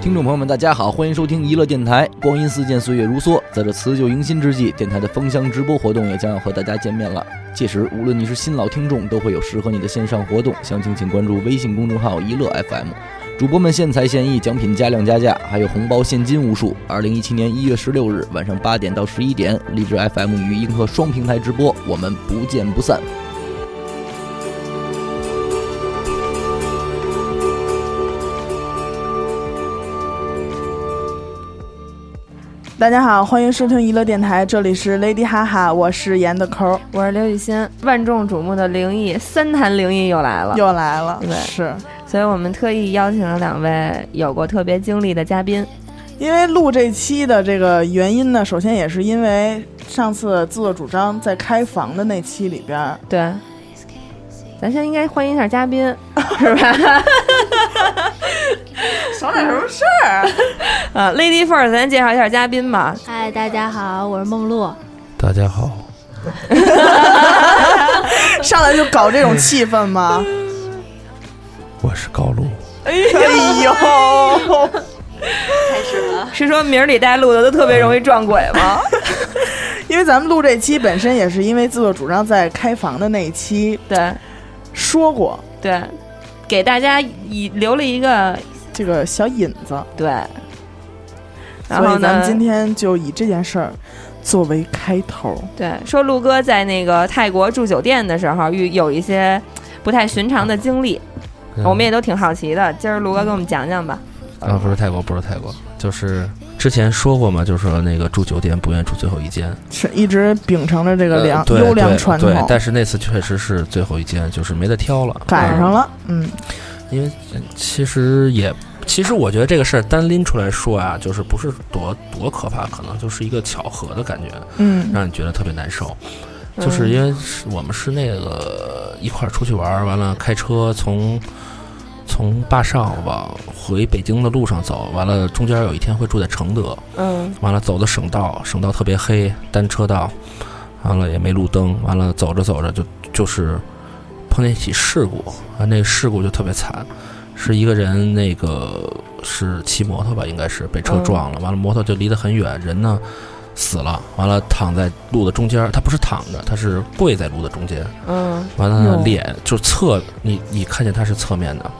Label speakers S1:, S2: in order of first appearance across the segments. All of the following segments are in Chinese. S1: 听众朋友们，大家好，欢迎收听娱乐电台。光阴似箭，岁月如梭，在这辞旧迎新之际，电台的封箱直播活动也将要和大家见面了。届时，无论你是新老听众，都会有适合你的线上活动，详情请关注微信公众号“一乐 FM”。主播们现财现艺，奖品加量加价，还有红包现金无数。二零一七年一月十六日晚上八点到十一点，荔枝 FM 与映客双平台直播，我们不见不散。
S2: 大家好，欢迎收听娱乐电台，这里是 Lady 哈哈，我是严的抠儿
S3: 我是刘雨欣，万众瞩目的灵异三谈灵异又来了，
S2: 又来了，
S3: 啊对
S2: 是
S3: 所以我们特意邀请了两位有过特别经历的嘉宾。
S2: 因为录这期的这个原因呢，首先也是因为上次自作主张在开房的那期里边 儿，
S3: 对，咱先应该欢迎一下嘉宾，是吧？
S2: 少点什么事
S3: 呃，Lady First，咱介绍一下嘉宾吧。
S4: 嗨，大家好，我是梦露。
S5: 大家好，
S2: 儿， 上来就搞这种气氛 吗？
S5: 我是高露，
S2: 哎呦，
S3: 是说名儿里带路的都特别容易撞鬼吗？
S2: 因为咱们录这期本身也是因为自作主张在开房的那一期
S3: 对
S2: 说过
S3: 对，给大家以留了一个
S2: 这个小引子，
S3: 对。然
S2: 所
S3: 后
S2: 以咱
S3: 呢
S2: 们？今天就以这件事儿作为开头。
S3: 对，说陆哥在那个泰国住酒店的时候遇有一些不太寻常的经历，
S5: 嗯
S3: 我们也都挺好奇的。今儿卢哥给我们讲讲吧。
S5: 啊，不是泰国，不是泰国，就是之前说过嘛，就是说那个住酒店不愿意住最后一间，
S2: 是一直秉承着这个良、
S5: 呃对
S2: 优良
S5: 对
S2: 传
S5: 对
S2: 统，，
S5: 但是那次确实是最后一间，就是没得挑了，
S2: 赶上了，嗯，
S5: 因为其实也，其实我觉得这个事儿单拎出来说啊，就是不是多多可怕，可能就是一个巧合的感觉，
S2: 嗯，
S5: 让你觉得特别难受。就是因为是我们是那个一块儿出去玩儿，完了开车从从坝上往回北京的路上走，完了中间有一天会住在承德，
S3: 嗯
S5: 完了走的省道，省道特别黑，单车道，完了也没路灯，完了走着走着就就是碰见一起事故啊，那个事故就特别惨，是一个人那个是骑摩托吧，应该是被车
S3: 嗯
S5: 撞了，完了摩托就离得很远，人呢死了，完了躺在路的中间儿，他不是躺着，他是跪在路的中间，
S3: 嗯
S5: 完了
S2: 哟
S5: 脸就侧你你看见他是侧面的，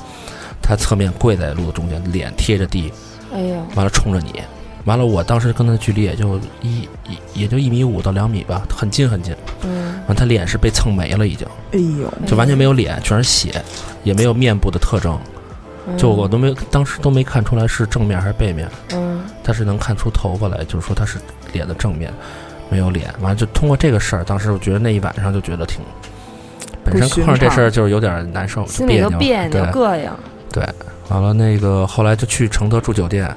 S5: 他侧面跪在路的中间，脸贴着地，
S3: 嗯，哎呦，
S5: 完了冲着你，完了我当时跟他的距离也就一一也就一米五到两米吧，很近很近。
S3: 嗯
S5: 完了他脸是被蹭没了，已经
S2: 哎呦，
S5: 就完全没有脸，全是血，也没有面部的特征，就我都没当时都没看出来是正面还是背面，
S3: 嗯
S5: 但是能看出头发来，就是说他是脸的正面，没有脸。完了就通过这个事儿，当时我觉得那一晚上就觉得挺。本身
S2: 不寻
S5: 碰上这事儿就是有点难受，就
S3: 心里
S5: 别
S3: 都
S5: 扭，
S3: 别扭
S5: 对，
S3: 膈应。
S5: 完了，那个后来就去承德住酒店。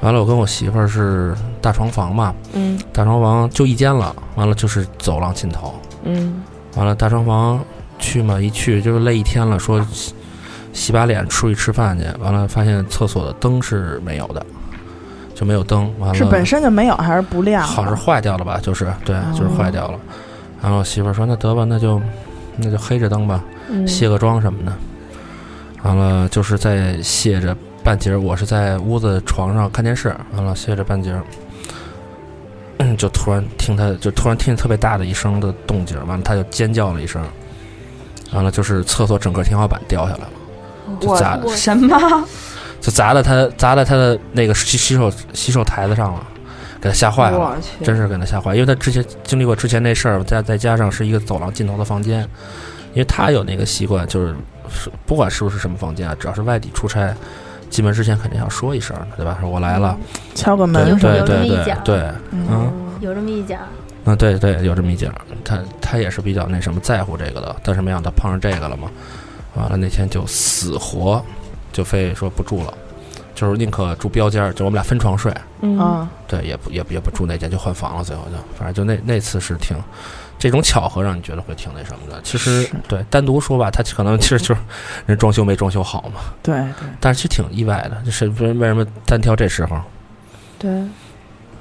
S5: 完了，我跟我媳妇儿是大床房嘛，
S3: 嗯
S5: 大床房就一间了。完了就是走廊尽头。
S3: 嗯
S5: 完了，大床房去嘛，一去就是累一天了，说洗洗把脸出去吃饭去。完了，发现厕所的灯是没有的，就没有灯。完了，
S2: 是本身就没有还是不亮？
S5: 好是坏掉了哦吧？就是对，就是坏掉了。然后我媳妇儿说：“那得吧，那就那就黑着灯吧。”
S3: 嗯，
S5: 卸个妆什么的。完了就是在卸着半截儿，我是在屋子床上看电视，完了卸着半截儿，嗯就突然听他就突然听见特别大的一声的动静儿，完了他就尖叫了一声，完了就是厕所整个天花板掉下来了，就砸
S3: 我什么？
S5: 就砸在他砸在他的那个洗洗手洗手台子上了，给他吓坏了。
S3: 我去，
S5: 真是给他吓坏，因为他之前经历过之前那事儿，再再加上是一个走廊尽头的房间，因为他有那个习惯，就是是不管是不是什么房间啊，只要是外地出差，进门之前肯定要说一声的，对吧？说我来了，
S2: 敲个
S5: 对
S2: 门，
S5: 对
S4: 嗯有这么
S5: 对
S4: 一
S5: 对
S4: 讲
S5: 对，嗯，
S4: 有这么一讲，
S5: 那对对，有这么一讲，他他也是比较那什么在乎这个的，但是没想到碰上这个了嘛，完了那天就死活就非说不住了，就是宁可住标间儿，就我们俩分床睡，
S3: 嗯
S2: 啊，
S5: 对，也不也不也不住那间，就换房了，最后就，反正就那那次是挺，这种巧合让你觉得会挺那什么的。其实
S2: 是
S5: 对单独说吧，他可能其实就是人装修没装修好嘛，
S2: 对
S5: 但是其实挺意外的，就是为为什么单挑这时候？
S3: 对，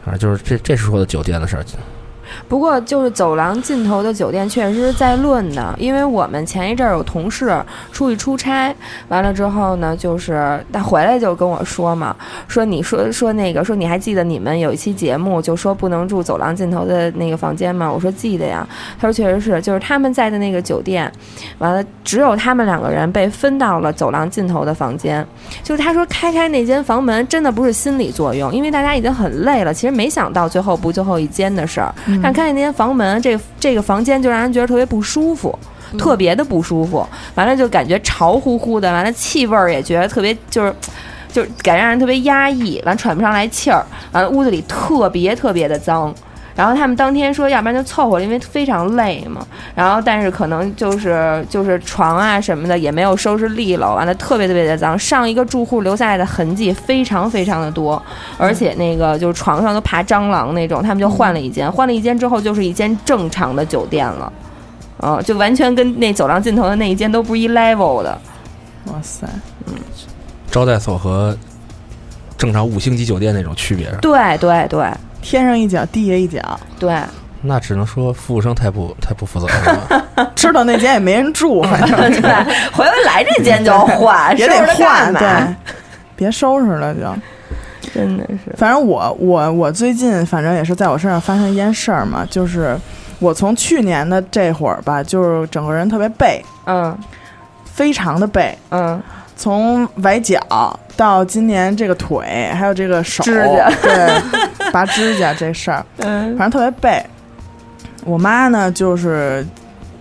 S5: 反正就是这这是说的酒店的事儿，
S3: 不过就是走廊尽头的酒店确实是在论的，因为我们前一阵儿有同事出去出差，完了之后呢，就是他回来就跟我说嘛，说你说说那个说你还记得你们有一期节目就说不能住走廊尽头的那个房间吗？我说记得呀。他说确实是，就是他们在的那个酒店，完了只有他们两个人被分到了走廊尽头的房间。就他说开开那间房门真的不是心理作用，因为大家已经很累了，其实没想到最后不最后一间的事儿。
S2: 嗯
S3: 但看见那间房门，这这个房间就让人觉得特别不舒服，
S4: 嗯
S3: 特别的不舒服。完了就感觉潮乎乎的，完了气味儿也觉得特别就是。就是感觉让人特别压抑，完喘不上来气儿，完了屋子里特别特别的脏。然后他们当天说，要不然就凑合了，因为非常累嘛。然后但是可能就是就是床啊什么的也没有收拾利落，完了特别特别的脏。上一个住户留下来的痕迹非常非常的多，而且那个就是床上都爬蟑螂那种，他们就换了一间，换了一间之后就是一间正常的酒店了，嗯、就完全跟那走廊尽头的那一间都不是一 level 的。
S2: 哇塞，
S5: 招待所和正常五星级酒店那种区别，
S3: 对对对
S2: 天上一脚，地下一脚，
S3: 对，
S5: 那只能说服务生太不太不负责任了。
S2: 知道那间也没人 住，反正
S3: 对，回回来这间就 换，
S2: 也
S3: 收
S2: 得
S3: 拾它干
S2: 换，
S3: 嘛，
S2: 对，别收拾了就。
S3: 真的是，
S2: 反正我我我最近反正也是在我身上发生一件事儿嘛，就是我从去年的这会儿吧，就是整个人特别背，
S3: 嗯
S2: 非常的背，
S3: 嗯，
S2: 从崴脚到今年这个腿，还有这个手，
S3: 指甲
S2: 对，拔指甲这事儿，
S3: 嗯
S2: 反正特别背。我妈呢，就是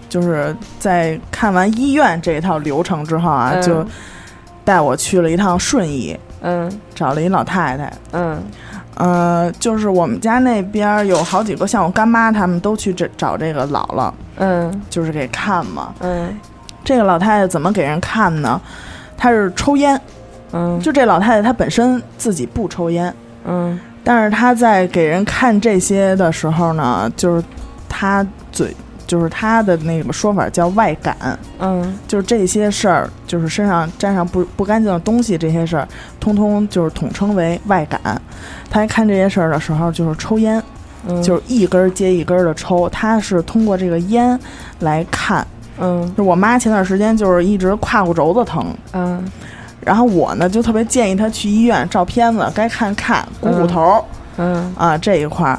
S2: 就是在看完医院这一套流程之后啊，
S3: 嗯
S2: 就带我去了一趟顺义，
S3: 嗯
S2: 找了一老太太。
S3: 嗯
S2: 呃，就是我们家那边儿有好几个，像我干妈他们都去这找这个姥姥，
S3: 嗯
S2: 就是给看嘛。
S3: 嗯
S2: 这个老太太怎么给人看呢？她是抽烟，
S3: 嗯
S2: 就这老太太她本身自己不抽烟，
S3: 嗯
S2: 但是她在给人看这些的时候呢，就是她嘴，就是她的那个说法叫外感，
S3: 嗯
S2: 就是这些事儿，就是身上沾上不不干净的东西这些事儿，通通就是统称为外感。她看这些事儿的时候，就是抽烟。
S3: 嗯，
S2: 就是一根儿接一根的抽，他是通过这个烟来看。
S3: 嗯
S2: 就我妈前段时间就是一直胯骨轴子疼，
S3: 嗯
S2: 然后我呢就特别建议她去医院照片子，该看看股骨头儿、
S3: 嗯
S2: 啊这一块儿。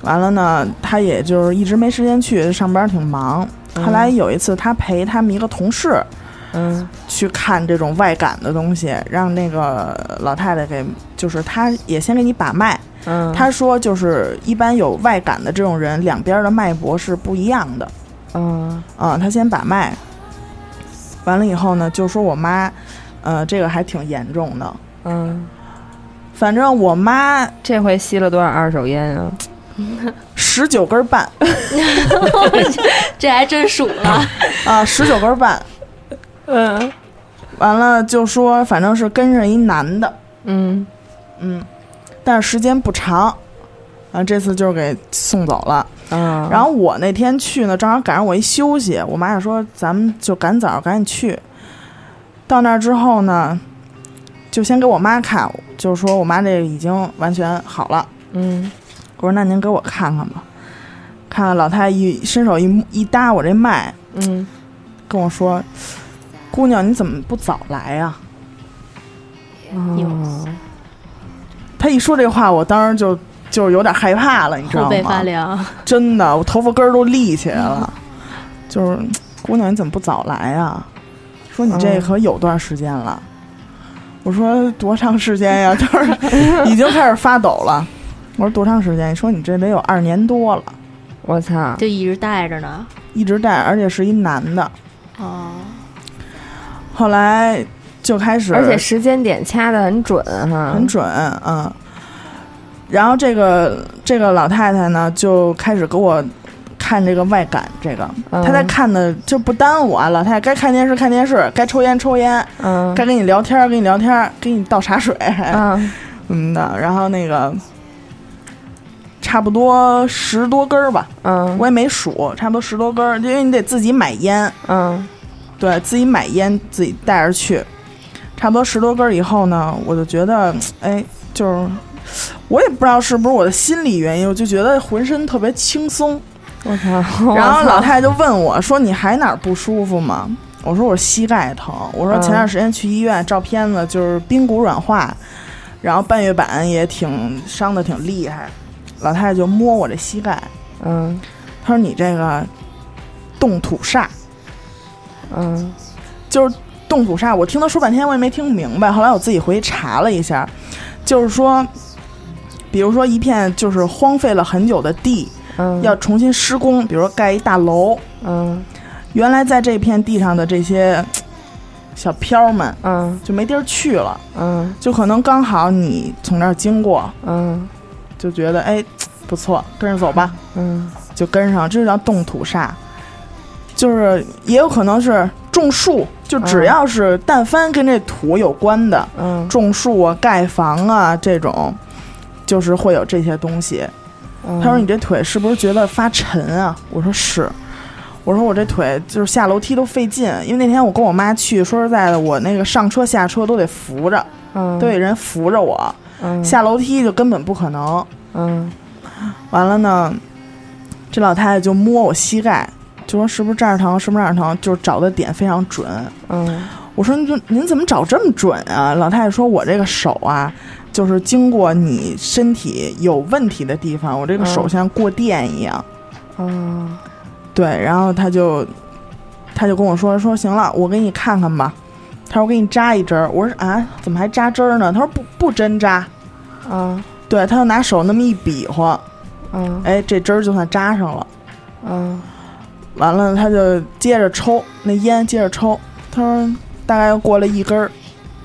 S2: 完了呢，她也就是一直没时间去，上班挺忙。
S3: 嗯
S2: 后来有一次，她陪他们一个同事
S3: 嗯
S2: 去看这种外感的东西，让那个老太太给，就是她也先给你把脉，
S3: 嗯，
S2: 他说，就是一般有外感的这种人，两边的脉搏是不一样的。
S3: 嗯
S2: 啊、他先把脉，完了以后呢，就说我妈，呃，这个还挺严重的。
S3: 嗯，
S2: 反正我妈
S3: 这回吸了多少二手烟啊？
S2: 十九根半
S4: 这还真数了。
S2: 啊，十九根半。
S3: 嗯
S2: 完了就说，反正是跟上一男的，
S3: 嗯
S2: 嗯，但是时间不长，啊，这次就是给送走了。
S3: 嗯，
S2: 然后我那天去呢，正好赶上我一休息，我妈就说咱们就赶早赶紧去。到那儿之后呢，就先给我妈看，就说我妈这已经完全好了。
S3: 嗯
S2: 我说那您给我看看吧，看看老太太一伸手一摸一搭我这脉，
S3: 嗯
S2: 跟我说：“姑娘，你怎么不早来啊呀、
S3: 哦
S2: 她一说这话，我当时就就有点害怕了，你知道
S4: 后
S2: 吗？
S4: 背发凉，
S2: 真的，我头发根儿都立起来了。 就是嗯姑娘，你怎么不早来啊？说你这
S3: 嗯
S2: 可有段时间了。我说多长时间呀？ 当时已经开始发抖了。我说多长时间？你说你这得有二年多了，
S3: 我操！
S4: 就一直带着呢。
S2: 一直戴，而且是一男的。
S4: 哦，
S2: 后来就开始，
S3: 而且时间点掐的很准哈，
S2: 很准，嗯。然后这个这个老太太呢，就开始给我看这个外感，这个
S3: 嗯。
S2: 她在看的就不耽误啊，老太太该看电视看电视，该抽烟抽烟，
S3: 嗯
S2: 该跟你聊天儿跟你聊天儿，给你倒茶水
S3: 嗯
S2: 嗯的。然后那个差不多十多根儿吧，
S3: 嗯
S2: 我也没数，差不多十多根儿，因为你得自己买烟，
S3: 嗯
S2: 对自己买烟自己带着去，差不多十多根儿以后呢，我就觉得，哎，就是我也不知道是不是我的心理原因，我就觉得浑身特别轻松。
S3: 我操！
S2: 然后
S3: 我
S2: 老
S3: 操
S2: 太太就问我说：“你还哪儿不舒服吗？”我说：“我膝盖疼。”我说：“
S3: 嗯
S2: 前段时间去医院照片子，就是髌骨软化，然后半月板也挺伤的，挺厉害。”老太太就摸我这膝盖，
S3: 嗯
S2: 她说：“你这个动土煞，
S3: 嗯
S2: 就是动土煞。”我听她说半天，我也没听明白。后来我自己回去查了一下，就是说，比如说一片就是荒废了很久的地，
S3: 嗯，
S2: 要重新施工，比如说盖一大楼，
S3: 嗯
S2: 原来在这片地上的这些小漂们
S3: 嗯
S2: 就没地儿去了，
S3: 嗯
S2: 就可能刚好你从那儿经过，
S3: 嗯
S2: 就觉得哎不错，跟着走吧，
S3: 嗯
S2: 就跟上，这就叫动土煞。就是也有可能是种树，就只
S3: 嗯
S2: 要是但凡跟这土有关的，
S3: 嗯
S2: 种树啊、盖房啊这种，就是会有这些东西。
S3: 嗯，
S2: 他说：“你这腿是不是觉得发沉啊？”我说：“是。”我说：“我这腿就是下楼梯都费劲，因为那天我跟我妈去，说实在的，我那个上车下车都得扶着，
S3: 嗯
S2: 都得人扶着我，
S3: 嗯
S2: 下楼梯就根本不可能。
S3: 嗯
S2: 完了呢，这老太太就摸我膝盖，就说是不是这儿疼，是不是那儿疼，就是找的点非常准。
S3: 嗯
S2: 我说：‘您您怎么找这么准啊？’老太太说：‘我这个手啊，就是经过你身体有问题的地方，我这个手
S3: 嗯
S2: 像过电一样。’
S3: 嗯
S2: 对，然后他就他就跟我说说行了，我给你看看吧。他说我给你扎一针儿，我说啊，怎么还扎针儿呢？他说不不针扎，
S3: 嗯
S2: 对，他就拿手那么一比划，
S3: 嗯
S2: 哎，这针儿就算扎上了。
S3: 嗯
S2: 完了，他就接着抽那烟，接着抽。他说大概又过了一根儿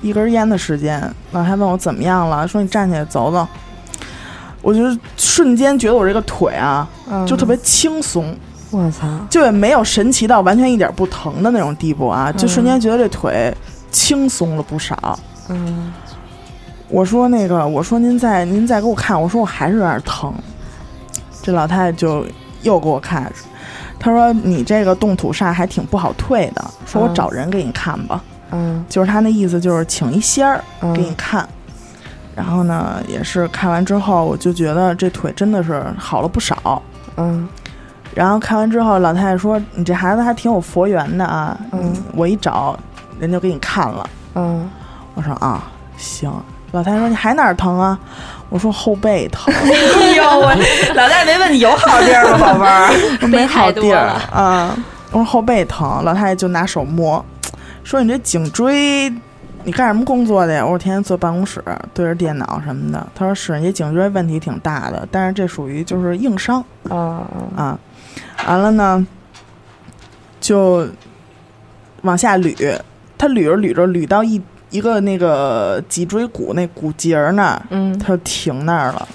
S2: 一根儿烟的时间，老太问我怎么样了，说你站起来走走。我就瞬间觉得我这个腿啊，
S3: 嗯，
S2: 就特别轻松。
S3: 我操，
S2: 就也没有神奇到完全一点不疼的那种地步啊，
S3: 嗯
S2: 就瞬间觉得这腿轻松了不少。
S3: 嗯
S2: 我说那个，我说您再您再给我看，我说我还是有点疼。这老太太就又给我看，她说你这个动土煞还挺不好退的，说我
S3: 嗯
S2: 找人给你看吧，
S3: 嗯
S2: 就是她那意思就是请一仙儿
S3: 嗯，
S2: 给你看。然后呢，也是看完之后，我就觉得这腿真的是好了不少。
S3: 嗯
S2: 然后看完之后，老太太说：“你这孩子还挺有佛缘的啊。”
S3: 嗯，
S2: 我一找，人就给你看了。
S3: 嗯
S2: 我说啊，行。老太太说：“你还哪儿疼啊？”我说：“后背疼，
S3: 哎呦 喂，老大没问你 有好地儿吗，宝贝儿？
S2: 我没好
S4: 背太
S2: 地
S4: 多
S2: 儿
S4: 了
S2: 啊。”我说：“后背疼。”老太太就拿手摸，说：“你这颈椎，你干什么工作的呀？”我说：“天天坐办公室，对着电脑什么的。”她说：“是，你颈椎问题挺大的，但是这属于就是硬伤。”
S3: 啊
S2: 啊，完了呢，就往下捋，他捋着捋着捋到一一个那个脊椎骨那骨节儿那儿，
S3: 嗯
S2: 他就停那儿了。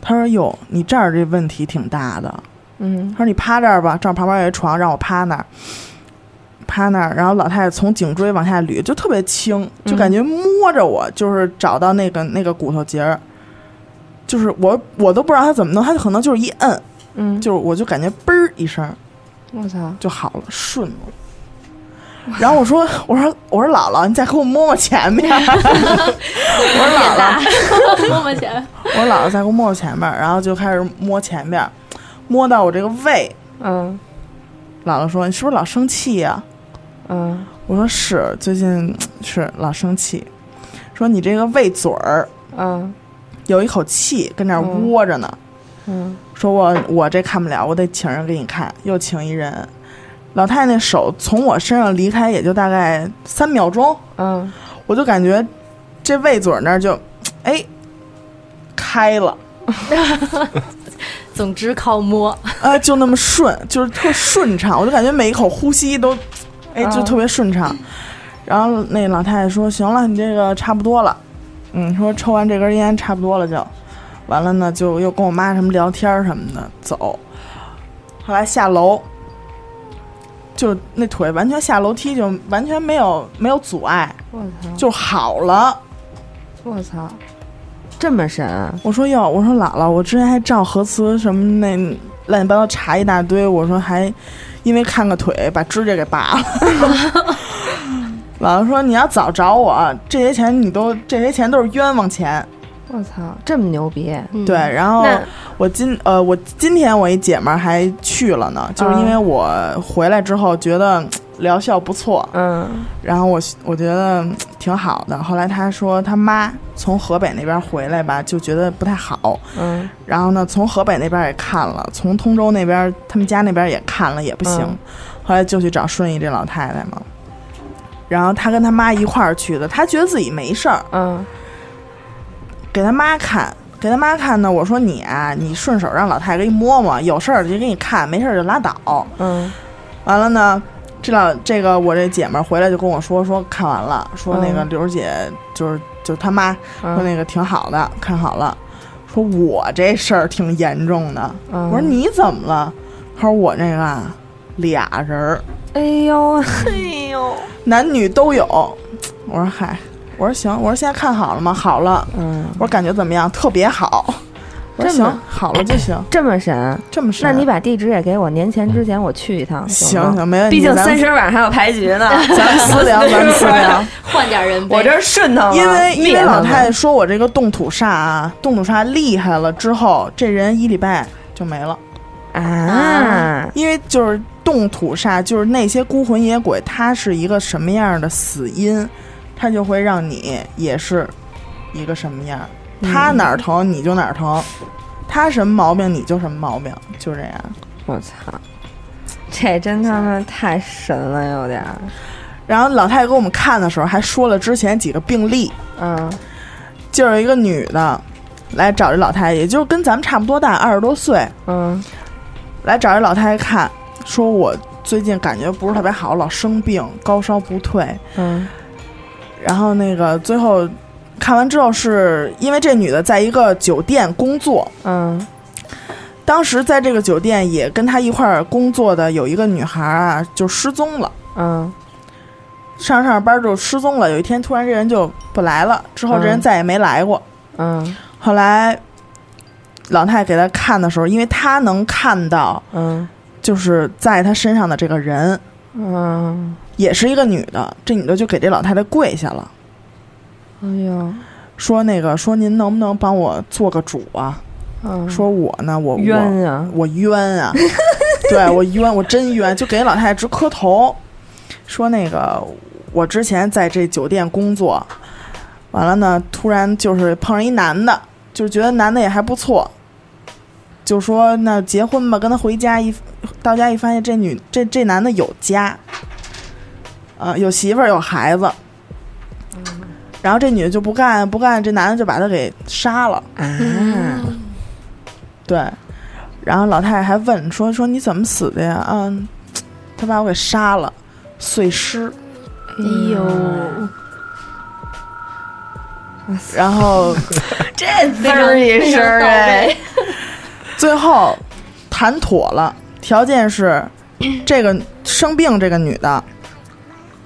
S2: 他说：“哟，你这儿这问题挺大的。”
S3: 嗯
S2: 他说：“你趴这儿吧，正好旁边有一床，让我趴那儿，趴那儿。”然后老太太从颈椎往下捋，就特别轻，就感觉摸着我，就是找到那个那个骨头节儿，就是我我都不知道他怎么弄，他可能就是一摁，
S3: 嗯，
S2: 就是我就感觉嘣儿一声
S3: 我操，
S2: 就好了，顺了。然后我说，我说，我说姥姥，你再给我摸摸前面。
S4: 我脸大， 摸摸起来，
S2: 我说姥姥，再给我摸摸前面。然后就开始摸前面，摸到我这个胃。
S3: 嗯
S2: 姥姥说：“你是不是老生气呀、
S3: 嗯
S2: 我说：“是，最近是老生气。”说你这个胃嘴儿
S3: 嗯
S2: 有一口气跟那儿
S3: 嗯
S2: 窝着呢。
S3: 嗯
S2: 说我我这看不了，我得请人给你看，又请一人。老太太那手从我身上离开也就大概三秒钟，
S3: 嗯
S2: 我就感觉这胃嘴儿那儿就哎开了，
S4: 总之靠摸，
S2: 呃，就那么顺，就是特顺畅，我就感觉每一口呼吸都哎就
S3: 嗯
S2: 特别顺畅。然后那老太太说：“行了，你这个差不多了，嗯，说抽完这根烟差不多了就，完了呢就又跟我妈什么聊天儿什么的走。后来下楼，就那腿完全下楼梯就完全没有没有阻碍，
S3: 我操，
S2: 就好了。
S3: 我操，这么神啊！
S2: 我说哟，我说姥姥，我之前还照核磁什么那乱七八糟查一大堆，我说还因为看个腿把指甲给拔了。姥姥说你要早找我，这些钱你都这些钱都是冤枉钱。
S3: 我操，这么牛逼！
S4: 嗯
S2: 对，，然后
S3: 那
S2: 我今呃，我今天我一姐们儿还去了呢，就是因为我回来之后觉得嗯疗效不错，
S3: 嗯
S2: 然后我我觉得嗯挺好的。后来她说她妈从河北那边回来吧，就觉得不太好，
S3: 嗯
S2: 然后呢，从河北那边也看了，从通州那边他们家那边也看了，也不行。
S3: 嗯
S2: 后来就去找顺义这老太太嘛，然后她跟她妈一块儿去的，她觉得自己没事儿，
S3: 嗯
S2: 给他妈看，给他妈看呢。我说你啊，你顺手让老太太给你摸摸，有事儿就给你看，没事儿就拉倒。
S3: 嗯
S2: 完了呢，这老这个我这姐们儿回来就跟我说说看完了，说那个
S3: 嗯
S2: 刘儿姐就是就是他妈说那个挺好的，看好了。说我这事儿挺严重的，
S3: 嗯，
S2: 我说你怎么了？他说我那个啊俩人儿，
S3: 哎呦 哎呦，
S2: 男女都有。我说嗨，我说行，我说现在看好了吗？好了，
S3: 嗯，
S2: 我说感觉怎么样？特别好。我说
S3: 这么
S2: 行，好了 就行。
S3: 这么神，
S2: 这么深
S3: 那
S2: 啊？
S3: 你把地址也给我，年前之前我去一趟，
S2: 行
S3: 吗？
S2: 行没问题，
S3: 毕竟
S2: 咱
S3: 三
S2: 们
S3: 十晚上还有牌局呢，咱们
S2: 私聊， 咱们私 聊。
S4: 换点人呗。
S3: 我这儿顺他 们，
S2: 因为因为老太
S3: 太
S2: 太说我这个冻土煞啊，冻土煞厉害了之后，这人一礼拜就没了，
S3: 啊，
S2: 因为就是冻土煞，就是那些孤魂野鬼，它是一个什么样的死因，它就会让你也是一个什么样，它哪儿疼你就哪儿疼。它什么毛病你就什么毛病，就这样。
S3: 我操，这真他妈太神了，有点儿，
S2: 然后老太太给我们看的时候还说了之前几个病例，
S3: 嗯
S2: 就有一个女的来找这老太太，也就是跟咱们差不多大，二十多岁，
S3: 嗯
S2: 来找这老太太看，说我最近感觉不是特别好，老生病，高烧不退。
S3: 嗯
S2: 然后那个最后看完之后是，因为这女的在一个酒店工作，
S3: 嗯
S2: 当时在这个酒店也跟她一块儿工作的有一个女孩啊，就失踪了。
S3: 嗯
S2: 上着上着班就失踪了，有一天突然这人就不来了，之后这人
S3: 嗯
S2: 再也没来过。
S3: 嗯
S2: 后来老太太给他看的时候，因为她能看到，
S3: 嗯
S2: 就是在她身上的这个人
S3: 嗯，
S2: 也是一个女的，这女的就给这老太太跪下了，
S3: 哎呦，
S2: 说那个说您能不能帮我做个主啊？
S3: 嗯，
S2: 说我呢，我
S3: 冤呀，
S2: 我我冤啊，对我冤，我真冤，就给老太太直磕头，说那个我之前在这酒店工作，完了呢，突然就是碰上一男的，就是觉得男的也还不错，就说那结婚吧，跟他回家一到家一发现这女这这男的有家，呃，有媳妇儿有孩子。然后这女的就不干，不干，这男的就把她给杀了。
S3: 啊，
S4: 嗯
S2: 对，然后老太太还问说说你怎么死的呀？嗯，他把我给杀了，碎尸。
S4: 哎
S3: 嗯
S4: 呦，
S2: 然后
S3: 这滋儿一声儿哎，
S2: 最后谈妥了，条件是这个生病这个女的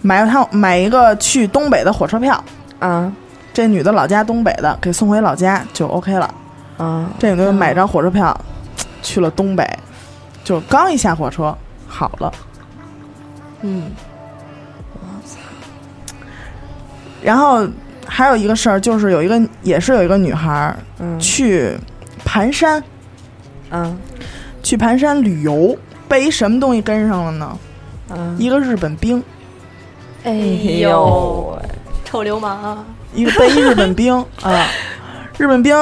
S2: 买趟买一个去东北的火车票，
S3: 啊
S2: 这女的老家东北的，给送回老家就 OK 了。
S3: 啊，
S2: 这女的买张火车票去了东北，就刚一下火车好了。
S4: 嗯，
S2: 然后还有一个事儿，就是有一个也是有一个女孩儿
S3: 嗯
S2: 去盘山，
S3: 嗯
S2: 去盘山旅游，被一什么东西跟上了呢？
S3: 嗯，
S2: 一个日本兵，
S4: 哎
S3: 哎
S4: 呦，
S3: 呦，
S4: 臭流氓啊！
S2: 一个被一日本兵啊，日本兵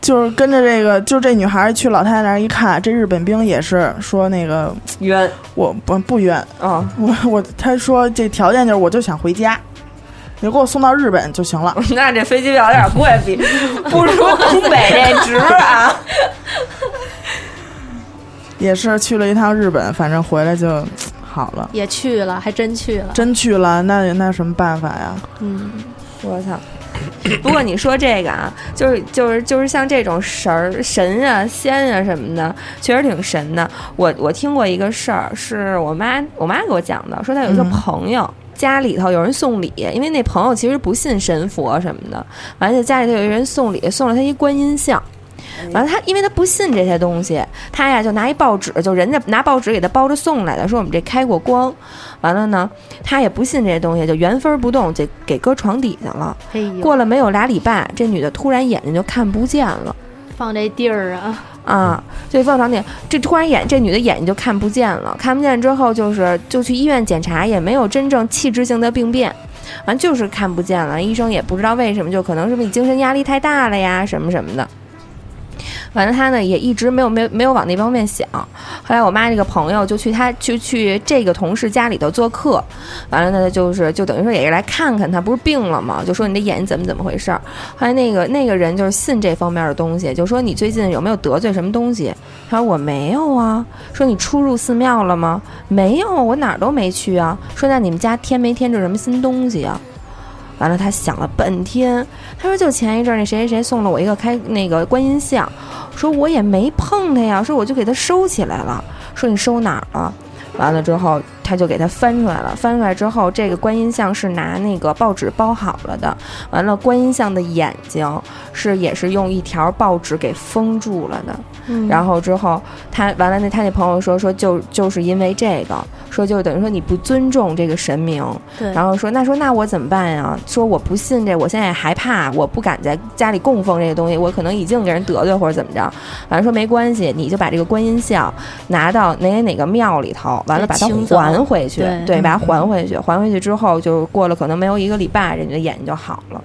S2: 就是跟着这个，就这女孩儿去老太太那儿一看，这日本兵也是说那个
S3: 冤
S2: 我不不冤，
S3: 哦，
S2: 我 我他说这条件就是我就想回家，你给我送到日本就行了。
S3: 那这飞机票有点贵，比不如东北这值啊。
S2: 也是去了一趟日本，反正回来就好了。
S4: 也去了，还真去了。
S2: 真去了，那那有什么办法呀？
S4: 嗯，
S3: 我操！不过你说这个啊，就是就是就是像这种神儿神啊、仙啊什么的，确实挺神的。我我听过一个事儿，是我妈我妈给我讲的，说她有一个
S2: 嗯
S3: 朋友。家里头有人送礼，因为那朋友其实不信神佛什么的，完了家里头有一人送礼，送了他一观音像，完了，他因为他不信这些东西，他呀就拿一报纸，就人家拿报纸给他包着送来的，说我们这开过光。完了呢，他也不信这些东西，就原封不动给给搁床底下了。
S4: 哎呦
S3: 过了没有俩礼拜，这女的突然眼睛就看不见了
S4: 放这地儿啊，
S3: 啊！就放床底，这突然眼这女的眼睛就看不见了，看不见之后就是就去医院检查，也没有真正器质性的病变。完就是看不见了，医生也不知道为什么，就可能是不是你精神压力太大了呀，什么什么的。反正他呢也一直没有没有没有往那方面想。后来我妈这个朋友就去他去去这个同事家里头做客，完了呢就是就等于说也是来看看他，不是病了吗？就说你这眼睛怎么怎么回事儿。后来那个那个人就是信这方面的东西，就说你最近有没有得罪什么东西？他说我没有啊。说你出入寺庙了吗？没有，我哪儿都没去啊。说那你们家添没添置什么新东西啊？完了，他想了半天，他说就前一阵儿那谁谁谁送了我一个开那个观音像，说我也没碰它呀，说我就给它收起来了。说你收哪儿了？完了之后，他就给它翻出来了。翻出来之后，这个观音像是拿那个报纸包好了的。完了，观音像的眼睛是也是用一条报纸给封住了的。嗯
S4: 嗯
S3: 然后之后，他完了那他那朋友说说就就是因为这个，说就等于说你不尊重这个神明，
S4: 对，
S3: 然后说那说那我怎么办呀？说我不信这，我现在也害怕，我不敢在家里供奉这个东西，我可能已经给人得罪或者怎么着。完了说没关系，你就把这个观音像拿到哪哪哪个庙里头，完了把它
S4: 哎清走
S3: 还回去，
S4: 对嗯
S3: 对，把它还回去。还回去之后，就过了可能没有一个礼拜，人家的眼睛就好了。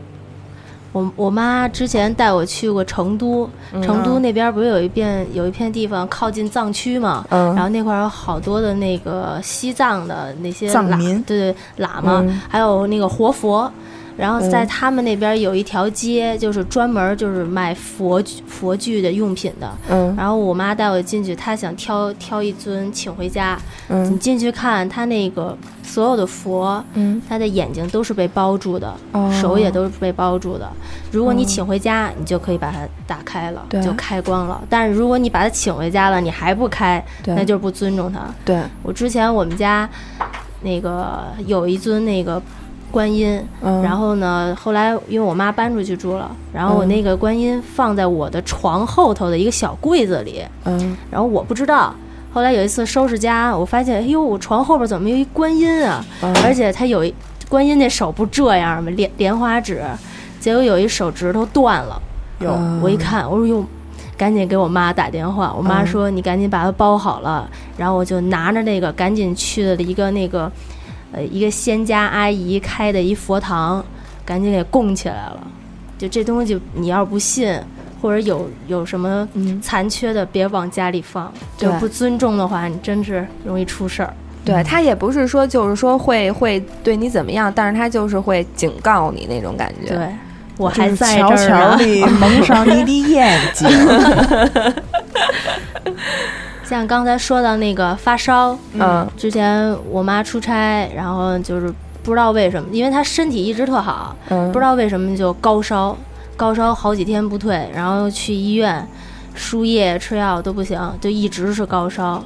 S4: 我我妈之前带我去过成都，
S3: 嗯
S4: 成都那边不是有一片有一片地方靠近藏区嘛，
S3: 嗯，
S4: 然后那块儿有好多的那个西藏的那些
S2: 藏
S4: 喇
S2: 民
S4: 对对，喇嘛，
S3: 嗯
S4: 还有那个活佛。然后在
S3: 嗯
S4: 他们那边有一条街，就是专门就是卖佛具佛具的用品的。
S3: 嗯
S4: 然后我妈带我进去，她想挑挑一尊请回家。你
S3: 嗯
S4: 进去看，她那个所有的佛，
S3: 嗯，
S4: 她的眼睛都是被包住的，
S3: 哦
S4: 手也都是被包住的。如果你
S3: 哦
S4: 请回家，你就可以把它打开了，
S3: 对
S4: 就开光了。但是如果你把它请回家了，你还不开，
S3: 对
S4: 那就是不尊重它。
S3: 对，
S4: 我之前我们家那个有一尊那个观音，
S3: 嗯
S4: 然后呢，后来因为我妈搬出去住了，然后
S3: 嗯
S4: 我那个观音放在我的床后头的一个小柜子里，
S3: 嗯
S4: 然后我不知道。后来有一次收拾家，我发现，哎呦，我床后边怎么有一观音啊？
S3: 嗯
S4: 而且它有一观音那手不这样吗？莲莲花指，结果有一手指头断了。
S2: 有
S4: 我一看，我说哟，赶紧给我妈打电话。我
S2: 嗯
S4: 妈说你赶紧把它包好了。然后我就拿着那个赶紧去了一个那个，呃，一个仙家阿姨开的一佛堂，赶紧给供起来了。就这东西，你要是不信，或者有有什么
S3: 嗯，
S4: 残缺的，别往家里放。
S3: 对
S4: 就不尊重的话，你真是容易出事儿。
S3: 对他也不是说就是说会会对你怎么样，但是他就是会警告你那种感觉。
S4: 对，我
S2: 就
S4: 还
S2: 是
S4: 在
S2: 悄
S4: 这
S2: 悄
S4: 儿呢。
S2: 地蒙上你的眼睛。
S4: 像刚才说到那个发烧，
S3: 嗯
S4: 之前我妈出差，然后就是不知道为什么，因为她身体一直特好，
S3: 嗯，
S4: 不知道为什么就高烧，高烧好几天不退，然后去医院输液吃药都不行，就一直是高烧。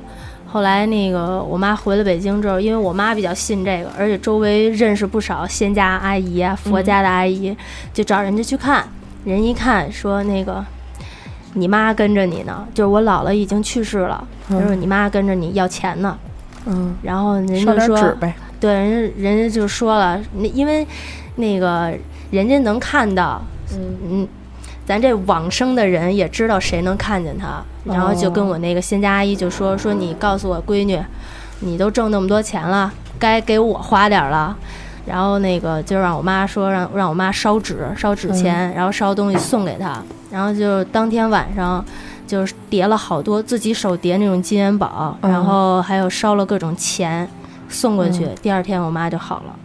S4: 后来那个我妈回了北京之后，因为我妈比较信这个，而且周围认识不少仙家阿姨啊、佛家的阿姨，就找人家去看。人一看说那个你妈跟着你呢，就是我姥姥已经去世了，就是你妈跟着你要钱呢。
S3: 嗯
S4: 然后人
S2: 烧
S4: 就
S2: 点
S4: 说
S2: 纸呗，
S4: 对，人家人家就说了，那因为那个人家能看到，
S3: 嗯
S4: 嗯，咱这往生的人也知道谁能看见
S3: 哦
S4: 他，然后就跟我那个仙家阿姨就说说你告诉我闺女，你都挣那么多钱了，该给我花点儿了。然后那个就让我妈说让让我妈烧纸烧纸钱，
S3: 嗯
S4: 然后烧东西送给她，然后就当天晚上就是叠了好多自己手叠那种金元宝，
S3: 嗯
S4: 然后还有烧了各种钱送过去，第二天我妈就好了。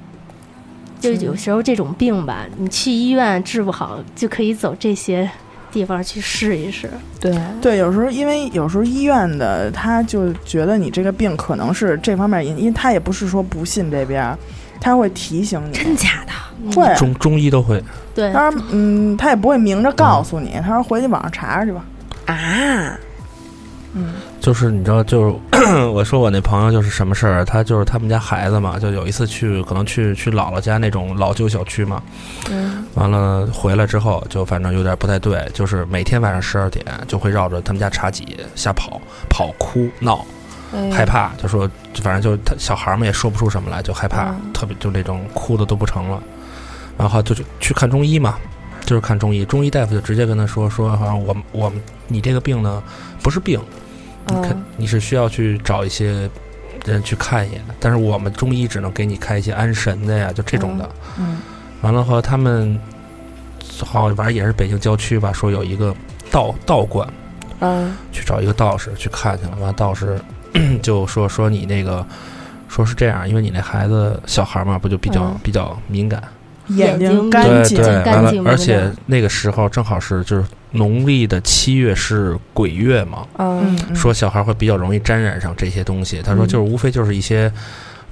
S4: 就有时候这种病吧，你去医院治不好，就可以走这些地方去试一试。
S3: 对，
S2: 对，有时候因为有时候医院的他就觉得你这个病可能是这方面因，因为他也不是说不信这边儿，他会提醒你。
S3: 真假的？
S4: 嗯
S2: 会，
S5: 中中医都会，
S4: 对，
S2: 他说嗯，他也不会明着告诉你，他说回去网上查查去吧。
S3: 啊，
S5: 就是你知道，就是 我说我那朋友就是什么事儿，他就是他们家孩子嘛，就有一次去可能去去姥姥家那种老旧小区嘛，
S3: 嗯
S5: 完了回来之后就反正有点不太对，就是每天晚上十二点就会绕着他们家茶几瞎跑跑哭闹，
S3: 哎
S5: 害怕，就说反正就是他小孩儿嘛也说不出什么来，就害怕，
S3: 嗯
S5: 特别就那种哭的都不成了，然后就去去看中医嘛，就是看中医，中医大夫就直接跟他说说，好像我们我们你这个病呢不是病，你看
S3: 嗯
S5: 你是需要去找一些人去看一眼，但是我们中医只能给你开一些安神的呀，就这种的。
S2: 嗯
S5: 完了后他们好像反正也是北京郊区吧，说有一个道道观，
S3: 嗯
S5: 去找一个道士去看去了。完了，道士 就说说你那个，说是这样，因为你那孩子小孩嘛，不就比较、
S3: 嗯
S5: 比较敏感，
S2: 眼
S4: 眼
S2: 睛
S4: 睛
S2: 干
S5: 对
S2: 净
S5: 对，，
S4: 干
S5: 完了
S4: 净，
S5: 而
S4: 不
S5: 且
S4: 干
S5: 那个时候正好是就是农历的七月是鬼月嘛，
S2: 嗯
S3: 嗯，
S2: 嗯
S5: 说小孩会比较容易沾染上这些东西。他说
S3: 嗯
S5: 就是无非就是一些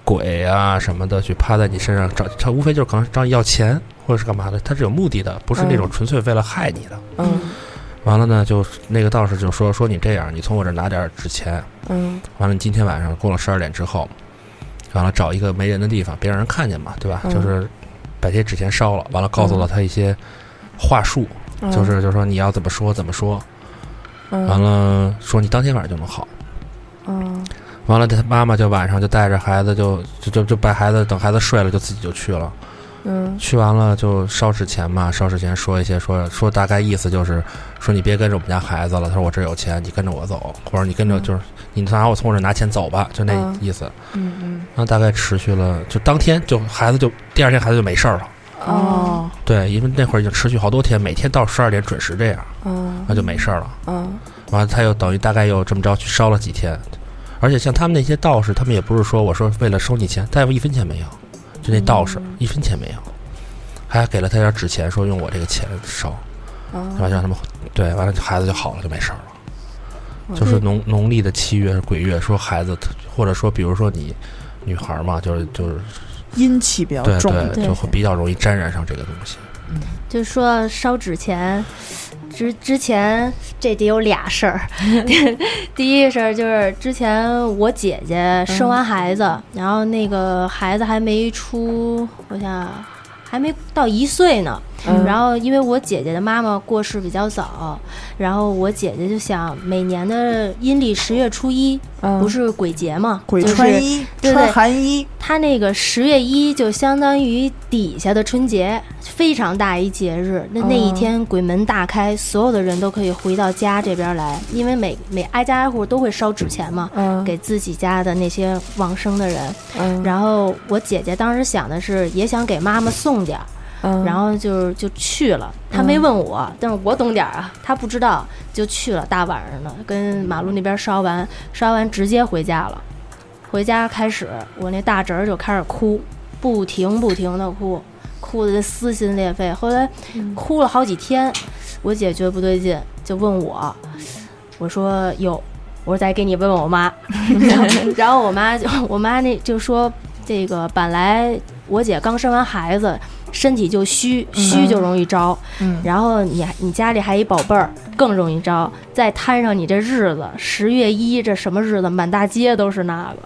S5: 鬼啊什么的去趴在你身上找，他无非就是可能找你要钱或者是干嘛的，他是有目的的，不是那种纯粹为了害你的。
S3: 嗯
S5: 完了呢，就那个道士就说说你这样，你从我这儿拿点儿纸钱，
S3: 嗯
S5: 完了，你今天晚上过了十二点之后，完了找一个没人的地方，别让人看见嘛，对吧？
S3: 嗯
S5: 就是把这些纸钱烧了，完了告诉了他一些话术，
S3: 嗯，
S5: 就是就是说你要怎么说怎么说，
S3: 嗯
S5: 完了说你当天晚上就能好。
S3: 嗯
S5: 完了，他妈妈就晚上就带着孩子就就就就把孩子等孩子睡了就自己就去了，
S3: 嗯
S5: 去完了就烧纸钱嘛，烧纸钱说一些说说大概意思就是说你别跟着我们家孩子了，他说我这儿有钱，你跟着我走，或者你跟着
S3: 嗯
S5: 就是你拿我从我这儿拿钱走吧，就那
S3: 嗯
S5: 意思。
S3: 嗯
S5: 那大概持续了，就当天就孩子就第二天孩子就没事儿了。
S3: 哦
S2: 哦，
S5: 对，因为那会儿已经持续好多天，每天到十二点准时这样，
S3: 嗯
S5: 那就没事儿了。
S3: 嗯
S5: 完了，他又等于大概又这么着去烧了几天，而且像他们那些道士，他们也不是说我说为了收你钱，大夫一分钱没有，就那道士一分钱没有，还给了他点儿纸钱，说用我这个钱烧，
S3: 嗯
S5: 然后让他们对，完了孩子就好了，就没事儿了。就是农农历的七月是鬼月，说孩子或者说比如说你女孩儿嘛，就是就是
S2: 阴气比较
S5: 对
S2: 重，
S5: 对，
S4: 对
S5: 就会比较容易沾染上这个东西。
S4: 就说烧纸钱，之之前这得有俩 事儿。第一事儿就是之前我姐姐生完孩子，
S3: 嗯
S4: 然后那个孩子还没出，我想啊还没到一岁呢。
S3: 嗯
S4: 然后因为我姐姐的妈妈过世比较早，然后我姐姐就想每年的阴历十月初一、
S3: 嗯
S4: 不是鬼节嘛，
S2: 鬼
S4: 就是
S2: 穿衣，
S4: 对对
S2: 穿寒衣，
S4: 它那个十月一就相当于底下的春节，非常大一节日。那
S3: 哦
S4: 那一天鬼门大开，所有的人都可以回到家这边来，因为每每挨家挨户都会烧纸钱嘛，
S3: 嗯
S4: 给自己家的那些往生的人。
S3: 嗯
S4: 然后我姐姐当时想的是，也想给妈妈送点儿，
S3: 嗯
S4: 然后就是就去了。她没问我，但是我懂点儿啊，她不知道就去了，大晚上的跟马路那边烧完，烧完直接回家了。回家开始，我那大侄儿就开始哭，不停不停的哭，哭的撕心裂肺。后来哭了好几天，我姐觉得不对劲，就问我，我说有，我说再给你问问 我妈，然后然后我妈就我妈那就说这个本来我姐刚生完孩子，身体就虚，虚就容易招，
S2: 嗯
S4: 然后你还你家里还一宝贝儿，更容易招，再摊上你这日子，十月一这什么日子，满大街都是那个，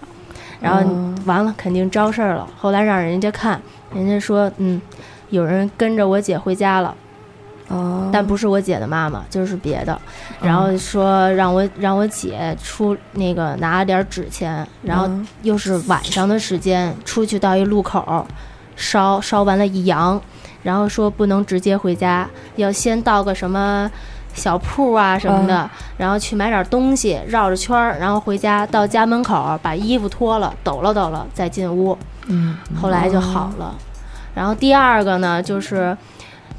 S4: 然后
S2: 哦
S3: 嗯
S4: 完了肯定招事儿了。后来让人家看，人家说嗯，有人跟着我姐回家了。
S3: 哦
S4: 但不是我姐的妈妈，就是别的。然后说让我让我姐出那个拿了点儿纸钱，然后
S3: 嗯
S4: 又是晚上的时间，出去到一路口，烧烧完了一阳，然后说不能直接回家，要先到个什么。小铺啊什么的，然后去买点东西，绕着圈儿，然后回家到家门口把衣服脱了，抖了抖了，再进屋。
S2: 嗯，
S4: 后来就好了。然后第二个呢，就是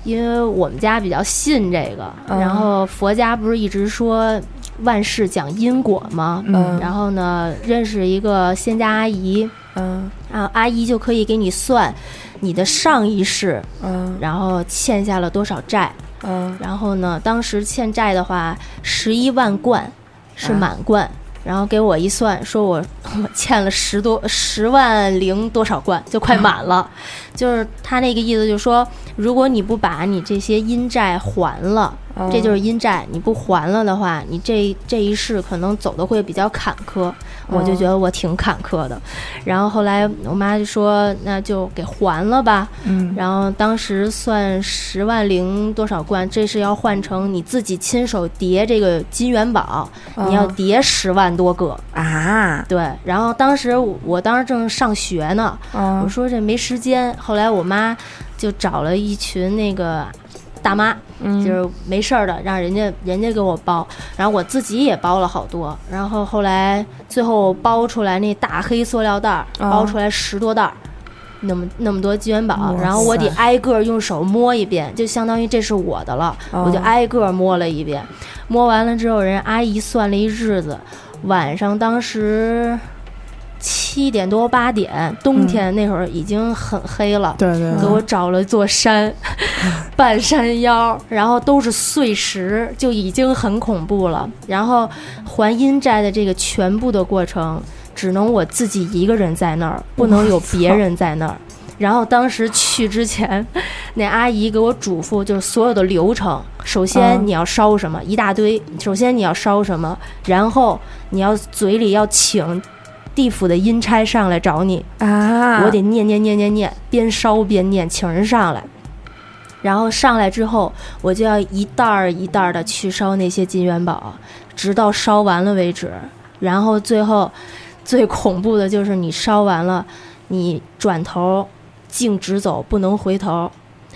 S4: 因为我们家比较信这个，
S3: 嗯
S4: 然后佛家不是一直说万事讲因果吗？
S3: 嗯
S4: 然后呢，认识一个仙家阿姨
S3: 嗯
S4: 啊，阿姨就可以给你算你的上一世，
S3: 嗯
S4: 然后欠下了多少债。
S3: 嗯
S4: 然后呢，当时欠债的话，十一万贯是满贯，然后给我一算，说我 我欠了十多十万零多少贯，就快满了。就是他那个意思，就是说，如果你不把你这些阴债还了，这就是阴债，你不还了的话，你这这一世可能走的会比较坎坷。我就觉得我挺坎坷的。然后后来我妈就说，那就给还了吧。
S2: 嗯，
S4: 然后当时算十万零多少贯，这是要换成你自己亲手叠这个金元宝，你要叠十万多个。
S3: 啊，
S4: 对，然后当时我我当时正上学呢，我
S3: 嗯
S4: 说这没时间。后来我妈就找了一群那个大妈，
S3: 嗯
S4: 就是没事儿的，让人家人家给我包，然后我自己也包了好多。然后后来最后包出来那大黑塑料袋儿，
S3: 啊
S4: 包出来十多袋儿。那么那么多金元
S2: 哇
S4: 宝，
S2: 塞
S4: 然后我得挨个儿用手摸一遍，就相当于这是我的了，我就挨个儿摸了一遍。摸完了之后，人家阿姨算了一日子，晚上当时七点多八点，冬
S2: 嗯
S4: 天那会儿已经很黑了，
S2: 对对
S4: 给
S2: 对，
S4: 我找了 座山，半山腰，然后都是碎石，就已经很恐怖了。然后还阴债的这个全部的过程，只能我自己一个人在那儿，不能有别人在那儿。然后当时去之前， 那阿姨给我嘱咐，就是所有的流程，首先
S2: 嗯
S4: 你要烧什么，一大堆。首先你要烧什么，然后你要嘴里要请地府的阴差上来找你，
S3: 啊，
S4: 我得念念念念念，边烧边念，请人上来。然后上来之后，我就要一袋儿一袋儿的去烧那些金元宝，直到烧完了为止。然后最后，最恐怖的就是你烧完了，你转头径直走，不能回头。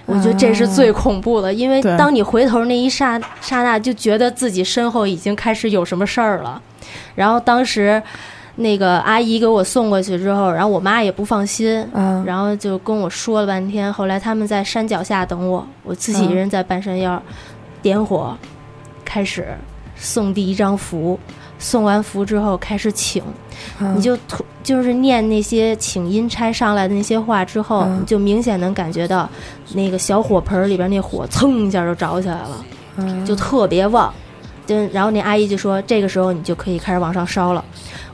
S4: 我觉得这是最恐怖的，因为
S2: 对
S4: 当你回头那一刹刹那，就觉得自己身后已经开始有什么事儿了。然后当时那个阿姨给我送过去之后，然后我妈也不放心，
S3: 啊，
S4: 然后就跟我说了半天。后来他们在山脚下等我，我自己一人在半山腰点火，开始送第一张符。送完符之后开始请，你就突就是念那些请阴差上来的那些话之后，
S3: 嗯
S4: 你就明显能感觉到那个小火盆里边那火蹭一下就着起来了。就特别旺。就然后那阿姨就说，这个时候你就可以开始往上烧了。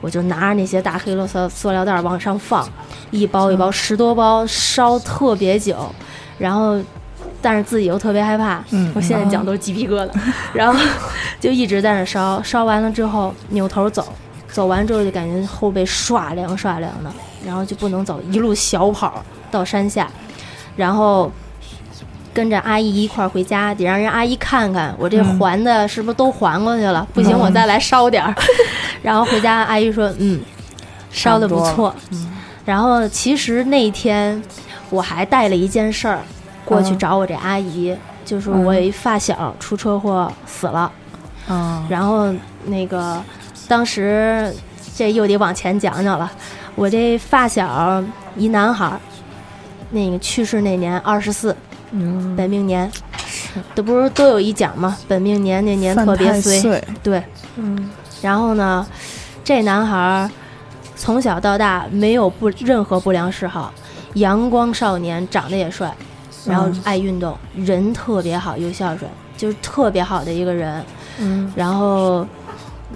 S4: 我就拿着那些大黑塑塑料袋儿往上放，一包一包十多包，烧特别久，然后但是自己又特别害怕，
S2: 嗯，
S4: 我现在讲都是鸡皮疙瘩， 然后就一直在那烧，烧完了之后扭头走，走完之后就感觉后背唰凉唰凉的，然后就不能走，一路小跑到山下，然后跟着阿姨一块儿回家，得让人阿姨看看我这
S2: 嗯
S4: 还的是不是都还过去了，不行我再来烧 点儿，然后回家阿姨说嗯，烧的不
S2: 差不多嗯
S4: 错，然后其实那天我还带了一件事儿过去
S3: 嗯
S4: 找我这阿姨，就是
S2: 嗯
S4: 我有一发小出车祸死了，
S2: 啊，
S4: 然后那个当时这又得往前讲讲了，我这发小一男孩儿，那个去世那年二十四，
S2: 嗯
S4: 本命年，这不是都有一讲嘛，本命年那年
S2: 犯
S4: 特别
S2: 太
S4: 衰，
S2: 岁，
S4: 对，
S3: 嗯
S4: 然后呢，这男孩儿从小到大没有不任何不良嗜好，阳光少年，长得也帅，然后
S3: 嗯
S4: 爱运动，人特别好，又孝顺，就是特别好的一个人。
S3: 嗯
S4: 然后，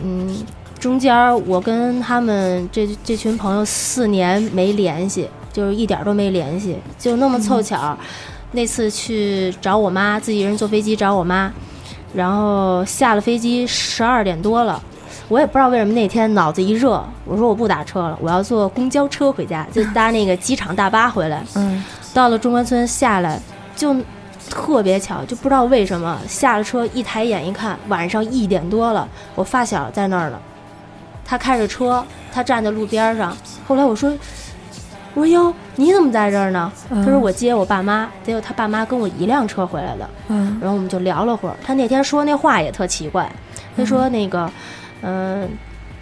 S4: 嗯，中间儿我跟他们这这群朋友四年没联系，就是一点儿都没联系，就那么
S3: 嗯
S4: 凑巧儿，那次去找我妈，自己人坐飞机找我妈，然后下了飞机十二点多了。我也不知道为什么那天脑子一热，我说我不打车了，我要坐公交车回家，就搭那个机场大巴回来。
S3: 嗯
S4: 到了中关村下来，就特别巧，就不知道为什么下了车一抬眼一看，晚上一点多了，我发小在那儿呢，他开着车，他站在路边上。后来我说，我说哟，你怎么在这儿呢？他说我接我爸妈，结果他爸妈跟我一辆车回来的。
S3: 嗯
S4: 然后我们就聊了会儿。他那天说那话也特奇怪，他说那个，嗯、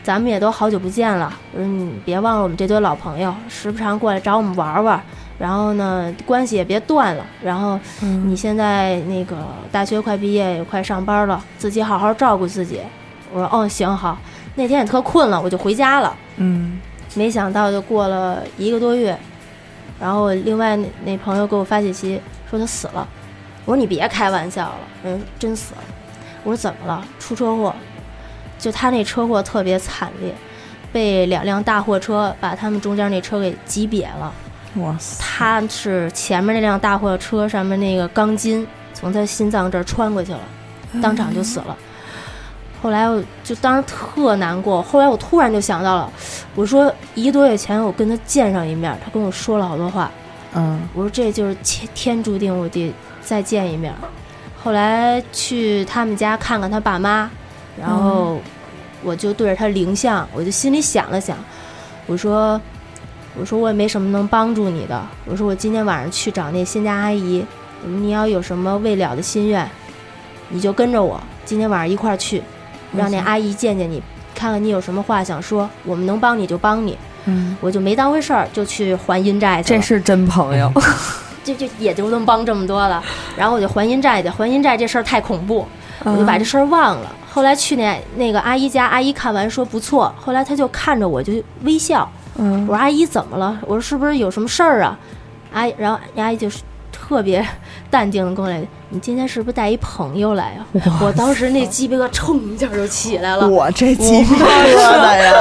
S4: 咱们也都好久不见了，嗯，你别忘了我们这堆老朋友，时不常过来找我们玩玩。然后呢，关系也别断了。然后你现在那个大学快毕业，也快上班了，自己好好照顾自己。我说哦，行好。那天也特困了，我就回家了。
S2: 嗯
S4: 没想到就过了一个多月，然后我另外那那朋友给我发信息说他死了，嗯我说你别开玩笑了，人真死了，我说怎么了？出车祸，就他那车祸特别惨烈，被两辆大货车把他们中间那车给挤瘪了。
S2: 哇塞，
S4: 他是前面那辆大货车上面那个钢筋从他心脏这儿穿过去了，当场就死了。后来我就当时特难过，后来我突然就想到了，我说一个多月前我跟他见上一面，他跟我说了好多话，
S2: 嗯，
S4: 我说这就是天天注定我得再见一面。后来去他们家看看他爸妈，然
S3: 嗯
S4: 后我就对着他灵像，我就心里想了想，我说我说我也没什么能帮助你的，我说我今天晚上去找那新家阿姨，我说你要有什么未了的心愿，你就跟着我，今天晚上一块儿去，让
S3: 嗯
S4: 那阿姨见见你，看看你有什么话想说，我们能帮你就帮你。
S2: 嗯，
S4: 我就没当回事儿，就去还阴债去了。
S3: 这是真朋 友，
S4: 就就也就能帮这么多了。然后我就还阴债去，还阴债这事儿太恐怖，我就把这事儿忘了。后来去那那个阿姨家，阿姨看完说不错，后来她就看着我就微笑，我
S2: 嗯，
S4: 说阿姨怎么了？我说是不是有什么事儿啊？阿姨，然后阿姨就是特别淡定的过来，你今天是不是带一朋友来呀、啊？我当时那鸡皮疙瘩冲一下就起来了。
S2: 我这鸡皮疙瘩呀，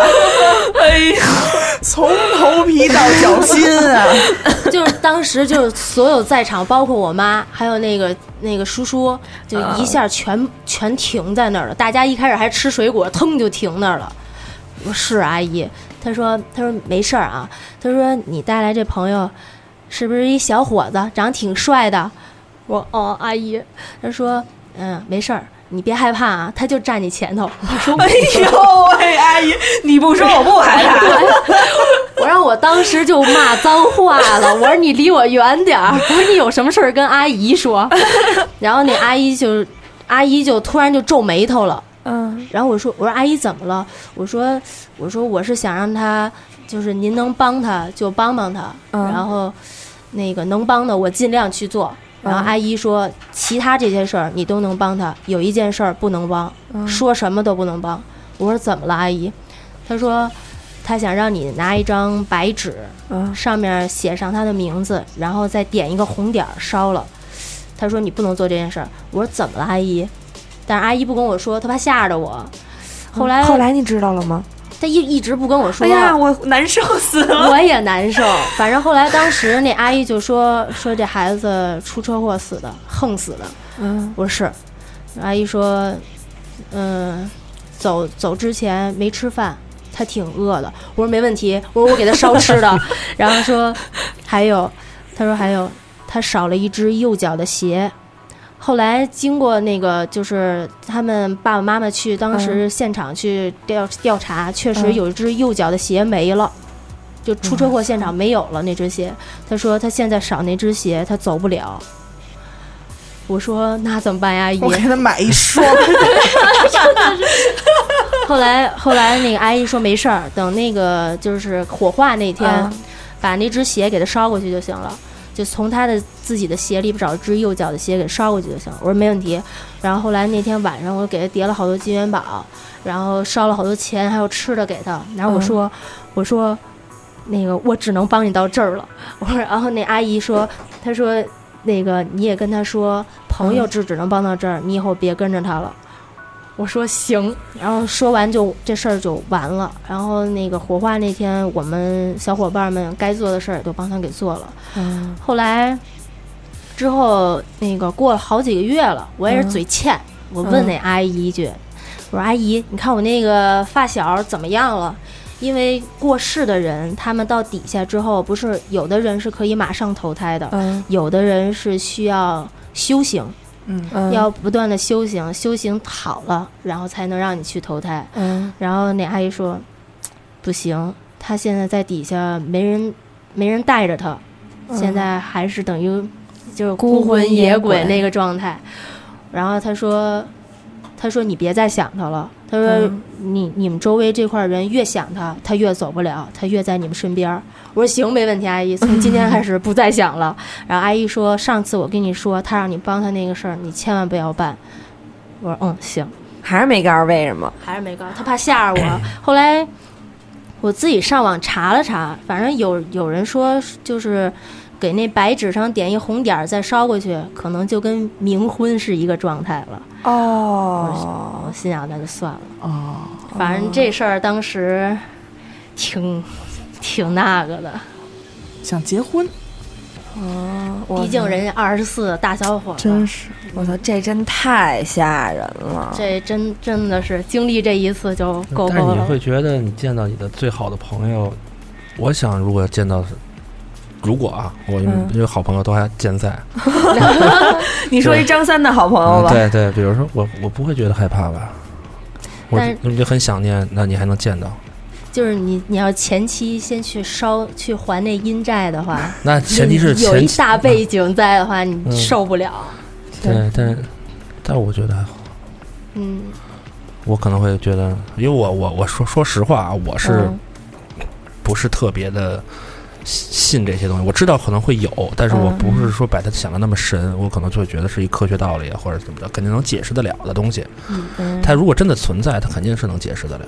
S3: 哎呦，
S2: 从头皮到脚心 啊，
S4: 就是当时就是所有在场，包括我妈，还有那个那个叔叔，就一下全、全停在那儿了。大家一开始还吃水果，腾就停那儿了。我说是阿姨，她说她说没事儿啊，她说你带来这朋友是不是一小伙子，长得挺帅的？我说哦，阿姨，她说嗯没事儿，你别害怕啊，他就站你前头。我说
S3: 哎呦喂，阿姨， 你不说我不害怕。
S4: 我让我当时就骂脏话了，我说你离我远点儿，我说你有什么事儿跟阿姨说。然后那阿姨就，阿姨就突然就皱眉头了。
S3: 嗯，
S4: 然后我说我说阿姨怎么了？我说我说我是想让她，就是您能帮她就帮帮她，
S3: 嗯
S4: 然后那个能帮的我尽量去做。然后阿姨说，其他这些事儿你都能帮她，有一件事儿不能帮，
S3: 嗯
S4: 说什么都不能帮。我说怎么了，阿姨？她说，她想让你拿一张白纸，
S3: 嗯
S4: 上面写上她的名字，然后再点一个红点儿烧了。她说你不能做这件事儿。我说怎么了，阿姨？但是阿姨不跟我说，她怕吓着我。后来，
S6: 后来你知道了吗？
S4: 她一一直不跟我说。
S3: 哎呀，我难受死了。
S4: 我也难受。反正后来当时那阿姨就说说这孩子出车祸死的，横死的。
S6: 嗯，
S4: 我说是，阿姨说，嗯，走走之前没吃饭，她挺饿的。我说没问题，我说我给她烧吃的。然后说还有，她说还有，她少了一只右脚的鞋。后来经过那个，就是他们爸爸妈妈去当时现场去调、调查，确实
S6: 嗯
S4: 有一只右脚的鞋没了，就出车祸现场没有了那只鞋。他说他现在少那只鞋，他走不了。我说那怎么办呀，阿姨
S2: 我？给他买一双，
S4: 后来后来那个阿姨说没事儿，等那个就是火化那天，
S6: 嗯
S4: 把那只鞋给他捎过去就行了，就从他的自己的鞋里边找一只右脚的鞋给捎过去就行。我说没问题。然后后来那天晚上我给他叠了好多金元宝，然后烧了好多钱，还有吃的给他。然后我说、我说那个我只能帮你到这儿了。我说然后那阿姨说她说那个你也跟他说朋友只只能帮到这儿，你以后别跟着他了。我说行，然后说完就这事儿就完了。然后那个火化那天，我们小伙伴们该做的事儿也都帮他给做了。
S6: 嗯
S4: 后来之后那个过了好几个月了，我
S6: 嗯
S4: 也是嘴欠，我问那阿姨一句，我说阿姨，你看我那个发小怎么样了？因为过世的人，他们到底下之后，不是有的人是可以马上投胎的，
S6: 嗯
S4: 有的人是需要修行，
S2: 嗯，
S6: 嗯，
S4: 要不断的修行，修行好了，然后才能让你去投胎。
S6: 嗯
S4: 然后那阿姨说：“不行，她现在在底下没人没人带着她，现在还是等于就是
S3: 嗯孤魂
S4: 魂
S3: 野
S4: 野
S3: 鬼
S4: 那个状态。”然后她说：“她说你别再想她了。她说、
S6: 嗯
S4: 你你们周围这块人越想她，她越走不了，她越在你们身边儿。”我说：“行，没问题，阿姨，从今天开始不再想了。然后阿姨说：“上次我跟你说，她让你帮她那个事儿，你千万不要办。”我说：“嗯，行。”
S3: 还是没告诉为什么。
S4: 还是没告，他怕吓着我。后来我自己上网查了查，反正有有人说就是给那白纸上点一红点儿，再烧过去，可能就跟冥婚是一个状态了。
S3: 哦
S4: 我，心想那就算了，
S2: 哦，
S4: 反正这事儿当时挺挺那个的，
S2: 想结婚，
S3: 我
S4: 毕竟人家二十四大小伙子，
S2: 真是
S3: 我操，这真太吓人了。
S4: 这真真的是经历这一次就够
S5: 但是
S4: 够
S5: 你
S4: 了。
S5: 会觉得你见到你的最好的朋友，我想如果见到，如果啊，我
S3: 嗯
S5: 因为好朋友都还健在，
S3: 你说一张三的好朋友
S4: 哦
S5: 嗯
S3: 吧，
S5: 对对，比如说我我不会觉得害怕吧，我
S4: 但
S5: 就就很想念，那你还能见到，
S4: 就是你你要前期先去烧去还那阴债的话，
S5: 那前提是
S4: 你有
S5: 前
S4: 一
S5: 期
S4: 大背景在的话，你
S5: 嗯
S4: 受不了。
S5: 对，但是但是我觉得还好。
S4: 嗯，
S5: 我可能会觉得，因为我我我说说实话啊，我是
S3: 嗯
S5: 不是特别的信这些东西？我知道可能会有，但是我
S3: 嗯
S5: 不是说把它想的那么神，我可能就会觉得是一科学道理啊或者怎么着，肯定能解释得了的东西。
S3: 嗯
S5: 它如果真的存在，它肯定是能解释得了。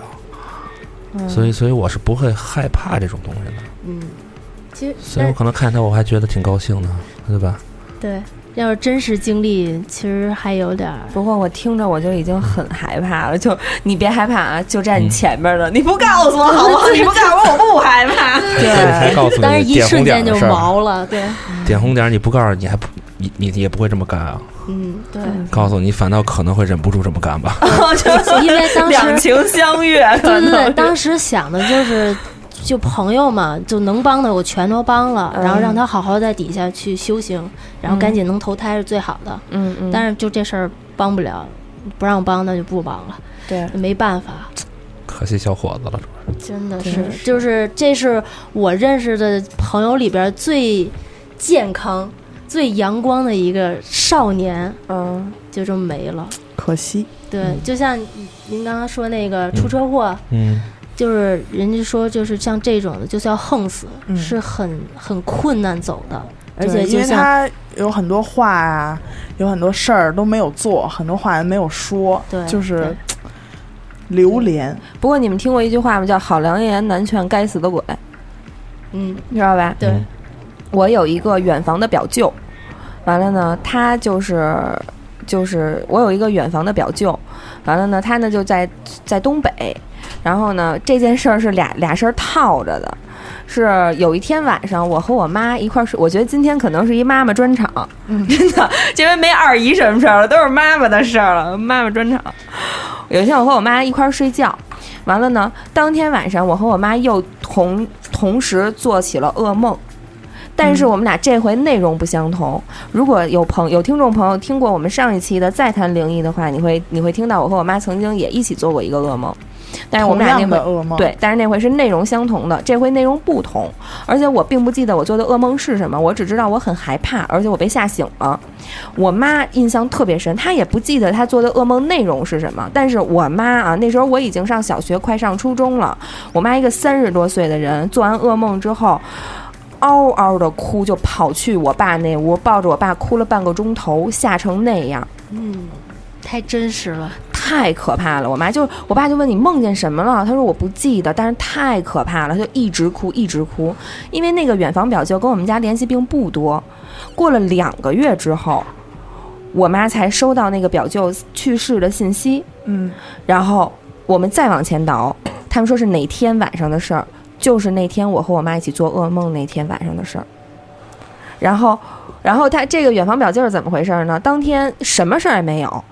S3: 嗯
S5: 所以，所以我是不会害怕这种东西的。
S4: 嗯，其实
S5: 所以我可能看见它，我还觉得挺高兴的，对吧？
S4: 对，要是真实经历，其实还有点儿。
S3: 不过我听着我就已经很害怕了，就你别害怕啊，就
S5: 嗯
S3: 站你前面的，你不告诉我好 不好？你不告诉我，我不害 怕。
S5: 还告诉
S4: 但是
S5: 你
S4: 一
S5: 点红
S4: 瞬间
S5: 点
S4: 就
S5: 的事儿，
S4: 毛了，对，
S5: 点红点儿你不告诉你还不你你你也不会这么干啊？
S4: 嗯，对，
S5: 告诉你，反倒可能会忍不住这么干吧？
S4: 因为当
S3: 两
S4: 时，
S3: 情相悦，
S4: 对
S3: 可
S4: 对对，
S3: 能
S4: 当时想的就是，就朋友嘛，就能帮的我全都帮了，然后
S5: 嗯
S4: 让他好好在底下去修行，然后赶紧能投胎是最好的。
S3: 嗯嗯
S4: 但是就这事儿帮不了，不让帮那就不帮了，
S3: 对，
S4: 没办法。
S5: 可惜小伙子了，
S4: 真的
S3: 真
S4: 是，
S3: 是
S4: 就是这是我认识的朋友里边最健康、最阳光的一个少年，
S3: 嗯
S4: 就这么没了。
S2: 可惜。
S4: 对，就像您刚刚说那个出车祸，
S5: 嗯，
S4: 就是人家说就是像这种的，就是要横死，
S2: 嗯
S4: 是很很困难走的，而且
S2: 对因
S4: 就
S2: 为
S4: 像
S2: 他有很多话啊，有很多事儿都没有做，很多话没有说，
S4: 对
S2: 就是流连。
S3: 不过你们听过一句话吗？叫“好良言难劝该死的鬼
S4: 嗯”，
S3: 你知道吧？
S4: 对
S5: 嗯
S3: 我有一个远房的表舅，完了呢，他就是就是我有一个远房的表舅，完了呢，他呢就在在东北，然后呢这件事儿是俩俩事儿套着的，是有一天晚上我和我妈一块儿睡，我觉得今天可能是一妈妈专场，
S2: 嗯
S3: 真的，这回没二姨什么事儿了，都是妈妈的事儿了，妈妈专场。有一天我和我妈一块儿睡觉，完了呢，当天晚上我和我妈又同同时做起了噩梦。但是我们俩这回内容不相同。如果有朋有听众朋友听过我们上一期的《再谈灵异》的话，你会你会听到我和我妈曾经也一起做过一个噩梦，但哎是我
S2: 同
S3: 们俩那
S2: 样
S3: 回
S2: 的噩梦，，
S3: 对，但是那回是内容相同的，这回内容不同，而且我并不记得我做的噩梦是什么，我只知道我很害怕，而且我被吓醒了。我妈印象特别深，她也不记得她做的噩梦内容是什么，但是我妈啊，那时候我已经上小学，快上初中了，我妈一个三十多岁的人，做完噩梦之后。嗷嗷的哭，就跑去我爸那屋，抱着我爸哭了半个钟头，吓成那样。
S4: 嗯，太真实了，
S3: 太可怕了！我妈就我爸就问你梦见什么了，他说我不记得，但是太可怕了，他就一直哭一直哭，因为那个远房表舅跟我们家联系并不多，过了两个月之后，我妈才收到那个表舅去世的信息，
S2: 嗯，
S3: 然后我们再往前倒，他们说是哪天晚上的事儿，就是那天我和我妈一起做噩梦那天晚上的事儿。然后，然后他这个远房表舅是怎么回事呢？当天什么事儿也没有，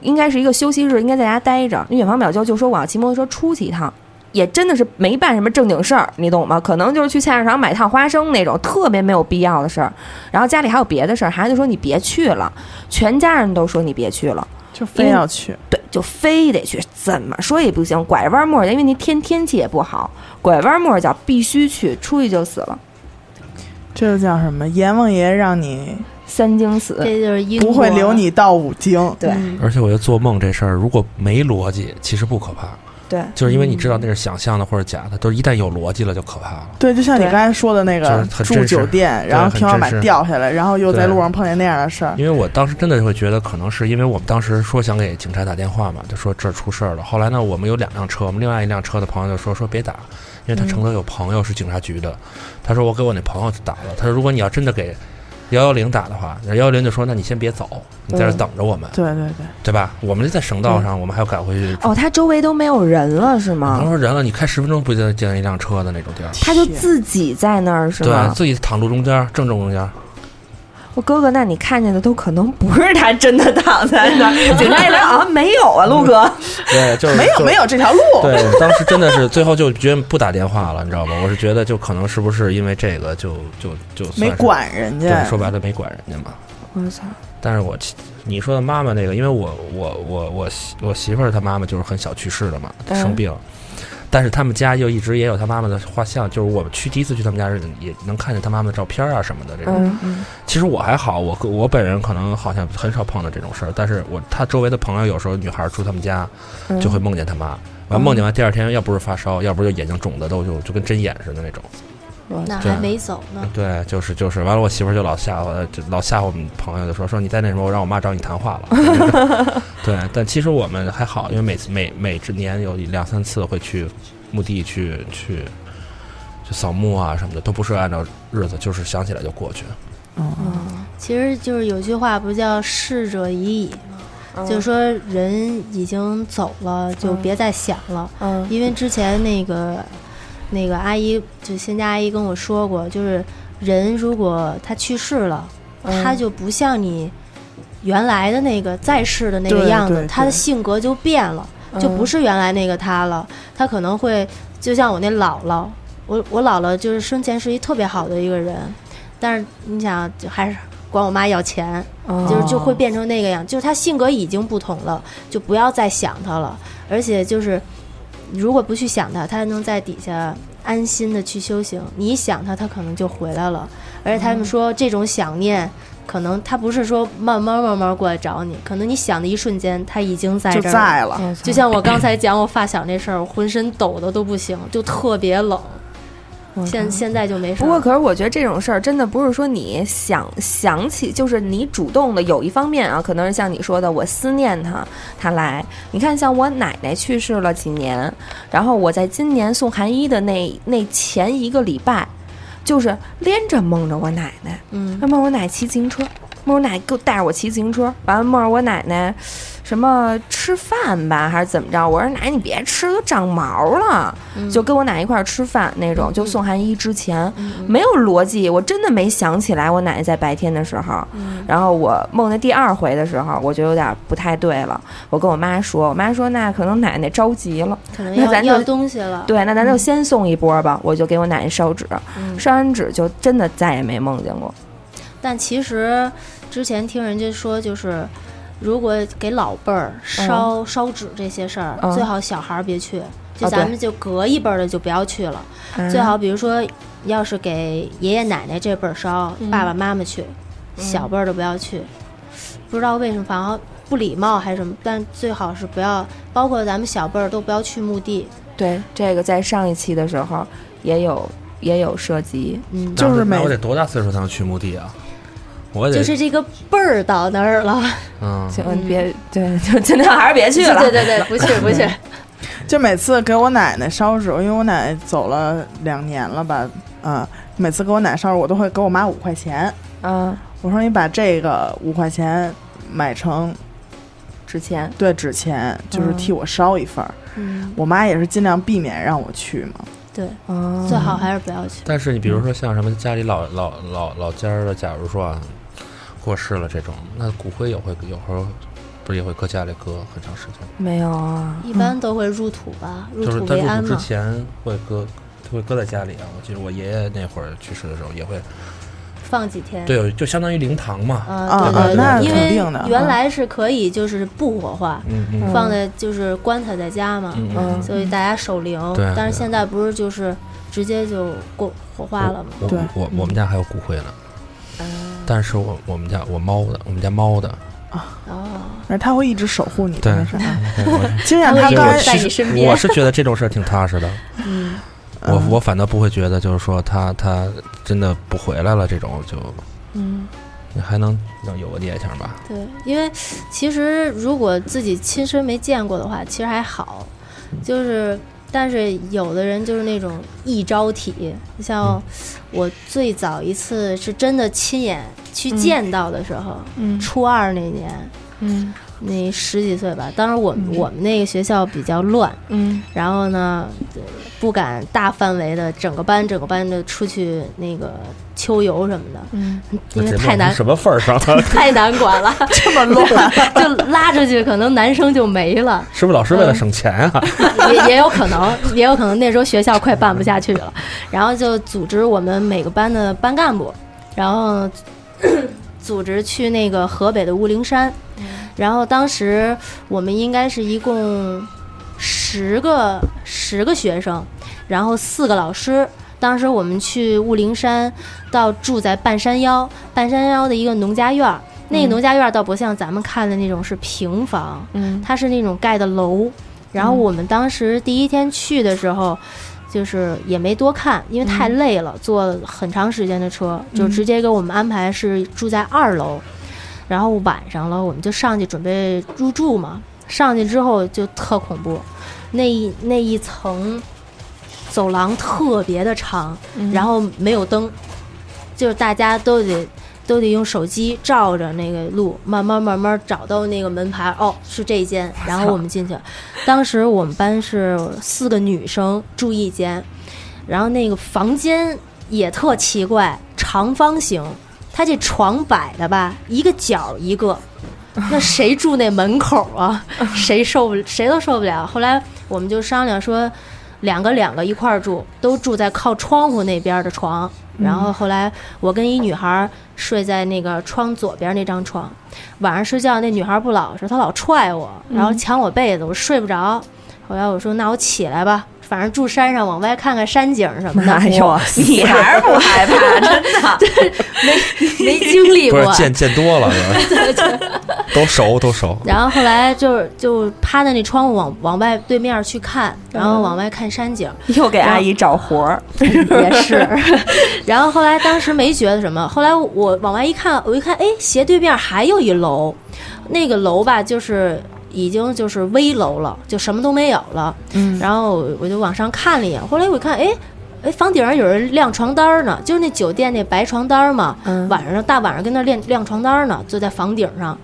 S3: 应该是一个休息日，应该在家待着。那远房表舅就说我要骑摩托车出去一趟。也真的是没办什么正经事儿，你懂吗？可能就是去菜市场买趟花生那种特别没有必要的事儿。然后家里还有别的事儿，孩子说你别去了，全家人都说你别去了。
S2: 就非
S3: 因为
S2: 要去，
S3: 对，就非得去，怎么说也不行，拐着弯抹去，因为那天天气也不好，拐弯抹角必须去，出去就死了，
S2: 这就叫什么？阎王爷让你
S3: 三经死。
S4: 这就是因
S2: 呃不会留你到五经，
S3: 对
S4: 嗯
S5: 而且我觉得做梦这事儿，如果没逻辑，其实不可怕。
S3: 对，
S5: 就是因为你知道那是想象的或者假的，都是一旦有逻辑了就可怕了。
S2: 对，就像你
S3: 对
S2: 刚才说的那
S5: 就是
S2: 个
S5: 很真
S2: 住
S5: 实
S2: 酒店，然后
S5: 很
S2: 天花
S5: 真
S2: 板
S5: 实
S2: 掉下来，然后又在
S5: 对
S2: 路上碰见那样的事儿。
S5: 因为我当时真的会觉得，可能是因为我们当时说想给警察打电话嘛，就说这儿出事儿了。后来呢，我们有两辆车，我们另外一辆车的朋友就说说别打，因为他承德有朋友是警察局的，他说我给我那朋友打了，他说如果你要真的给幺幺零打的话，幺幺零就说那你先别走，你在这儿等着我们，
S2: 对对对，
S5: 对吧？我们在省道上，我们还要赶回去。
S3: 哦，他周围都没有人了
S2: 嗯
S3: 是
S5: 然
S3: 吗？
S5: 后人了，你开十分钟不就见一辆车的那种地儿，
S3: 他就
S2: 天
S3: 自己在那儿是
S5: 对
S3: 吗？
S5: 自己躺路中间，正中中间，
S3: 我哥哥，那你看见的都可能不是他真的躺在那儿，警察一来啊，没有啊，陆哥，
S5: 对，就是
S2: 没有
S5: 就
S2: 没有这条路，
S5: 对，当时真的是最后就决定不打电话了，你知道吗？我是觉得就可能是不是因为这个就就就算是
S2: 没，管人
S5: 对
S2: 家，。
S5: 说白了没管人家嘛。
S4: 嗯
S3: 我操，
S5: 但是我其你说的妈妈那个，因为我我我我媳我媳妇儿她妈妈就是很小去世了嘛，
S3: 嗯
S5: 生病。但是他们家又一直也有她妈妈的画像，就是我们去第一次去他们家是也能看见她妈妈的照片啊什么的这种。
S3: 嗯嗯，
S5: 其实我还好，我个我本人可能好像很少碰到这种事儿，但是我他周围的朋友有时候女孩儿住他们家，
S3: 嗯
S5: 就会梦见他妈。
S3: 嗯
S5: 完梦见完第二天，要不是发烧，要不是就眼睛肿的都就就跟针眼似的那种。
S3: 我
S4: 那
S5: 对
S4: 还没走呢，
S5: 对，就是就是。完了，我媳妇儿就老吓我，就老吓唬我们朋友，就说说你在那什么，我让我妈找你谈话了。对，但其实我们还好，因为每次每每年有两三次会去墓地去去去扫墓啊什么的，都不是按照日子，就是想起来就过去。
S2: 嗯，
S4: 其实就是有句话不叫“逝者已矣”吗？
S2: 嗯
S3: 就
S4: 就是
S3: 说
S4: 说人已经走了，就
S3: 嗯
S4: 别再想了。
S3: 嗯
S4: 因为之前那个那个阿姨，就新家阿姨跟我说过，就是人如果他去世了，
S3: 嗯
S4: 他就不像你原来的那个在世的那个
S2: 对
S4: 样子
S2: 对，
S4: 他的
S2: 对嗯
S4: 性格就变了，
S3: 嗯
S4: 就不是原来那个他了。他可能会就像我那姥姥，我我姥姥就是生前是一特别好的一个人，但是你想，就还是管我妈要钱，
S3: 嗯
S4: 就是就
S3: 哦
S4: 会变成那个样，就是他性格已经不同了，就不要再想他了。而且就是，如果不去想他，他能在底下安心的去修行。你一想他，他可能就回来了。而且他
S3: 哦
S4: 们说，这种想念，可能他不是说慢慢慢慢过来找你，可能你想的一瞬间，他已经在
S2: 就
S4: 这儿了。
S2: 在了。
S4: 就像我刚才讲我发小那事儿，我浑身抖的都不行，就特别冷。现现在就没
S3: 嗯
S4: 事儿。
S3: 不过，可是我觉得这种事儿真的不是说你想想起，就是你主动的。有一方面啊，可能是像你说的，我思念他，他来。你看，像我奶奶去世了几年，然后我在今年送寒衣的那那前一个礼拜，就是连着梦着我奶奶，
S4: 嗯
S3: 那梦着我奶奶骑自行车，梦着我奶奶给我带着我骑自行车，完了梦着我奶奶什么吃饭吧，还是怎么着？我说奶奶你别吃，都长毛了。
S4: 嗯
S3: 就跟我奶奶一块儿吃饭那种，就送寒衣之前
S4: 嗯嗯
S3: 没有逻辑，我真的没想起来我奶奶在白天的时候。
S4: 嗯
S3: 然后我梦见第二回的时候，我就有点不太对了。我跟我妈说，我妈说那可能奶奶着急了，
S4: 可能
S3: 那
S4: 要
S3: 咱就
S4: 要东西了。
S3: 对，那咱就先送一波吧。我就给我奶奶烧纸，
S4: 嗯
S3: 烧完纸就真的再也没梦见过。
S4: 但其实之前听人家说，就是如果给老辈儿烧、烧纸这些事儿，
S3: 嗯
S4: 最好小孩儿别去，就
S3: 哦
S4: 咱
S3: 对嗯
S4: 们就隔一辈儿的就不要去了。
S3: 啊
S4: 最好比如说，要是给爷爷奶奶这辈儿烧，
S3: 嗯
S4: 爸爸妈妈去，小辈儿的不要去。不知道为什么，反正不礼貌还是什么，但最好是不要，包括咱们小辈儿都不要去墓地。
S3: 对这个在上一期的时候也有也有涉及，
S4: 嗯，
S2: 就是
S5: 那
S2: 每
S5: 那我得多大岁数才能去墓地啊？我得
S4: 就是这个辈儿到那儿了。
S5: 嗯，
S3: 就
S4: 嗯
S3: 别、对，就尽量还是别去了。
S4: 对对对，不去不去。
S2: 就每次给我奶奶烧纸，因为我奶奶走了两年了吧，嗯，每次给我奶奶烧纸，我都会给我妈五块钱。
S3: 嗯，
S2: 我说你把这个五块钱买成
S3: 之前
S2: 对纸钱，就是
S3: 嗯
S2: 替我烧一份儿。
S4: 嗯，
S2: 我妈也是尽量避免让我去嘛。
S4: 对，
S3: 哦
S4: 最好还是不要去。
S5: 但是你比如说像什么家里老老老老家儿的，假如说啊过世了这种，那骨灰也会有时候不是也会搁家里搁很长时间，
S3: 没有啊，
S4: 一般都会入土吧，入
S5: 嗯就是
S4: 土
S5: 他
S4: 为安
S5: 入土之
S4: 嘛。
S5: 前会搁会搁在家里啊。我记得我爷爷那会儿去世的时候也会，
S4: 放几天。
S5: 对，有就相当于灵堂嘛，
S4: 啊
S2: 啊
S4: 对对
S5: 啊
S4: 对，
S5: 那
S4: 因
S5: 肯
S4: 为
S2: 定的
S4: 原来是可以就是不火化，
S5: 嗯嗯
S4: 放在就是棺材在家嘛，
S5: 嗯
S3: 嗯
S4: 所以大家守灵
S5: 对啊。
S4: 但
S5: 对啊
S4: 是现在不是就是直接就过火化了嘛？
S5: 我
S2: 对
S5: 我我们家还有骨灰呢，但是我我们家我猫的，我们家猫的
S4: 哦，
S2: 而他会一直守护你
S5: 对
S2: 的那啥。
S5: 我
S2: 就像
S3: 他
S2: 他
S3: 会一
S2: 刚
S5: 我
S2: 才
S3: 直在你身边
S5: 我。是觉得这种事儿挺踏实的。
S3: 嗯，
S5: 我
S2: 嗯
S5: 我反倒不会觉得，就是说他他真的不回来了，这种就
S4: 嗯，
S5: 你还能能有个念想吧？
S4: 对，因为其实如果自己亲身没见过的话，其实还好，就是。但是有的人就是那种一招体，
S2: 嗯
S4: 像我最早一次是真的亲眼去
S2: 嗯
S4: 见到的时候，
S2: 嗯
S4: 初二那年，
S2: 嗯
S4: 那十几岁吧。当时我们、
S2: 嗯
S4: 我们那个学校比较乱，
S2: 嗯
S4: 然后呢，对不敢大范围的整个班整个班的出去那个秋游什么的，
S2: 嗯，
S4: 因为
S5: 这
S4: 太
S5: 弄
S4: 难
S5: 成什么份儿 上了？
S4: 太难管了，
S2: 这么乱，
S4: 就拉出去可能男生就没了，
S5: 是不是老师为
S4: 嗯
S5: 了省钱啊？
S4: 哎 也也有可能，也有可能那时候学校快办不下去了，然后就组织我们每个班的班干部，然后 组织去那个河北的雾灵山，然后当时我们应该是一共十个十个学生，然后四个老师。当时我们去雾灵山，到住在半山腰，半山腰的一个农家院儿。那个
S2: 嗯
S4: 农家院儿倒不像咱们看的那种是平房，
S2: 嗯
S4: 它是那种盖的楼。然后
S2: 嗯
S4: 我们当时第一天去的时候，就是也没多看，因为太
S2: 嗯
S4: 累了，坐了很长时间的车，就
S2: 嗯
S4: 直接给我们安排是住在二楼。然后晚上了，我们就上去准备入住嘛。上去之后就特恐怖，那一那一层走廊特别的长，
S2: 嗯
S4: 然后没有灯，就是大家都得都得用手机照着那个路，慢慢慢慢找到那个门牌，哦，是这一间，然后我们进去。当时我们班是四个女生住一间，然后那个房间也特奇怪，长方形，它这床摆的吧，一个角儿一个。 那谁住那门口啊？谁受不谁都受不了。后来我们就商量说，两个两个一块儿住，都住在靠窗户那边的床。然后后来我跟一女孩儿睡在那个窗左边那张床，晚上睡觉那女孩儿不老实，她老踹我，
S2: 嗯
S4: 然后抢我被子，我睡不着。后来我说那我起来吧，反正住山上，往外看看山景什么的。
S2: 哎呦
S4: 我
S3: 你还是不害 怕，真的。
S4: 没经历
S5: 不
S4: 过
S5: 是，见见多 了，是吧都熟都熟。
S4: 然后后来就是就趴在那窗户往往外对面去看，然后往外看山景，
S3: 又给阿姨找活 儿，
S4: 也是。 然后后来当时没觉得什么，后来我往外一看，我一看，哎，斜对面还有一楼，那个楼吧，就是已经就是危楼了，就什么都没有了。
S2: 嗯
S4: 然后我就往上看了一眼，后来我一看，哎。哎，房顶上有人晾床单儿呢，就是那酒店那白床单儿嘛。
S2: 嗯
S4: 晚上大晚上跟那儿晾晾床单儿呢，就在房顶上。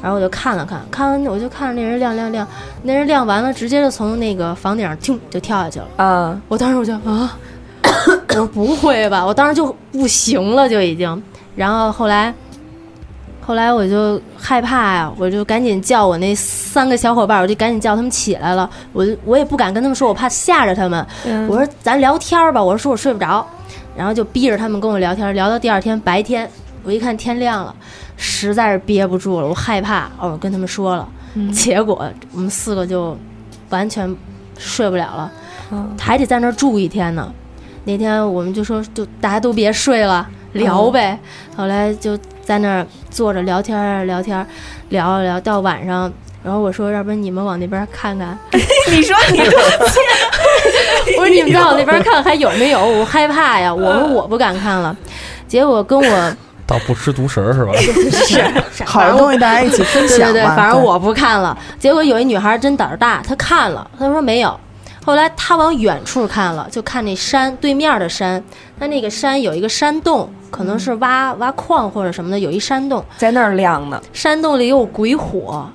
S4: 然后我就看了看，看完我就看着那人晾晾晾，那人晾完了，直接就从那个房顶上听就跳下去了。
S3: 嗯，
S4: 我当时我就啊，我说不会吧，我当时就不行了，就已经。然后后来，后来我就害怕呀、我就赶紧叫我那三个小伙伴，我就赶紧叫他们起来了。我就我也不敢跟他们说，我怕吓着他们。我说咱聊天儿吧，我说我睡不着，然后就逼着他们跟我聊天儿，聊到第二天白天，我一看天亮了，实在是憋不住了，我害怕，哦，我跟他们说了，结果我们四个就完全睡不了了，还得在那儿住一天呢。那天我们就说，就大家都别睡了，聊呗。后来就在那儿坐着聊天儿聊天儿，聊啊聊到晚上，然后我说，要不然你们往那边看看，
S3: 你说你
S4: 我说你们再往那边看还有没有？我害怕呀！我说我不敢看了。结果跟我
S5: 倒不吃独食儿是吧？
S4: 是
S2: 嗯好的东西大家一起分
S4: 对
S2: 享嘛，
S4: 对对，反正我不看了。结果有一女孩真胆儿大，她看了，她说没有。后来她往远处看了，就看那山对面的山，她那个山有一个山洞，可能是挖挖矿或者什么的，有一山洞，
S3: 在那儿晾呢，
S4: 山洞里有鬼火，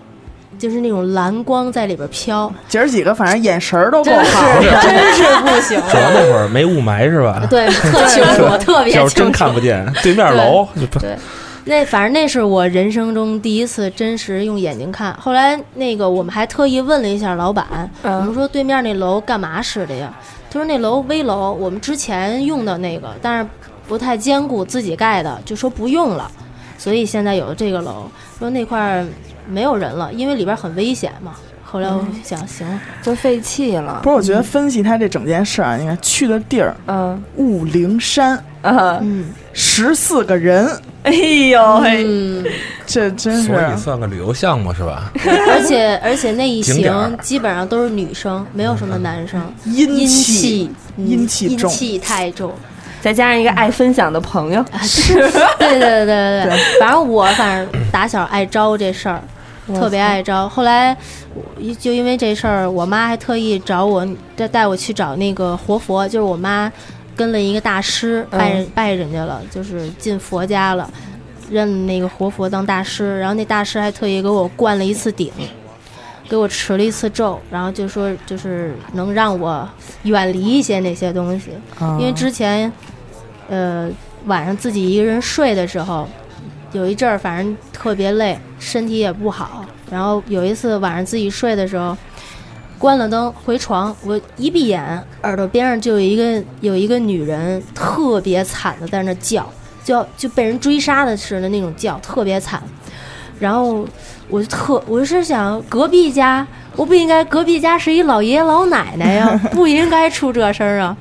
S4: 就是那种蓝光在里边飘，
S2: 姐儿几个反正眼神儿都够
S4: 真
S2: 好
S4: 是
S2: 的，
S4: 真是不行
S5: 主要那会儿没雾霾是吧？
S4: 对，特清楚，特别
S5: 要
S4: 清
S5: 是
S4: 楚。
S5: 真看 不见，对面楼就不
S4: 对，那反正那是我人生中第一次真实用眼睛看。后来那个我们还特意问了一下老板，
S2: 嗯
S4: 我们说对面那楼干嘛使的呀？他说那楼危楼，我们之前用的那个，但是不太坚固，自己盖的，就说不用了，所以现在有了这个楼。说那块儿没有人了，因为里边很危险嘛。后来
S2: 嗯
S4: 我想，行，
S3: 就废弃了
S2: 不。是，我觉得分析他这整件事啊，你看去的地儿，
S3: 嗯
S2: 雾灵山，
S3: 嗯，
S4: 嗯，
S2: 十四个人，
S3: 哎呦嘿，
S4: 嗯，
S2: 这真是
S6: 所以算个旅游项目是吧？
S4: 而且而且那一
S6: 景点儿嗯
S4: 行基本上都是女生，没有什么男生，
S2: 阴
S4: 阴气嗯
S2: 阴气
S4: 阴
S2: 重
S4: 气太重。
S3: 再加上一个爱分享的朋友，
S4: 对对对对对，反正我反正打小爱招这事儿，特别爱招。后来我就因为这事儿，我妈还特意找我带带我去找那个活佛，就是我妈跟了一个大师
S3: 嗯
S4: 拜人、拜人家了，就是进佛家了，认那个活佛当大师。然后那大师还特意给我灌了一次顶。给我持了一次咒，然后就说就是能让我远离一些那些东西，
S2: 啊
S4: 因为之前，呃，晚上自己一个人睡的时候，有一阵儿反正特别累，身体也不好。然后有一次晚上自己睡的时候，关了灯回床，我一闭眼，耳朵边上就有一个有一个女人特别惨的在那叫，就就被人追杀的似的那种叫，特别惨。然后我就特，我是想隔壁家，我不应该隔壁家是一老爷爷老奶奶呀，不应该出这声儿啊！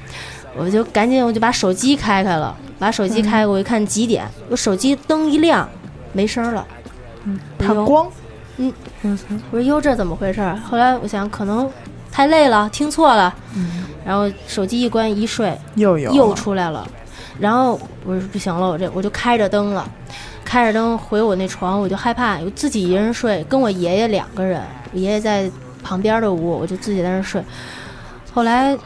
S4: 我就赶紧我就把手机开开了，把手机开开，我一看几点，我手机灯一亮，没声儿了。我
S2: 怕
S4: 说
S2: 光，
S4: 我说哟，这怎么回事儿？后来我想可能太累了，听错了，然后手机一关一睡，
S2: 又有
S4: 又出来了。然后我说不行了，我这我就开着灯了，开着灯回我那床，我就害怕，我自己一人睡，跟我爷爷两个人，我爷爷在旁边的屋，我就自己在那儿睡。后来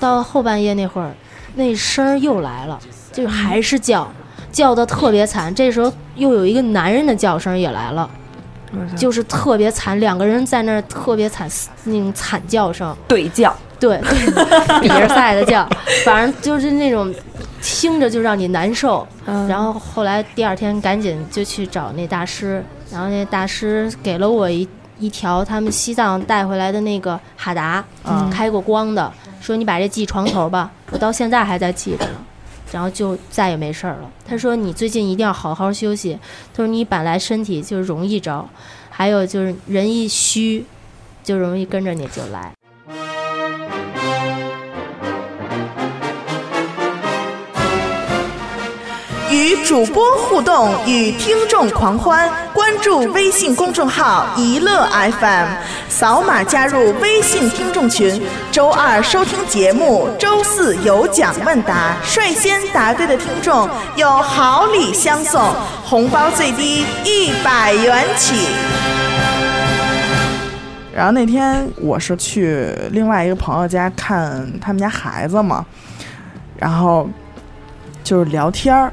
S4: 到后半夜那会儿，那声儿又来了，就是还是叫，叫的特别惨。这时候又有一个男人的叫声也来了，就是特别惨，两个人在那儿特别惨，那种惨叫声。
S3: 对叫，
S4: 对，对比着赛的叫，反正就是那种听着就让你难受。
S3: 嗯
S4: 然后后来第二天赶紧就去找那大师，然后那大师给了我一一条他们西藏带回来的那个哈达，
S2: 嗯
S4: 开过光的，说你把这系床头吧，我到现在还在系着呢。然后就再也没事儿了。他说：“你最近一定要好好休息。”他说：“你本来身体就容易着，还有就是人一虚，就容易跟着你就来。”
S2: 与主播互动，与听众狂欢。关注微信公众号“一乐 FM”，扫码加入微信听众群。周二收听节目，周四有奖问答，率先答对的听众有好礼相送，红包最低一百元起。然后那天我是去另外一个朋友家看他们家孩子嘛，然后就是聊天儿。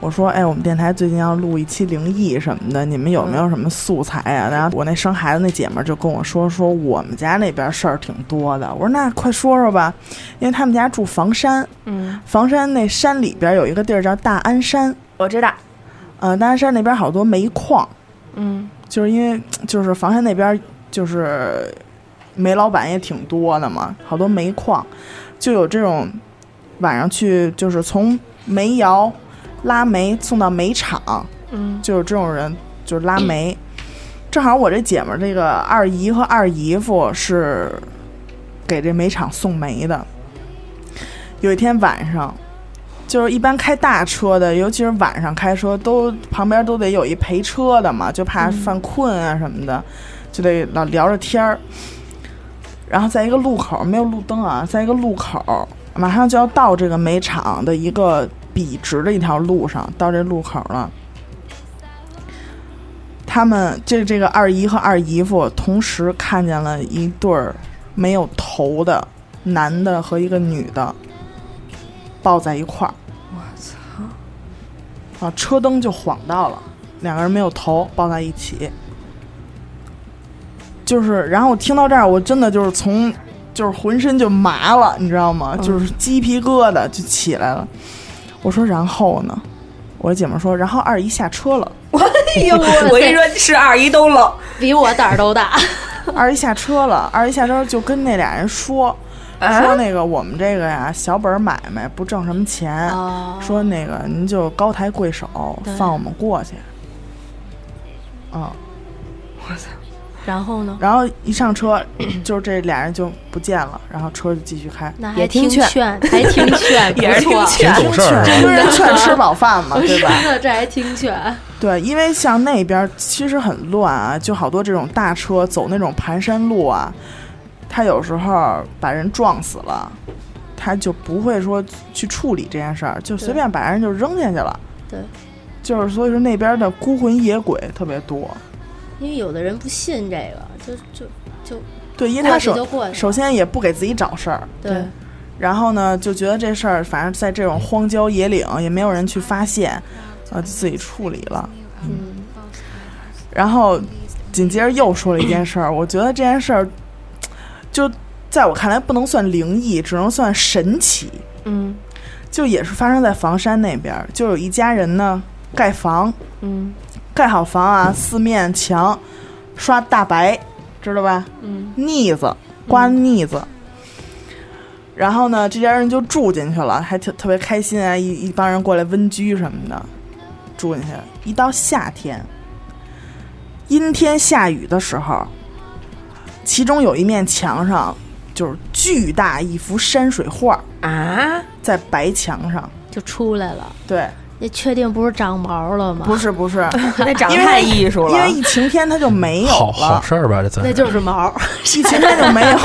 S2: 我说，哎，我们电台最近要录一期灵异什么的，你们有没有什么素材啊？然后我那生孩子那姐们儿就跟我说，说我们家那边事儿挺多的。我说那快说说吧，因为他们家住房山，
S3: 嗯，
S2: 房山那山里边有一个地儿叫大安山，
S3: 我知道，
S2: 呃，大安山那边好多煤矿，
S3: 嗯
S2: 就是因为就是房山那边就是煤老板也挺多的嘛，好多煤矿，就有这种晚上去就是从煤窑拉煤送到煤场，
S3: 嗯
S2: 就有这种人就是拉煤。正好我这姐们儿这个二姨和二姨夫是给这煤场送煤的。有一天晚上，就是一般开大车的，尤其是晚上开车，都旁边都得有一陪车的嘛，就怕犯困啊什么的，就得老聊着天儿。然后在一个路口，没有路灯啊，在一个路口，马上就要到这个煤场的一个笔直的一条路上，到这路口了。他们这这个二姨和二姨夫同时看见了一对儿没有头的男的和一个女的抱在一块儿。我操！啊，车灯就晃到了，两个人没有头抱在一起。就是，然后我听到这儿，我真的就是从就是浑身就麻了，你知道吗？就是鸡皮疙瘩就起来了。我说，然后呢？我姐们儿说，然后二姨下车了。
S3: 哎呦， 我跟你说，是二姨都冷，
S4: 比我胆儿都大。
S2: 二姨下车了，二姨下车就跟那俩人说，说那个我们这个呀小本儿买卖不挣什么钱，
S4: 哦
S2: 说那个您就高抬贵手
S4: 对
S2: 放我们过去。嗯，我操！
S4: 然后呢？
S2: 然后一上车， 就是这俩人就不见了，然后车就继续开。
S4: 那
S3: 也
S4: 还
S3: 听
S4: 挺
S3: 劝
S4: 劝，还挺劝，
S3: 也是
S4: 不错
S3: 听劝
S6: 挺懂事 儿啊
S2: 这不是劝吃饱饭嘛，对吧？
S4: 真的，这还挺犬。
S2: 对，因为像那边儿其实很乱啊，就好多这种大车走那种盘山路啊，他有时候把人撞死了，他就不会说去处理这件事儿，就随
S4: 对
S2: 便把人就扔下去了。
S4: 对，
S2: 就是所以说那边儿的孤魂野鬼特别多。
S4: 因为有的人不信这个，就就
S2: 对，因为
S4: 过
S2: 他
S4: 去
S2: 首
S4: 就过去
S2: 首
S4: 了。
S2: 先也不给自己找事儿，
S4: 对，
S2: 然后呢就觉得这事儿反正在这种荒郊野岭也没有人去发现，呃，就自己处理了。
S4: 嗯，
S2: 然后紧接着又说了一件事儿，我觉得这件事儿就在我看来不能算灵异，只能算神奇。
S3: 嗯
S2: 就也是发生在房山那边儿，就有一家人呢盖房，
S3: 嗯
S2: 盖好房啊，四面墙刷大白，知道吧？
S3: 嗯
S2: 腻子，刮腻子。然后呢，这家人就住进去了，还特特别开心啊，一一帮人过来温居什么的，住进去。一到夏天，阴天下雨的时候，其中有一面墙上就是巨大一幅山水画，
S3: 啊，
S2: 在白墙上。
S4: 就出来了。
S2: 对，
S4: 那确定不是长毛了吗？
S2: 不，是不是，
S3: 那长得
S2: 因为
S3: 太艺术
S2: 因
S3: 了
S2: 为，一晴天它就没有
S5: 好好
S2: 了，
S5: 事儿吧？这算
S4: 啊那就是毛。
S2: 一晴天就没有，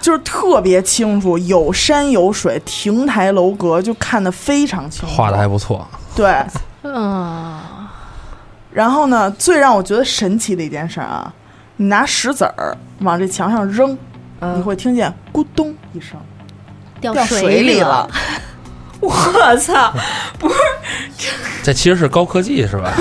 S2: 就是特别清楚，有山有水，亭台楼阁，就看得非常清楚。
S5: 画的还不错，
S2: 对，
S4: 嗯，
S2: 然后呢，最让我觉得神奇的一件事儿啊，你拿石子儿往这墙上扔，
S3: 嗯
S2: 你会听见咕咚一声
S4: 掉
S2: 掉水
S4: 哦里
S2: 了。。
S3: 我操，
S5: 这其实是高科技是 吧？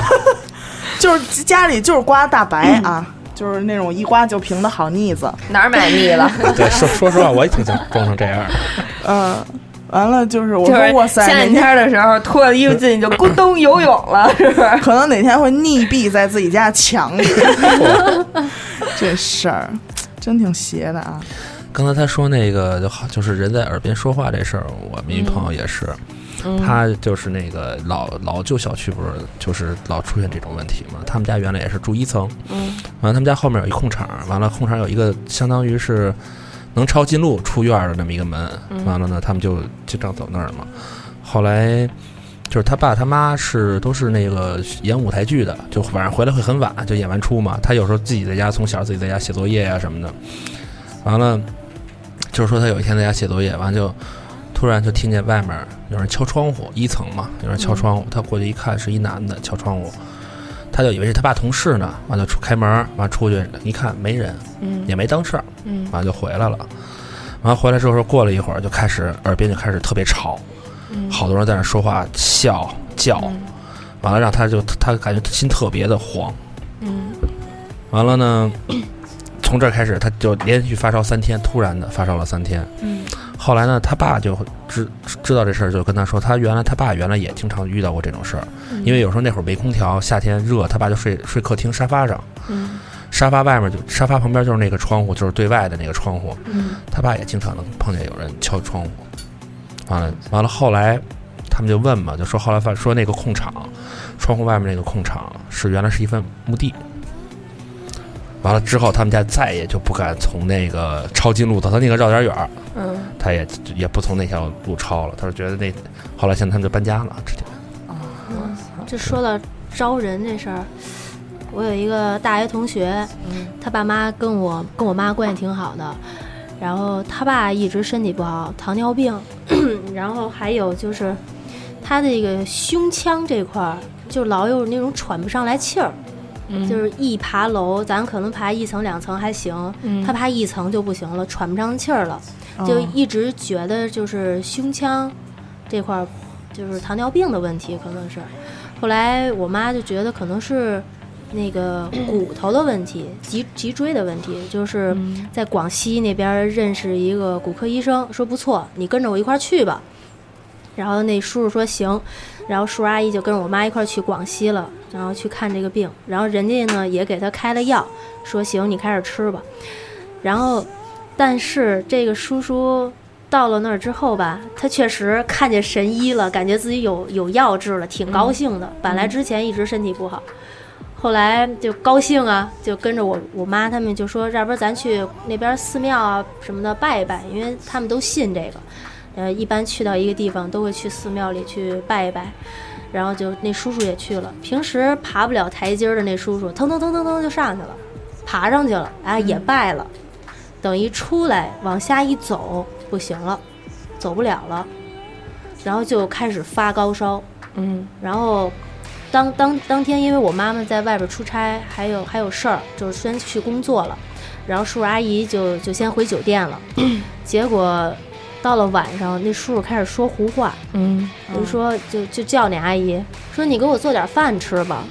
S2: 就是家里就是刮大白啊，就是那种一刮就平的好腻子。
S3: 哪儿买腻了？
S5: 对，说说实话，我也挺想装成这样的。
S2: 嗯、完了就是我
S3: 就
S2: 说
S3: 是
S2: 哇塞，
S3: 夏
S2: 哪
S3: 天
S2: 天
S3: 天的时候脱了衣服进去就咕咚游泳了，是不是？
S2: 可能哪天会溺毙在自己家墙里。这事儿真挺邪的啊！
S5: 刚才他说那个就好，就是人在耳边说话这事儿，我们一朋友也是，他就是那个老老旧小区不是就是老出现这种问题嘛？他们家原来也是住一层，
S3: 嗯
S5: 完了他们家后面有一空场，完了空场有一个相当于是能抄近路出院的那么一个门，
S3: 嗯
S5: 完了呢他们就经常走那儿嘛。后来就是他爸他妈是都是那个演舞台剧的，就晚上回来会很晚，就演完出嘛。他有时候自己在家从小自己在家写作业呀、什么的，完了就是说他有一天在家写作业，完了就。突然就听见外面有人敲窗户，一层嘛，有人敲窗户。他过去一看，是一男的敲窗户，他就以为是他爸同事呢，完了出开门，完了出去一看没人，啊
S3: 嗯
S5: 也没当事儿，
S3: 嗯
S5: 完了就回来了。完了回来之后，过了一会儿就开始耳边就开始特别吵，
S3: 嗯
S5: 好多人在那说话、笑、叫，完了让他就他感觉心特别的慌。
S3: 嗯
S5: 完了呢， 从这儿开始他就连续发烧三天，突然的发烧了三天。
S3: 嗯
S5: 后来呢，他爸就知知道这事儿，就跟他说，他原来他爸原来也经常遇到过这种事儿，
S3: 嗯
S5: 因为有时候那会儿没空调，夏天热，他爸就睡睡客厅沙发上，
S3: 嗯
S5: 沙发外面就沙发旁边就是那个窗户，就是对外的那个窗户，他爸也经常能碰见有人敲窗户。完了，完了，后来他们就问嘛，就说后来发说那个空场，窗户外面那个空场是原来是一份墓地。完了之后，他们家再也就不敢从那个抄近路的，他那个绕点远儿，
S3: 嗯，
S5: 他也也不从那条路抄了，他说觉得那后来现在他们就搬家了，直接
S4: 就说到招人这事儿，我有一个大学同学，他爸妈跟我跟我妈关系挺好的，然后他爸一直身体不好，糖尿病， 然后还有就是他的这个胸腔这块儿，就老有那种喘不上来气儿，就是一爬楼，咱可能爬一层两层还行，他爬一层就不行了，喘不上气儿了。就
S2: 嗯
S4: 一直觉得就是胸腔这块儿就是糖尿病的问题，可能是。后来我妈就觉得可能是那个骨头的问题，脊脊椎的问题，就是在广西那边儿认识一个骨科医生，说不错，你跟着我一块儿去吧。然后那叔叔说行，然后叔叔阿姨就跟着我妈一块儿去广西了，然后去看这个病，然后人家呢也给他开了药，说行，你开始吃吧。然后，但是这个叔叔到了那儿之后吧，他确实看见神医了，感觉自己有有药治了，挺高兴的。本来之前一直身体不好，后来就高兴啊，就跟着我我妈他们就说，要不然咱去那边寺庙啊什么的拜一拜，因为他们都信这个。呃，一般去到一个地方都会去寺庙里去拜一拜，然后就那叔叔也去了。平时爬不了台阶儿的那叔叔，腾腾腾腾腾就上去了，爬上去了，哎，也拜了。等一出来往下一走，不行了，走不了了，然后就开始发高烧。
S3: 嗯
S4: 然后当当当天，因为我妈妈在外边出差，还有还有事儿，就是先去工作了。然后叔叔阿姨就就先回酒店了。结果到了晚上，那叔叔开始说胡话，
S3: 嗯，
S4: 就说就就叫那阿姨说你给我做点饭吃吧。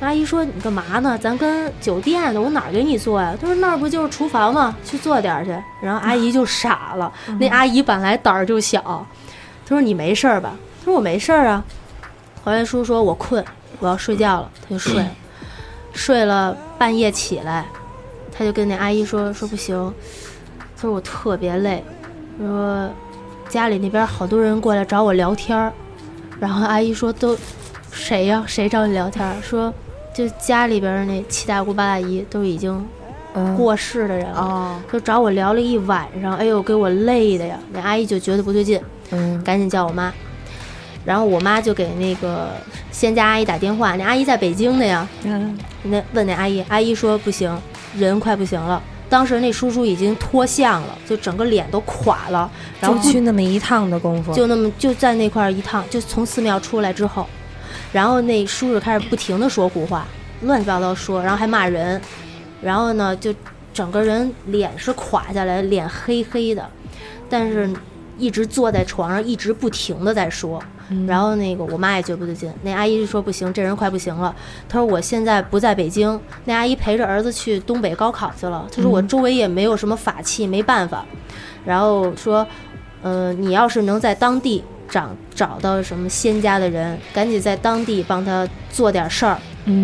S4: 阿姨说你干嘛呢？咱跟酒店的，我哪儿给你做呀？他说那儿不就是厨房吗？去做点儿去。然后阿姨就傻了，那阿姨本来胆儿就小，她说你没事儿吧？她说我没事儿啊。后来叔说我困，我要睡觉了，他就睡了，睡了半夜起来，他就跟那阿姨说说不行，他说我特别累，他说家里那边好多人过来找我聊天儿，然后阿姨说都谁呀、谁找你聊天儿？说就家里边儿那七大姑八大姨都已经
S7: 嗯
S4: 过世的人了，
S2: 哦，
S4: 就找我聊了一晚上，哎呦给我累的呀！那阿姨就觉得不对劲，
S2: 嗯
S4: 赶紧叫我妈。然后我妈就给那个仙家阿姨打电话，那阿姨在北京的呀。
S2: 嗯，
S4: 那问那阿姨，阿姨说不行，人快不行了。当时那叔叔已经脱相了，就整个脸都垮了，然
S7: 就
S4: 后
S7: 去那么一趟的功夫，
S4: 就那么就在那块儿一趟，就从寺庙出来之后，然后那叔叔开始不停的说胡话，乱七八糟说，然后还骂人，然后呢就整个人脸是垮下来，脸黑黑的，但是一直坐在床上，一直不停的在说。然后那个我妈也觉得不对劲，那阿姨就说不行，这人快不行了。她说我现在不在北京，那阿姨陪着儿子去东北高考去了。她说我周围也没有什么法器，没办法。然后说呃，你要是能在当地找找到什么仙家的人，赶紧在当地帮他做点事儿，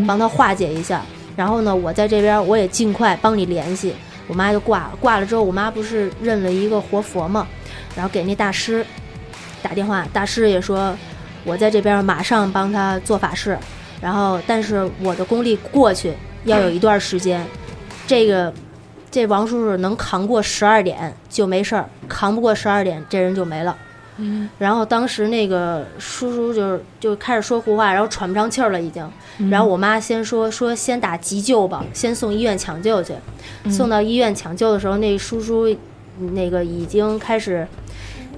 S4: 帮他化解一下。然后呢，我在这边我也尽快帮你联系。我妈就挂了，挂了之后，我妈不是认了一个活佛嘛，然后给那大师打电话，大师也说，我在这边马上帮他做法事，然后但是我的功力过去要有一段时间，这个这王叔叔能扛过十二点就没事儿，扛不过十二点这人就没了。嗯，然后当时那个叔叔就是就开始说胡话，然后喘不上气儿了已经。然后我妈先说说先打急救吧，先送医院抢救去。送到医院抢救的时候，那叔叔那个已经开始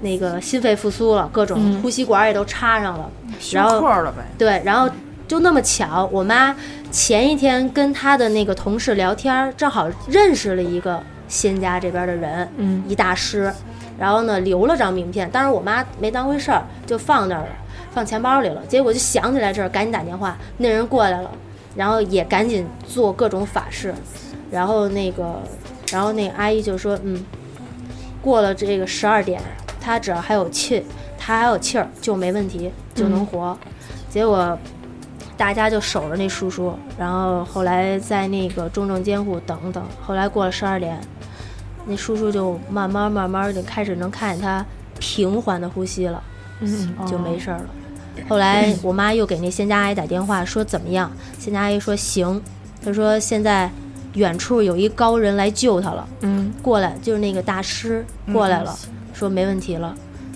S4: 那个心肺复苏了，各种
S2: 嗯
S4: 呼吸管也都插上了。
S2: 休
S4: 然后
S2: 克了呗，
S4: 对，然后就那么巧，我妈前一天跟她的那个同事聊天儿，正好认识了一个仙家这边的人，
S2: 嗯，
S4: 一大师，然后呢留了张名片，当时我妈没当回事儿，就放那儿了，放钱包里了。结果就想起来这儿，赶紧打电话，那人过来了，然后也赶紧做各种法事，然后那个，然后那个阿姨就说，嗯，过了这个十二点，他只要还有气，他还有气儿就没问题，就能活。结果大家就守着那叔叔，然后后来在那个重症监护等等，后来过了十二点，那叔叔就慢慢慢慢就开始能看见他平缓的呼吸了，
S7: 嗯，
S4: 就没事儿了。后来我妈又给那仙家阿姨打电话说怎么样，仙家阿姨说行，她说现在远处有一高人来救她了，
S7: 嗯，
S4: 过来就是那个大师过来了，说没问题了，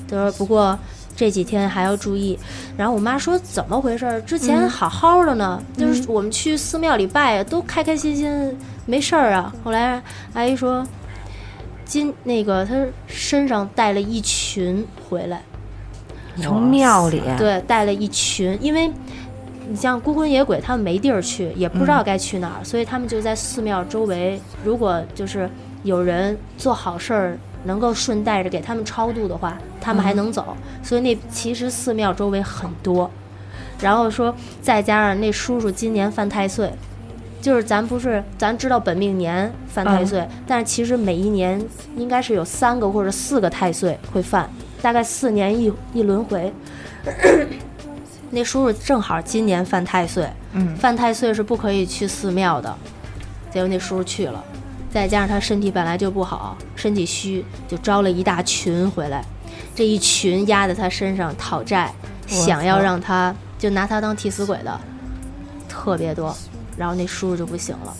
S4: 他说不过这几天还要注意。然后我妈说怎么回事儿？之前好好的呢，就是我们去寺庙里拜都开开心心，没事儿啊。后来阿姨说，今那个她身上带了一群回来，
S7: 嗯从庙里，
S4: 对，带了一群，因为你像孤魂野鬼，他们没地儿去，也不知道该去哪儿，所以他们就在寺庙周围。如果就是有人做好事儿，能够顺带着给他们超度的话，他们还能走。所以那其实寺庙周围很多，然后说再加上那叔叔今年犯太岁。就是咱不是咱知道本命年犯太岁，但是其实每一年应该是有三个或者四个太岁会犯，大概四年一一轮回。那叔叔正好今年犯太岁，
S2: 嗯
S4: 犯太岁是不可以去寺庙的，结果那叔叔去了，再加上他身体本来就不好，身体虚，就招了一大群回来，这一群压在他身上讨债，
S7: 我操
S4: 想要让他就拿他当替死鬼的，特别多。然后那叔叔就不行了。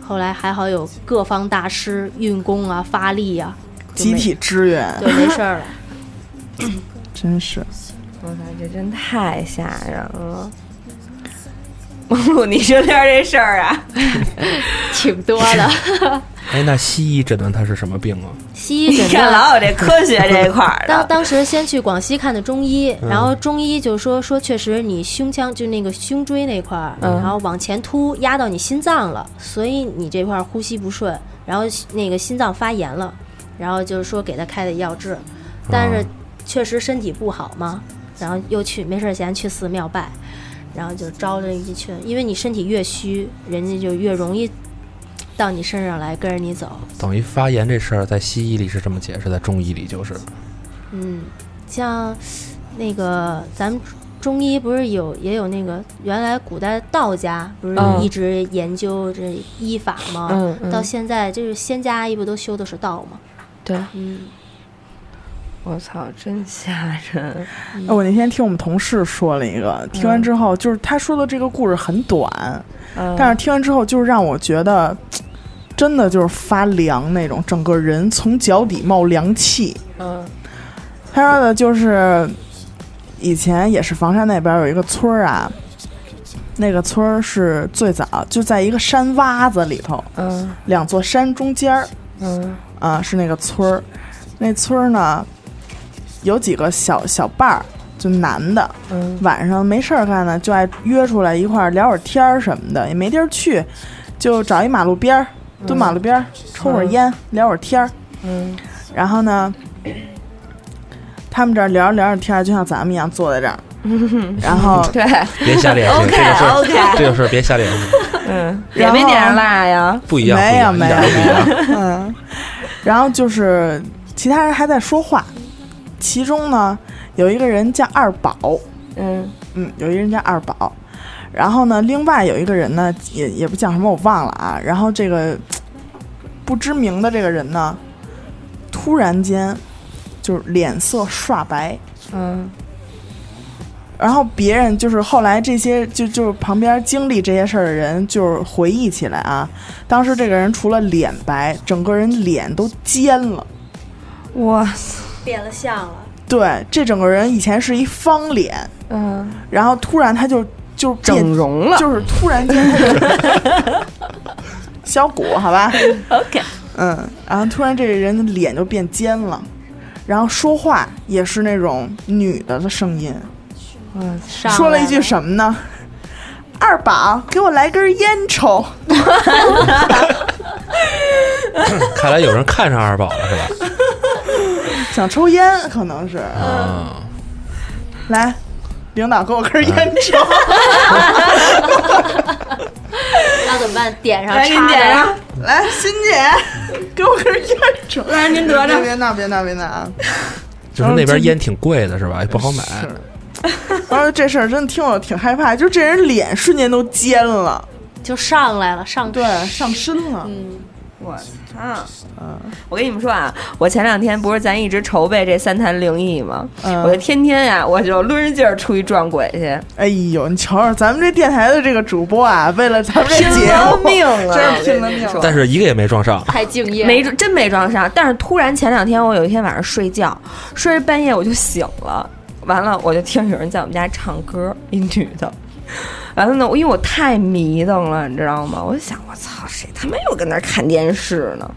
S4: 后来还好有各方大师运功啊、发力啊，就
S2: 集
S4: 没
S2: 体支援，
S4: 就没事儿了。
S2: 真是
S7: 我操，这真太吓人了！
S3: 蒙古，你身边这事儿啊，
S4: 挺多的。
S5: 哎，那西医诊断他是什么病啊？
S4: 西 医
S3: 你
S4: 诊
S3: 看
S4: 断
S3: 老有这科学这一块儿
S4: 当
S3: 的，
S4: 当时先去广西看的中医，然后中医就说说确实你胸腔就那个胸椎那块儿，然后往前突压到你心脏了，所以你这块儿呼吸不顺，然后那个心脏发炎了，然后就是说给他开的药治，但是确实身体不好嘛，然后又去没事儿闲去寺庙拜，然后就招了一群，因为你身体越虚，人家就越容易到你身上来跟着你走，
S5: 等于发炎这事儿在西医里是这么解释，在中医里就是
S4: 嗯，像那个咱们中医不是有也有那个原来古代道家不是
S7: 嗯
S4: 一直研究这医法吗？
S7: 嗯
S4: 到
S7: 嗯，
S4: 现在就是仙家一不都修的是道吗？
S7: 对，
S4: 嗯，
S7: 我操，真吓人！
S2: 哎我那天听我们同事说了一个，听完之后就是他说的这个故事很短，但
S7: 但
S2: 是听完之后就是让我觉得，真的就是发凉那种，整个人从脚底冒凉气。
S7: 嗯
S2: 他说的就是以前也是房山那边有一个村儿啊，那个村儿是最早就在一个山洼子里头，
S7: 嗯
S2: 两座山中间儿
S7: 嗯
S2: 啊、是那个村儿。那村儿呢有几个小小伴儿，就男的，
S7: 嗯
S2: 晚上没事儿干呢，就爱约出来一块儿聊会儿天儿什么的，也没地儿去，就找一马路边儿蹲马路边儿、抽会儿烟，聊会儿天儿。
S7: 嗯
S2: 然后呢，他们这儿聊着聊着天儿，就像咱们一样坐 在这儿，然后
S3: 对
S5: 别瞎脸
S3: ，OK
S5: 这个事儿，
S3: OK，
S5: 这个事儿别瞎脸，
S7: 嗯
S3: 也没脸上辣呀，
S5: 不一样，
S2: 没有
S5: 不一
S2: 没
S5: 样
S2: 有
S5: 一点都不一样
S2: 嗯，然后就是其他人还在说话，其中呢有一个人叫二宝，
S7: 嗯
S2: 嗯，有一个人叫二宝，然后呢，另外有一个人呢，也也不讲什么，我忘了啊。然后这个不知名的这个人呢，突然间就是脸色刷白，
S7: 嗯
S2: 然后别人就是后来这些就就是旁边经历这些事儿的人，就是回忆起来啊，当时这个人除了脸白，整个人脸都尖了。
S7: 我
S4: 变了相了。
S2: 对，这整个人以前是一方脸，
S7: 嗯
S2: 然后突然他就就变
S7: 整容了，
S2: 就是突然间他就削骨，好吧？OK，嗯，然后突然这个人的脸就变尖了，然后说话也是那种女的的声音，
S7: 我
S4: 上
S2: 说了一
S4: 来
S2: 句什么呢？二宝，给我来根烟抽。
S5: 看来有人看上二宝了是吧？
S2: 想抽烟，可能是。
S5: 嗯，
S2: 来，领导给我根烟抽。
S4: 那怎么办？点上
S3: 来给你
S4: 插
S2: 啊
S3: 点
S4: 着，
S3: 上，
S2: 来，欣姐，给我根烟 抽。来，您得着。别闹，别闹，别闹啊！
S5: 就是那边烟挺贵的是吧？也不好买，
S2: 嗯是然后这事儿真的听我挺害怕，就这人脸瞬间都尖了。嗯
S4: 就上来了，上
S2: 对，上身了。
S3: 我
S2: 嗯
S3: 操！我跟你们说啊，我前两天不是咱一直筹备这三坛灵异吗？
S2: 嗯
S3: 我就天天呀、我就抡着劲儿出去撞鬼去，
S2: 哎呦，你瞧瞧咱们这电台的这个主播啊，为了咱们这
S3: 拼
S2: 节
S3: 了
S2: 目，
S3: 命了，
S2: 真是拼了
S3: 我跟你
S2: 命
S3: 说
S5: 但是一个也没撞上。
S4: 太敬业了，
S3: 没撞真没撞上，但是突然前两天我有一天晚上睡觉，睡着半夜我就醒了，完了我就听有人在我们家唱歌，一女的。完了呢，因为我太迷瞪了，你知道吗？我就想，我操，谁他妈又跟那儿看电视呢？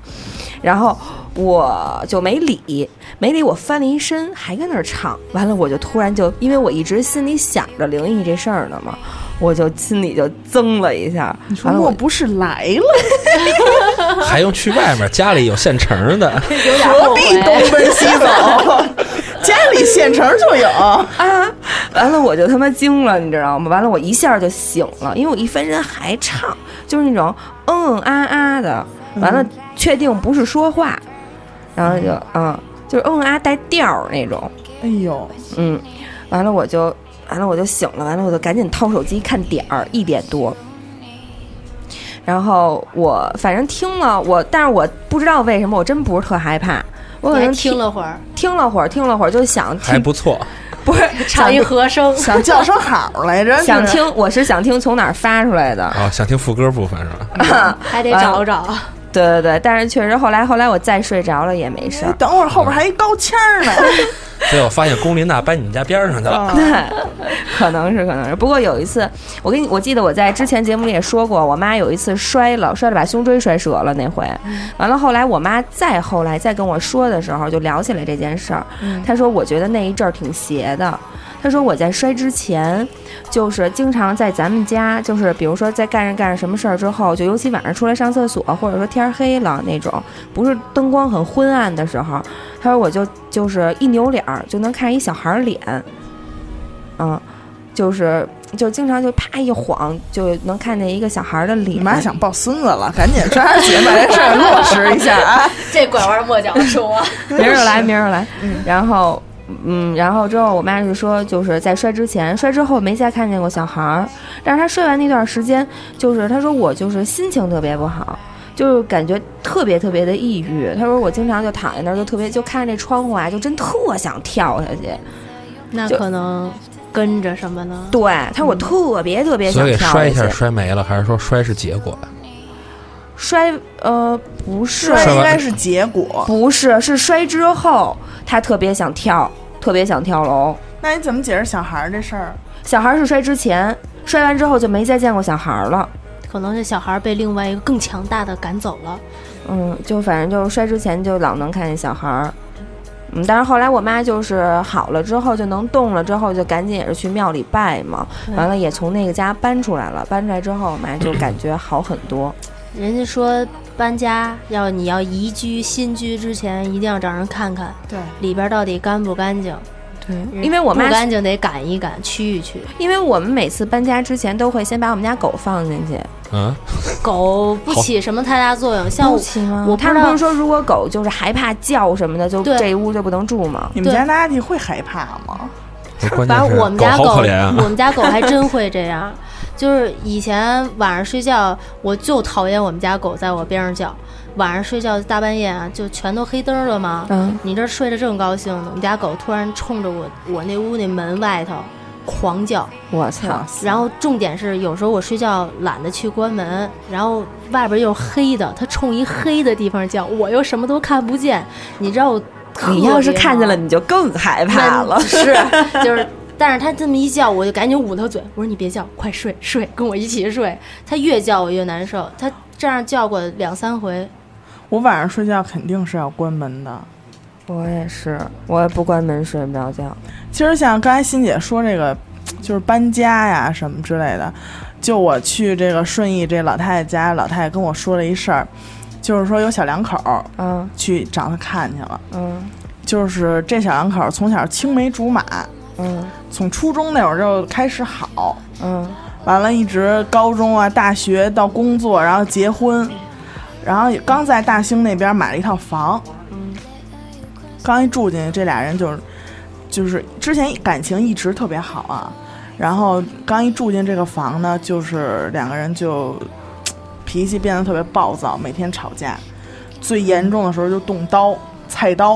S3: 然后我就没理，没理。我翻了一身，还跟那儿唱。完了，我就突然就，因为我一直心里想着灵异这事儿呢嘛，我就心里就噌了一下。
S2: 你说
S3: 完了
S2: 莫
S3: 我，
S2: 不是来了？
S5: 还用去外面？家里有现成的，
S4: 有点
S2: 何
S4: 后
S2: 必
S4: 悔。
S2: 东奔西走？ 家里现成就有。
S3: 啊！完了，我就他妈惊了，你知道吗？完了，我一下就醒了，因为我一翻身还唱，就是那种嗯嗯啊啊的。完了，确定不是说话，然后就嗯，就是嗯啊带调儿那种，
S2: 哎呦，
S3: 嗯。完了，我就完了，我就醒了，完了我就赶紧掏手机看点儿，一点多。然后我反正听了我，但是我不知道为什么，我真不是特害怕。我
S4: 你
S3: 可
S4: 还
S3: 能
S4: 听了会儿，
S3: 听了会儿，听了会儿就想
S5: 还
S3: 听
S5: 不错。
S3: 不是
S4: 找
S3: 想
S4: 一和声，
S2: 想叫声好来着，
S3: 想
S2: 就是
S3: 听，我是想听从哪儿发出来的。
S6: 啊，想听副歌部分是吧？
S4: 还得
S2: 啊
S4: 找找。
S3: 对对对，但是确实后来后来我再睡着了也没事
S2: 哎
S3: 儿。
S2: 等会儿后边还一高腔儿呢，
S6: 对，我发现龚琳娜搬你们家边儿上去了。
S2: 啊
S3: 对，可能是可能是。不过有一次，我跟你，我记得我在之前节目里也说过，我妈有一次摔了，摔了把胸椎摔折了那回。
S2: 嗯
S3: 完了后来我妈再后来再跟我说的时候，就聊起来这件事儿。
S2: 嗯
S4: 嗯
S3: 她说我觉得那一阵儿挺邪的。她说我在摔之前，就是经常在咱们家，就是比如说在干着干着什么事儿之后，就尤其晚上出来上厕所，或者说天儿黑了那种，不是灯光很昏暗的时候，她说我就就是一扭脸儿就能看一小孩儿脸，嗯，就是就经常就啪一晃就能看见一个小孩儿的脸。
S2: 你妈想抱孙子了，赶紧抓紧把这事儿落实一下啊！
S4: 这拐弯抹角说，
S3: 明儿就来，明儿就来。然后，嗯，然后之后我妈就说，就是在摔之前、摔之后没再看见过小孩儿，但是她摔完那段时间，就是她说我就是心情特别不好。就是感觉特别特别的抑郁，她说我经常就躺在那儿，就特别就看着这窗户啊，就真特想跳下去。
S4: 那可能跟着什么呢？
S3: 对，她说我特别特别想
S5: 所以
S3: 跳下去。
S5: 给摔一下摔没了，还是说摔是结果呀？
S3: 摔呃不是
S2: 这应该是结果。
S3: 不是，是摔之后，他特别想跳，特别想跳楼。
S2: 那你怎么解释小孩儿这事儿？
S3: 小孩是摔之前，摔完之后就没再见过小孩了。
S4: 可能这小孩被另外一个更强大的赶走了。
S3: 嗯，就反正就是摔之前就老能看见小孩儿。嗯，但是后来我妈就是好了之后就能动了，之后就赶紧也是去庙里拜嘛，
S4: 对
S3: 完了也从那个家搬出来了。搬出来之后，我妈就感觉好很多。
S4: 人家说搬家要你要移居新居之前，一定要找人看看
S2: 对，
S4: 里边到底干不干净。
S3: 对，嗯因为我妈
S4: 不干净得赶一赶，驱一驱。
S3: 因为我们每次搬家之前都会先把我们家狗放进去，
S6: 嗯，
S4: 狗不起什么太大作用，像我
S3: 吗
S4: 我不
S3: 他
S4: 知
S3: 们不
S4: 道
S3: 是说如果狗就是害怕叫什么的，就
S4: 对
S3: 这一屋就不能住吗？
S2: 你们
S4: 对
S2: 家那你会害怕吗？
S6: 关键
S4: 反正
S6: 是
S4: 我们家
S6: 狗
S4: 狗，
S6: 好可怜啊
S4: 我！们家狗还真会这样。就是以前晚上睡觉，我就讨厌我们家狗在我边上叫。晚上睡觉大半夜啊，就全都黑灯儿了嘛。
S3: 嗯，
S4: 你这睡得正高兴呢，我们家狗突然冲着我我那屋那门外头狂叫。
S3: 嗯我操！
S4: 然后重点是，有时候我睡觉懒得去关门，然后外边又黑的，它冲一黑的地方叫，我又什么都看不见。你知道我特别
S3: 你
S4: 忙，
S3: 要是看见了，你就更害怕了。
S4: 是，就是，但是他这么一叫，我就赶紧捂他嘴，我说你别叫，快睡睡，跟我一起睡。他越叫我越难受，他这样叫过两三回，
S2: 我晚上睡觉肯定是要关门的。
S3: 我也是，我也不关门睡不着觉。
S2: 其实像刚才欣姐说这个，就是搬家呀什么之类的，就我去这个顺义这老太太家，老太太跟我说了一事儿，就是说有小两口儿
S3: 嗯
S2: 去找她看去了，
S3: 嗯
S2: 就是这小两口儿从小青梅竹马，
S3: 嗯
S2: 从初中那会儿就开始好，
S3: 嗯，
S2: 完了，一直高中啊、大学到工作，然后结婚，然后刚在大兴那边买了一套房，刚一住进去，这俩人就是就是之前感情一直特别好啊，然后刚一住进这个房呢，就是两个人就脾气变得特别暴躁，每天吵架，最严重的时候就动刀、菜刀，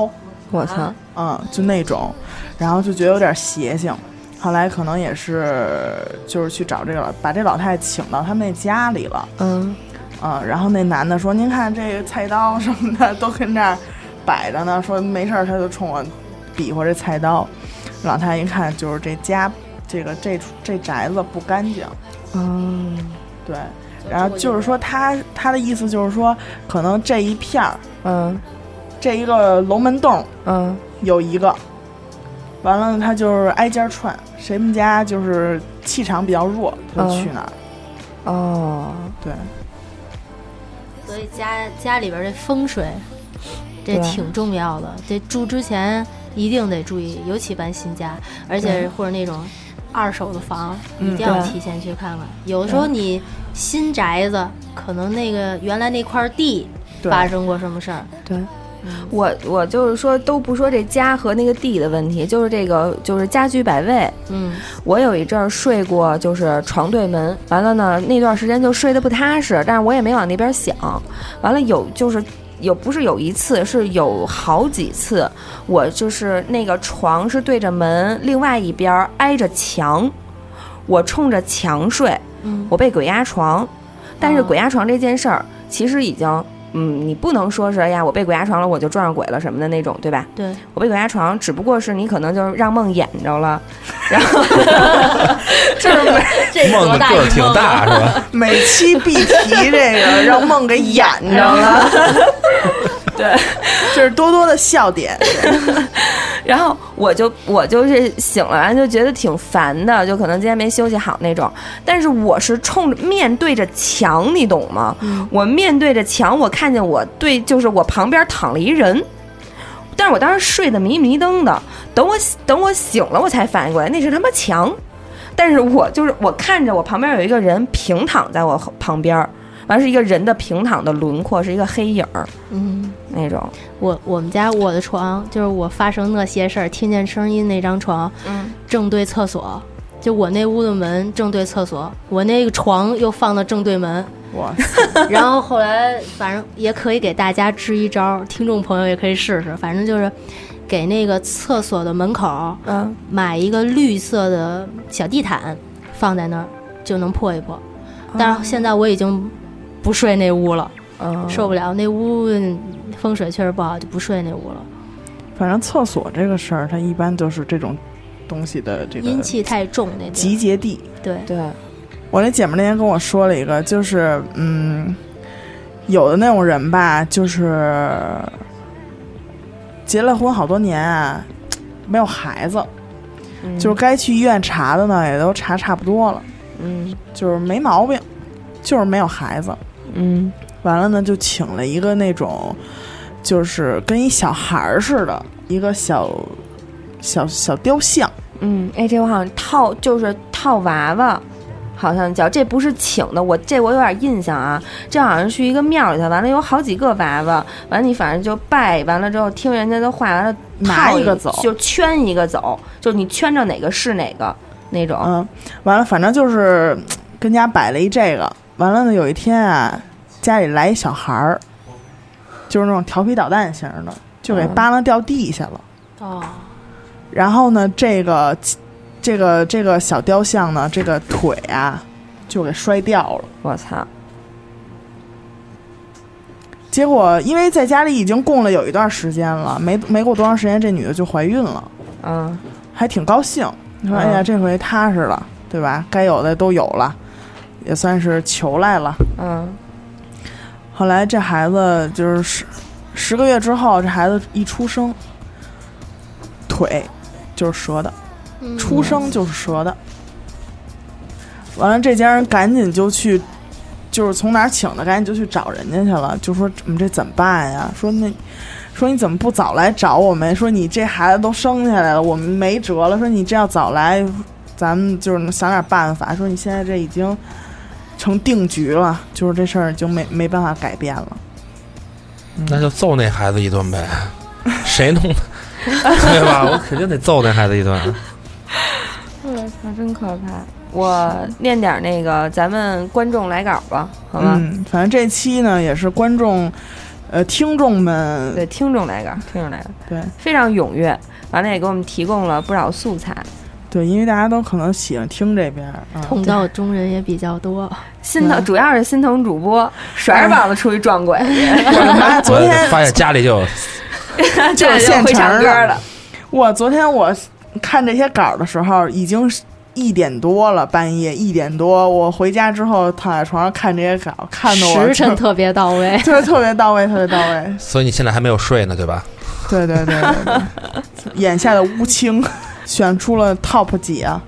S3: 我操！
S2: 嗯，就那种，然后就觉得有点邪性。后来可能也是，就是去找这个老，把这老太太请到他们那家里了，
S3: 嗯
S2: 嗯，然后那男的说：“您看这菜刀什么的都跟这儿摆着呢，说没事儿他就冲我比划这菜刀。”老太太一看就是这家，这个这这宅子不干净，
S3: 嗯
S2: 对，然后就是说他他的意思就是说，可能这一片儿
S3: 嗯
S2: 这一个龙门洞
S3: 嗯
S2: 有一个，完了他就是挨家串，谁们家就是气场比较弱，他就去哪儿。
S3: 哦，
S2: 对，
S4: 所以家家里边这风水，这
S3: 对
S4: 挺重要的。这住之前一定得注意，尤其搬新家，而且
S3: 对
S4: 或者那种二手的房，
S2: 嗯
S4: 一定要
S3: 对
S4: 提前去看看。有的时候你新宅子，可能那个原来那块地
S2: 对
S4: 发生过什么事儿，
S3: 对。我我就是说，都不说这家和那个地的问题，就是这个就是家居摆位。
S4: 嗯，
S3: 我有一阵儿睡过，就是床对门，完了呢，那段时间就睡得不踏实，但是我也没往那边想。完了有就是有不是有一次，是有好几次，我就是那个床是对着门，另外一边儿挨着墙，我冲着墙睡，
S4: 嗯，
S3: 我被鬼压床。但是
S4: 哦
S3: 鬼压床这件事儿，其实已经，嗯，你不能说是哎呀，我被鬼压床了，我就撞上鬼了什么的那种，对吧？
S4: 对，
S3: 我被鬼压床，只不过是你可能就是让梦演着了，然后 就是没
S4: 这
S6: 梦的个儿挺大是吧？
S2: 每期必提这个，让梦给演着了。
S3: 对，
S2: 这是多多的笑点。
S3: 然后我就我就是醒了，然后就觉得挺烦的，就可能今天没休息好那种。但是我是冲着面对着墙，你懂吗？
S4: 嗯
S3: 我面对着墙，我看见我对就是我旁边躺了一人，但是我当时睡得迷迷瞪的，等我等我醒了，我才反应过来那是他妈墙。但是我就是我看着我旁边有一个人平躺在我旁边儿，完是一个人的平躺的轮廓，是一个黑影儿
S4: 嗯，
S3: 那种。
S4: 我我们家我的床就是我发生那些事儿，听见声音那张床，
S3: 嗯，
S4: 正对厕所，就我那屋的门正对厕所，我那个床又放到正对门。
S2: 哇，
S4: 然后后来反正也可以给大家支一招，听众朋友也可以试试，反正就是给那个厕所的门口
S3: 嗯，
S4: 买一个绿色的小地毯，放在那儿就能破一破。但是现在我已经不睡那屋了，
S3: 嗯
S4: 受不了那屋嗯风水确实不好，就不睡那屋了。
S2: 反正厕所这个事儿，它一般都是这种东西的这
S4: 阴
S2: 个
S4: 气太重那地
S2: 集
S4: 儿
S2: 结地。
S4: 对，
S3: 对，
S2: 我那姐们儿那天跟我说了一个，就是嗯，有的那种人吧，就是结了婚好多年啊，没有孩子，
S3: 嗯
S2: 就是该去医院查的呢，也都查差不多了，
S3: 嗯
S2: 就是没毛病，就是没有孩子。
S3: 嗯
S2: 完了呢，就请了一个那种，就是跟一小孩儿似的，一个小小小雕像。
S3: 嗯，哎，这我好像套就是套娃娃，好像叫这不是请的，我这我有点印象啊，这好像去一个庙里头，完了有好几个娃娃，完了你反正就拜，完了之后听人家的话，完了
S2: 拿
S3: 套
S2: 一个走
S3: 就圈一个走，就是你圈着哪个是哪个那种。
S2: 嗯，完了，反正就是嘖跟家摆了一这个。完了呢，有一天啊，家里来一小孩儿，就是那种调皮捣蛋型的，就给
S3: 嗯
S2: 扒拉掉地下了。
S4: 哦，
S2: 然后呢，这个这个这个小雕像呢，这个腿啊就给摔掉了。
S3: 我操，
S2: 结果因为在家里已经供了有一段时间了，没没过多长时间，这女的就怀孕了。
S3: 嗯
S2: 还挺高兴。你说，
S3: 嗯
S2: 哎呀，这回踏实了，对吧？该有的都有了，也算是求来了。
S3: 嗯
S2: 后来这孩子就是十十个月之后，这孩子一出生，腿就是折的，
S4: 嗯
S2: 出生就是折的。完了，这家人赶紧就去，就是从哪儿请的，赶紧就去找人家去了，就说我们这怎么办呀？说那，说你怎么不早来找我们？说你这孩子都生下来了，我们没辙了。说你这要早来，咱们就是想点办法。说你现在这已经成定局了，就是这事儿已经没没办法改变了。
S5: 那就揍那孩子一顿呗，谁弄的？ 对吧？我肯定得揍那孩子一顿。啊
S3: 我操，哎真可怕！我念点那个咱们观众来稿吧，好吗？
S2: 嗯，反正这期呢也是观众，呃，听众们
S3: 对，听众来稿，听众来稿。
S2: 对
S3: 非常踊跃，完了也给我们提供了不少素材。
S2: 对，因为大家都可能喜欢听这边儿啊，
S4: 捅到中人也比较 多，
S3: 心疼，主要是心疼主播甩着膀子出去撞鬼，
S2: 我的妈！昨天
S5: 我发现家里就有。
S2: 就
S3: 这
S2: 是嗯现
S3: 会
S2: 成
S3: 唱
S2: 儿
S3: 歌
S2: 的
S3: 了。
S2: 我昨天我看这些稿儿的时候，已经是一点多了，半夜一点多。我回家之后躺在床上看这些稿儿，看的我
S4: 时辰
S2: 就。
S4: 特别到位
S2: 就是 特别到位，特别到位
S5: 所以你现在还没有睡呢，对吧？
S2: 对对对对对，眼下的乌青选出了 top 几啊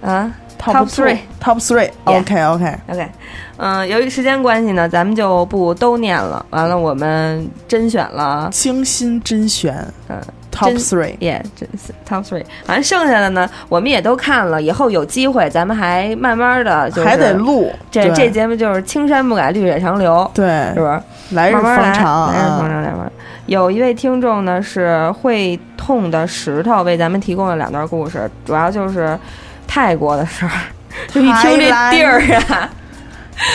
S3: 啊
S2: ？top
S3: Top three
S2: three，top three。
S3: Yeah
S2: OK OK，
S3: ，OK，嗯、由于时间关系呢，咱们就不都念了。完了，我们甄选了，
S2: 精心甄选
S3: 嗯、
S2: top
S3: 甄
S2: three。
S3: 耶，这是 top three。完了，剩下的呢，我们也都看了。以后有机会，咱们还慢慢的，就是
S2: 还得录，
S3: 这
S2: 对
S3: 这节目就是青山不改，绿水长流，
S2: 对
S3: 是哎不是？
S2: 来日
S3: 慢慢
S2: 方长
S3: 来，来日
S2: 啊！
S3: 方嗯长，来日方长。有一位听众呢是会痛的石头为咱们提供了两段故 事，主要就是泰国的事儿。就一听这地儿啊，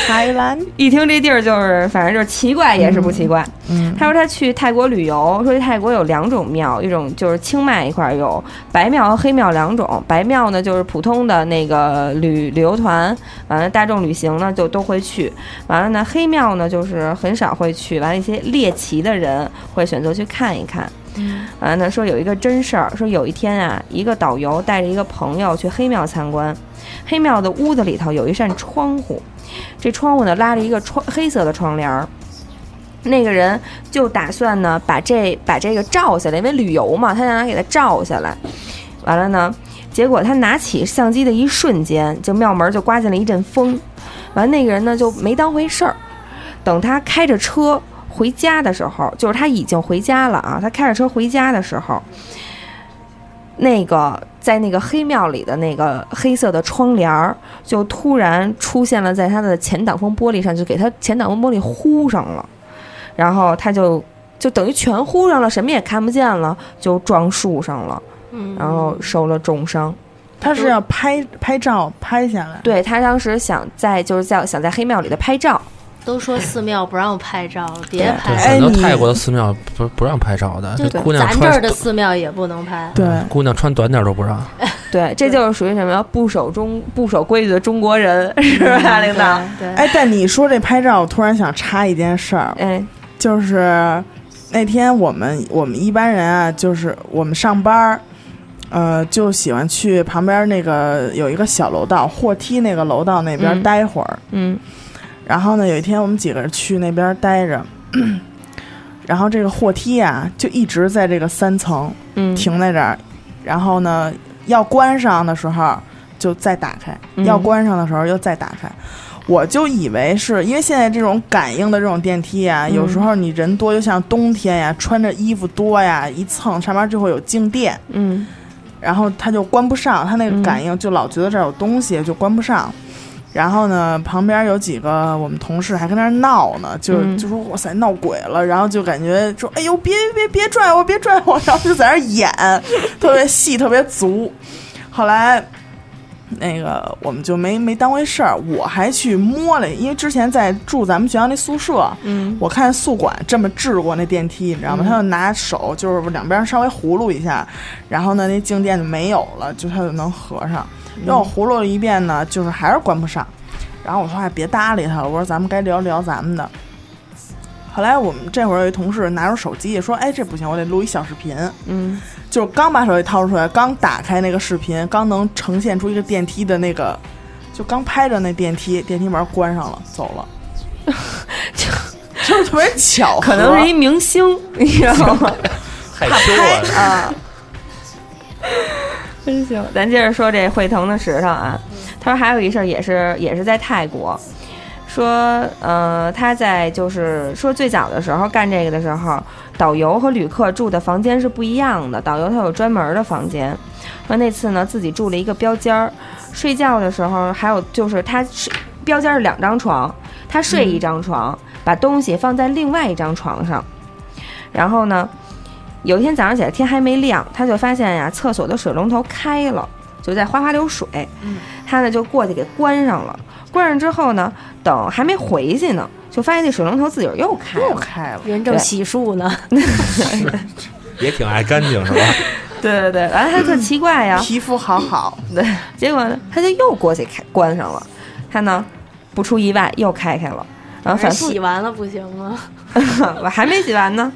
S2: 台湾，
S3: 一听这地儿就是，反正就是奇怪也是不奇怪。
S2: 嗯，
S3: 他说他去泰国旅游，说泰国有两种庙，一种就是清迈一块儿有白庙和黑庙两种。白庙呢就是普通的那个旅旅游团，完了大众旅行呢就都会去。完了呢黑庙呢就是很少会去，完了一些猎奇的人会选择去看一看。完了呢呃说有一个真事儿，说有一天啊，一个导游带着一个朋友去黑庙参观，黑庙的屋子里头有一扇窗户，这窗户呢拉着一个窗黑色的窗帘儿。那个人就打算呢把这把这个照下来，因为旅游嘛，他想让他给他照下来。完了呢，结果他拿起相机的一瞬间，就庙门就刮进了一阵风。完，那个人呢就没当回事儿。等他开着车回家的时候，就是他已经回家了啊。他开着车回家的时候，那个在那个黑庙里的那个黑色的窗帘儿，就突然出现了在他的前挡风玻璃上，就给他前挡风玻璃呼上了。然后他就就等于全呼上了，什么也看不见了，就撞树上了，
S4: 嗯，
S3: 然后受了重伤。
S2: 他是要拍拍照拍下来，
S3: 对他当时想在就是在想在黑庙里的拍照，
S4: 都说寺庙不让拍照，别
S5: 对，
S4: 拍，
S5: 很多
S2: 哎你
S5: 泰国的寺庙不不让拍照的，
S4: 就
S5: 这姑娘
S4: 咱这
S5: 穿
S4: 儿的寺庙也不能拍。
S2: 对，
S5: 姑娘穿短点儿都不让。
S3: 对，这就是属于什么不守中不守规矩的中国人， 是
S4: 嗯
S3: 吧， 领导？
S4: 对，
S2: 哎，但你说这拍照，我突然想插一件事儿，
S3: 哎，
S2: 就是那天我们我们一般人啊，就是我们上班儿，呃，就喜欢去旁边那个有一个小楼道，货梯那个楼道那边
S3: 嗯
S2: 待会儿。
S3: 嗯
S2: 然后呢，有一天我们几个人去那边待着， 然后这个货梯啊，就一直在这个三层
S3: 嗯，
S2: 停在这儿，然后呢，要关上的时候就再打开，
S3: 嗯
S2: 要关上的时候又再打开。我就以为是因为现在这种感应的这种电梯啊，
S3: 嗯
S2: 有时候你人多，就像冬天呀，穿着衣服多呀，一蹭上面就会有静电，
S3: 嗯
S2: 然后它就关不上，它那个
S3: 嗯
S2: 感应就老觉得这儿有东西，就关不上。然后呢，旁边有几个我们同事还跟那儿闹呢，就、
S3: 嗯
S2: 就说哇塞闹鬼了，然后就感觉说哎呦别别别拽我别拽我，然后就在那儿演，特别戏特别足。后来那个我们就没没当回事儿，我还去摸了，因为之前在住咱们学校那宿舍，
S3: 嗯
S2: 我看宿管这么治过那电梯，你知道吗？他就拿手就是两边稍微葫芦一下，然后呢那静电就没有了，就它就能合上。让我葫芦一遍呢，就是还是关不上。然后我说哎别搭理他了，我说咱们该聊聊咱们的。后来我们这会儿有一同事拿出手机说：“哎，这不行，我得录一小视频。”
S3: 嗯
S2: 就是刚把手机掏出来，刚打开那个视频，刚能呈现出一个电梯的那个，就刚拍着那电梯，电梯门关上了，走 了，就就是特别巧合，
S3: 可能是一明星， 你知道吗？
S5: 害羞啊！
S3: 啊，真行。咱接着说这惠腾的石头啊，他说还有一事儿也是也是在泰国，说呃他在就是说最早的时候干这个的时候，导游和旅客住的房间是不一样的，导游他有专门的房间。说那次呢自己住了一个标间儿，睡觉的时候还有就是他睡标间儿是两张床，他睡一张床，把东西放在另外一张床上，然后呢。有一天早上起来，天还没亮，他就发现呀、厕所的水龙头开了，就在哗哗流水。
S2: 嗯，
S3: 他呢就过去给关上了。关上之后呢，等还没回去呢，就发现那水龙头自己儿又开
S2: 又
S3: 了。
S2: 开了，
S4: 人正洗漱呢，
S6: 也挺爱干净是吧？
S3: 对对对，完了他特奇怪呀、
S2: 皮肤好好，
S3: 结果呢，他就又过去开关上了。他呢，不出意外又开开了，然哎后反复
S4: 洗完了不行吗？
S3: 我 还没洗完呢。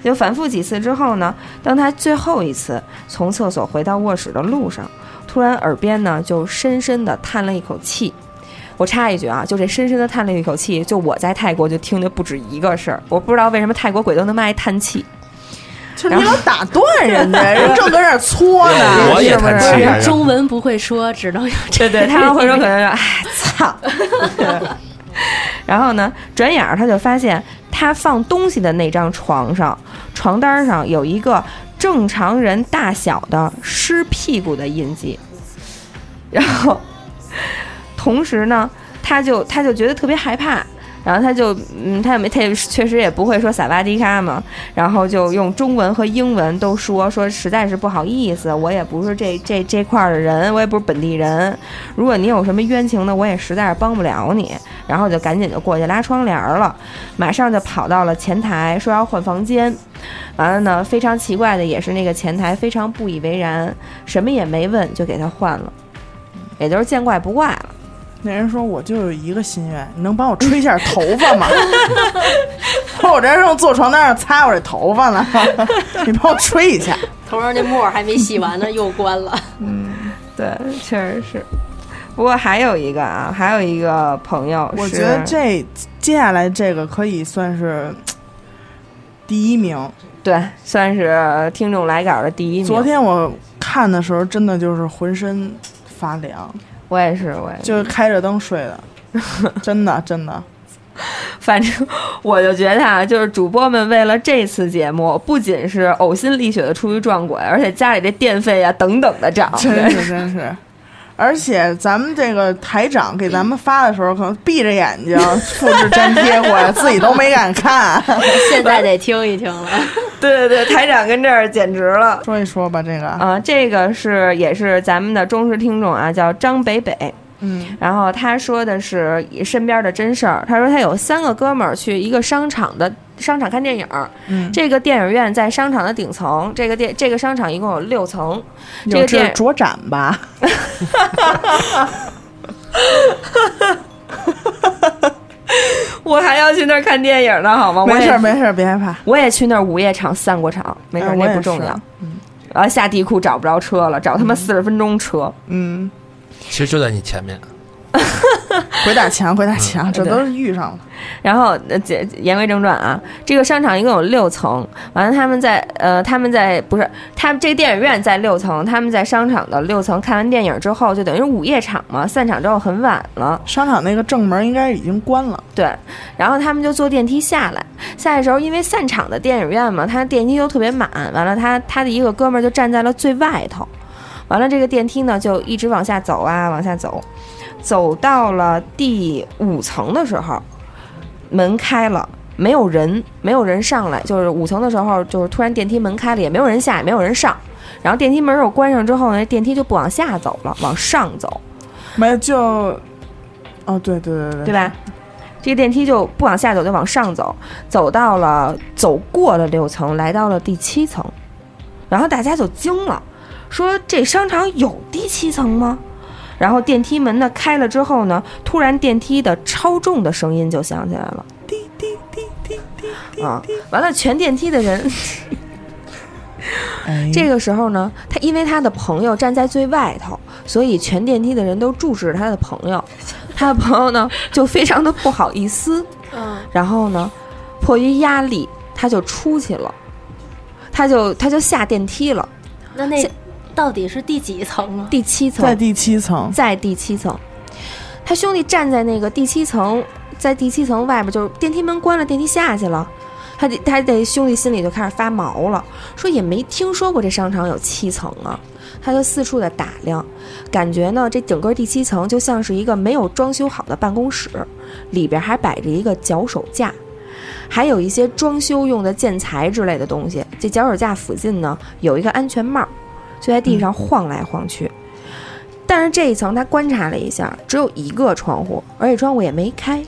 S3: 就反复几次之后呢，当他最后一次从厕所回到卧室的路上，突然耳边呢就深深的叹了一口气。我插一句啊，就这深深的叹了一口气，就我在泰国就听的不止一个事儿。我不知道为什么泰国鬼都那么爱叹气，
S2: 就是你老打断人 家，人正搁这儿搓呢，
S6: 我也
S2: 是不
S6: 叹
S2: 是？
S6: 气啊，
S4: 中文不会说，只能用这。
S3: 对对，他们会说可能是哎操。然后呢，转眼儿他就发现他放东西的那张床上，床单上有一个正常人大小的湿屁股的印记， 然后同时呢，他就他就觉得特别害怕，然后他就，嗯，他也没，他也确实也不会说萨瓦迪卡嘛，然后就用中文和英文都说，说实在是不好意思，我也不是这这这块儿的人，我也不是本地人，如果你有什么冤情呢，我也实在是帮不了你。然后就赶紧就过去拉窗帘儿了，马上就跑到了前台，说要换房间。完了呢，非常奇怪的也是那个前台非常不以为然，什么也没问就给他换了，也就是见怪不怪了。
S2: 那人说我就有一个心愿，你能帮我吹一下头发吗？ 我这正坐床单上擦我这头发呢， 你帮我吹一下。
S4: 头上那沫儿还没洗完呢，又 关了。
S3: 对，确实是。不过还有一个啊，还有一个朋友是，
S2: 我觉得这接下来这个可以算是第一名。
S3: 对，算是听众来稿的第一名。
S2: 昨天我看的时候，真的就是浑身发凉，
S3: 我也是，我也是
S2: 就是开着灯睡的，真的真的。
S3: 反正我就觉得啊，就是主播们为了这次节目，不仅是呕心沥血的出去撞鬼，而且家里这电费啊等等的涨。
S2: 真是真是。而且咱们这个台长给咱们发的时候，可能闭着眼睛复制粘贴过来，自己都没敢看。
S4: 现在得听一 听了。
S3: 对对对，台长跟这儿简直了。
S2: 说一说吧，这个，
S3: 啊、这个是也是咱们的忠实听众啊，叫张北北。
S2: 嗯，
S3: 然后他说的是身边的真事儿。他说他有三个哥们儿去一个商场的商场看电影儿，
S2: 嗯
S3: 这个电影院在商场的顶层，这个电这个商场一共有六层，这
S2: 有
S3: 个
S2: 这
S3: 电
S2: 卓展吧？
S3: 我还要去那儿看电影呢，好吗？哦我
S2: 没
S3: 也
S2: 事儿没事儿，别害怕。
S3: 我也去那儿午夜场散过场，没事儿，
S2: 哎
S3: 那
S2: 我也
S3: 不重
S2: 是
S3: 要。嗯然后下地库找不着车了，找他妈四十分钟车。
S2: 嗯，
S5: 其实就在你前面，
S2: 鬼打墙，鬼打墙，
S3: 嗯
S2: 这都是遇上了。
S3: 然后，呃，这言归正传啊，这个商场一共有六层，完了他们在呃他们在不是他们这个电影院在六层，他们在商场的六层看完电影之后，就等于午夜场嘛，散场之后很晚了，
S2: 商场那个正门应该已经关了，
S3: 对，然后他们就坐电梯下来，下来的时候因为散场的电影院嘛，他电梯都特别满，完了他他的一个哥们儿就站在了最外头，完了这个电梯呢就一直往下走啊，往下走，走到了第五层的时候，门开了。没有人，没有人上来，就是五层的时候，就是突然电梯门开了，也没有人下，也没有人上。然后电梯门又关上之后呢，电梯就不往下走了，往上走。
S2: 没有就，哦，对对对对
S3: 对？吧？这个电梯就不往下走，就往上走，走到了走过了六层，来到了第七层，然后大家就惊了，说这商场有第七层吗？然后电梯门呢开了之后呢，突然电梯的超重的声音就响起来了，滴滴滴滴滴啊！完了，全电梯的人
S2: 哎，
S3: 这个时候呢，他因为他的朋友站在最外头，所以全电梯的人都注视着他的朋友。他的朋友呢，就非常的不好意思，
S4: 嗯，
S3: 然后呢，迫于压力，他就出去了，他就他就下电梯了，
S4: 那那
S3: 这
S4: 到底是第几层啊？
S3: 第七
S2: 在
S3: 层，
S2: 第七层，
S3: 在第七层。他兄弟站在那个第七层，在第七层外边，就是电梯门关了，电梯下去了。他得他得兄弟心里就开始发毛了，说也没听说过这商场有七层啊。他就四处的打量，感觉呢这整个第七层就像是一个没有装修好的办公室，里边还摆着一个脚手架，还有一些装修用的建材之类的东西。这脚手架附近呢有一个安全帽，就在地上晃来晃去。但是这一层他观察了一下，只有一个窗户，而且窗户也没开。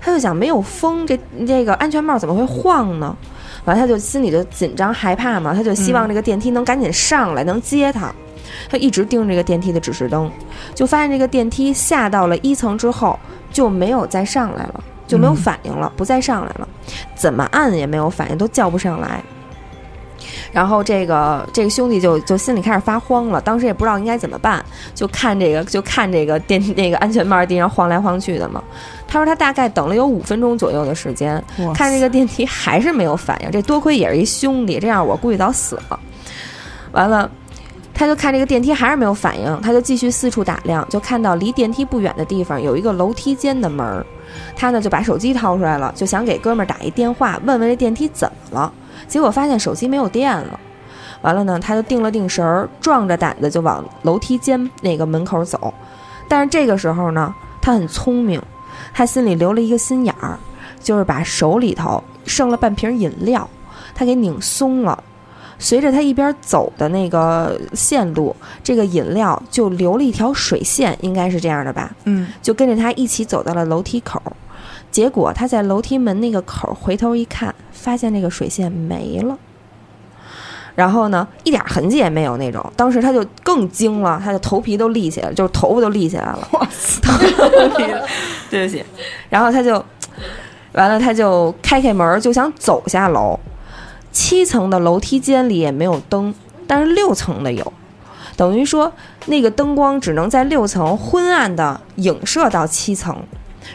S3: 他就想，没有风，这这个安全帽怎么会晃呢？完了，他就心里就紧张害怕嘛，他就希望这个电梯能赶紧上来，能接他。他一直盯着这个电梯的指示灯，就发现这个电梯下到了一层之后就没有再上来了，就没有反应了，不再上来了，怎么按也没有反应，都叫不上来。然后这个这个兄弟就就心里开始发慌了，当时也不知道应该怎么办，就看这个就看这个电那个安全帽地上晃来晃去的嘛。他说他大概等了有五分钟左右的时间，
S2: 哇
S3: 看这个电梯还是没有反应，这多亏也是一兄弟，这样我估计早死了。完了，他就看这个电梯还是没有反应，他就继续四处打量，就看到离电梯不远的地方有一个楼梯间的门儿，他呢就把手机掏出来了，就想给哥们儿打一电话，问问这电梯怎么了。结果发现手机没有电了。完了呢，他就定了定神儿，壮着胆子就往楼梯间那个门口走。但是这个时候呢，他很聪明，他心里留了一个心眼儿，就是把手里头剩了半瓶饮料，他给拧松了。随着他一边走的那个线路，这个饮料就留了一条水线，应该是这样的吧？
S2: 嗯
S3: 就跟着他一起走到了楼梯口。结果他在楼梯门那个口回头一看，发现那个水线没了。然后呢，一点痕迹也没有那种。当时他就更惊了，他的头皮都立起来了，就是头发都立起来了。头皮，对不起。然后他就，完了他就开开门就想走下楼。七层的楼梯间里也没有灯，但是六层的有，等于说那个灯光只能在六层昏暗的影射到七层。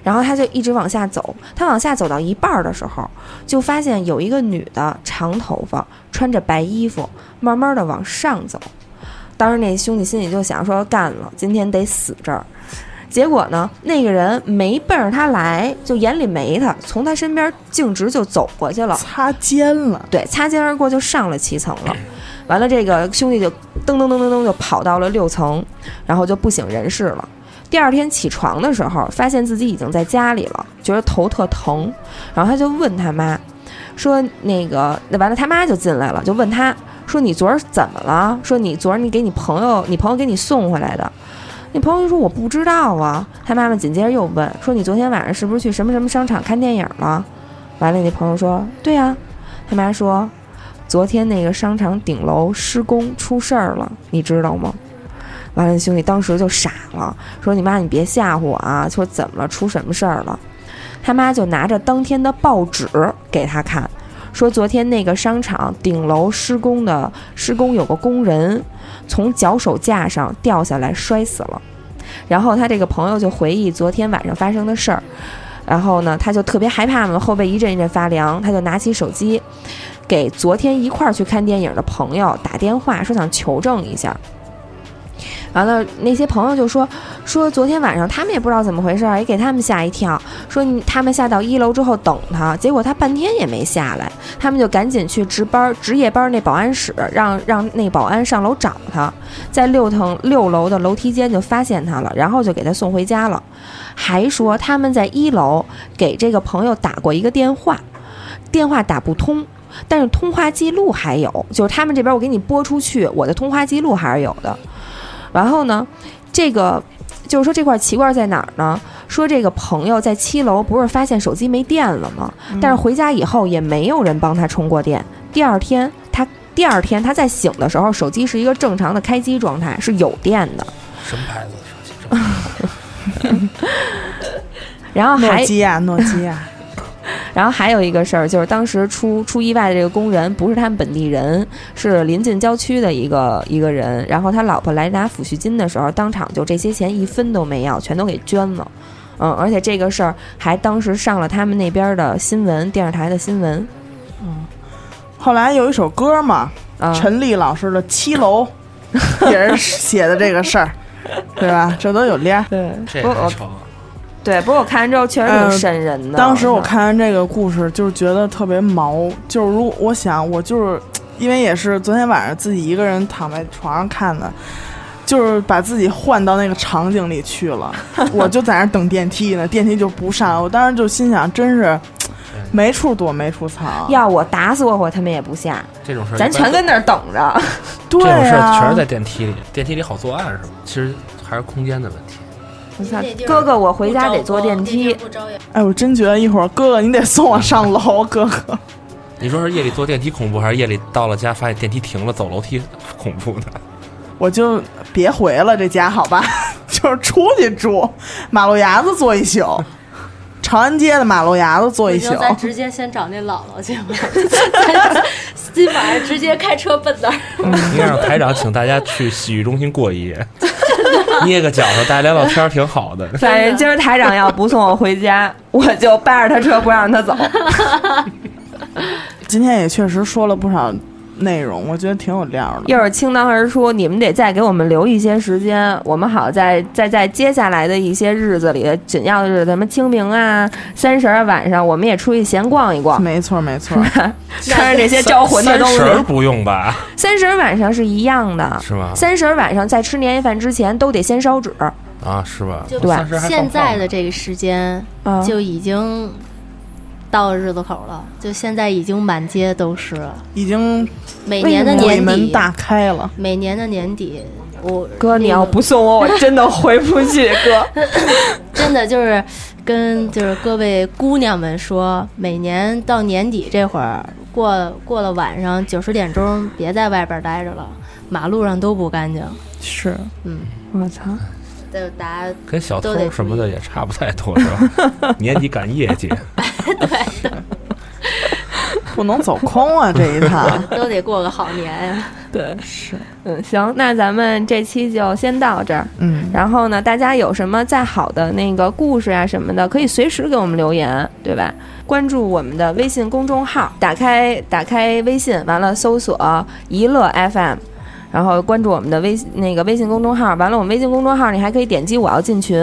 S3: 然后他就一直往下走，他往下走到一半儿的时候，就发现有一个女的，长头发，穿着白衣服，慢慢的往上走。当时那兄弟心里就想说，干了，今天得死这儿。结果呢，那个人没奔着他来，就眼里没他，从他身边径直就走过去了。
S2: 擦肩了，
S3: 对，擦肩而过就上了七层了。完了，这个兄弟就噔噔噔噔噔就跑到了六层，然后就不省人事了。第二天起床的时候，发现自己已经在家里了，觉得头特疼，然后他就问他妈，说那个那完了，他妈就进来了，就问他说你昨儿怎么了？说你昨儿你给你朋友，你朋友给你送回来的。那朋友就说我不知道啊。他妈妈紧接着又问说你昨天晚上是不是去什么什么商场看电影了？完了，那朋友说对啊呀、他妈说，昨天那个商场顶楼施工出事儿了，你知道吗？完了，兄弟当时就傻了，说：“你妈，你别吓唬我啊！”说怎么了，出什么事儿了？他妈就拿着当天的报纸给他看，说昨天那个商场顶楼施工的施工有个工人从脚手架上掉下来摔死了。然后他这个朋友就回忆昨天晚上发生的事儿，然后呢，他就特别害怕嘛，后背一阵一阵发凉，他就拿起手机给昨天一块儿去看电影的朋友打电话，说想求证一下。完了，那些朋友就说说昨天晚上他们也不知道怎么回事儿，也给他们吓一跳，说你他们下到一楼之后等他，结果他半天也没下来，他们就赶紧去值班值夜班那保安室，让让那保安上楼找他，在六层六楼的楼梯间就发现他了，然后就给他送回家了，还说他们在一楼给这个朋友打过一个电话，电话打不通，但是通话记录还有，就是他们这边我给你拨出去，我的通话记录还是有的。然后呢，这个就是说这块奇怪在哪儿呢？说这个朋友在七楼不是发现手机没电了吗？
S2: 嗯
S3: 但是回家以后也没有人帮他充过电。第二天他第二天他再醒的时候，手机是一个正常的开机状态，是有电的。
S5: 什么牌子的手机？这么
S3: 然后还
S2: 诺基亚，诺基亚，
S3: 然后还有一个事儿，就是当时出出意外的这个工人不是他们本地人，是临近郊区的一个一个人。然后他老婆来拿抚恤金的时候，当场就这些钱一分都没要，全都给捐了。嗯，而且这个事儿还当时上了他们那边的新闻，电视台的新闻。
S2: 后来有一首歌嘛，
S3: 啊、
S2: 陈丽老师的《七楼》 也是写的这个事儿，对吧？这都有联儿。
S3: 对，
S5: 这
S3: 不过
S5: 也还
S3: 我
S5: 成？啊
S3: 对，不过我看完之后确实挺
S2: 嗯
S3: 瘆人的。
S2: 当时我看完这个故事，就是觉得特别毛。就是如我想，我就是因为也是昨天晚上自己一个人躺在床上看的，就是把自己换到那个场景里去了。我就在那儿等电梯呢，电梯就不上。我当时就心想，真是没处躲没处藏。
S3: 要我打死我，我他们也不下，
S5: 这种事儿一
S3: 咱
S5: 般
S3: 全跟那儿等 着。
S2: 对
S5: 这种事儿
S2: 啊，
S5: 全是在电梯里，电梯里好作案是吧？其实还是空间的问题。
S3: 我操，哥哥，我回家得坐电梯。
S4: 不招摇
S2: 哎，我真觉得一会儿哥哥你得送我上楼，哥哥。
S5: 你说是夜里坐电梯恐怖，还是夜里到了家发现电梯停了走楼梯恐怖呢？
S2: 我就别回了这家，好吧？ 就是出去住，马路牙子坐一宿，长安街的马路牙子坐一
S4: 不行
S2: 宿，。
S4: 咱直接先找那姥姥去吧，咱 今晚上直接开车奔那儿。
S5: 应该让台长请大家去洗浴中心过一 夜，捏个脚上，大家聊聊天儿挺好的。
S3: 反正今儿台长要不送我回家， 我就扒着他车不让他走。
S2: 今天也确实说了不少内容，我觉得挺有料的。
S3: 一会儿倾囊而出，你们得再给我们留一些时间，我们好在在在接下来的一些日子里，紧要的日子，什么清明啊、三十儿啊晚上，我们也出去闲逛一逛，
S2: 没错，没 错，
S3: 穿着这些招魂的
S5: 三
S3: 东西
S5: 十。儿不用吧？
S3: 三十儿晚上是一样的，
S5: 是吗？
S3: 三十儿晚上在吃年夜饭之前都得先烧纸。
S5: 啊，是吧？
S4: 就
S3: 对嗯
S5: 三十还放
S4: 现在的
S5: 炮
S4: 这个时间
S3: 啊，
S4: 就已经到日子口了，就现在已经满街都是了。
S2: 已经
S4: 每年的
S2: 鬼
S4: 年
S2: 门
S4: 底，
S2: 大开了。
S4: 每年的年底，我
S3: 哥，你要
S4: 那个
S3: 不送我，我真的回不去。哥，
S4: 真的就是跟就是各位姑娘们说，每年到年底这会儿，过过了晚上九十点钟，别在外边待着了，马路上都不干净。
S2: 是，
S4: 嗯，
S7: 我操，
S4: 就大家
S5: 跟小
S4: 都得
S5: 偷
S4: 注
S5: 什么的
S4: 意
S5: 也差不太多，是吧？ 年底赶业绩，
S2: 不能走空啊这一趟。
S4: 都得过个好年呀。
S2: 对，是，
S3: 嗯，行，那咱们这期就先到这儿。
S2: 嗯，
S3: 然后呢，大家有什么再好的那个故事啊什么的，可以随时给我们留言，对吧？关注我们的微信公众号，打开打开微信，完了搜索“一乐 FM”，然后关注我们的微那个微信公众号。完了，我们微信公众号你还可以点击“我要进群”，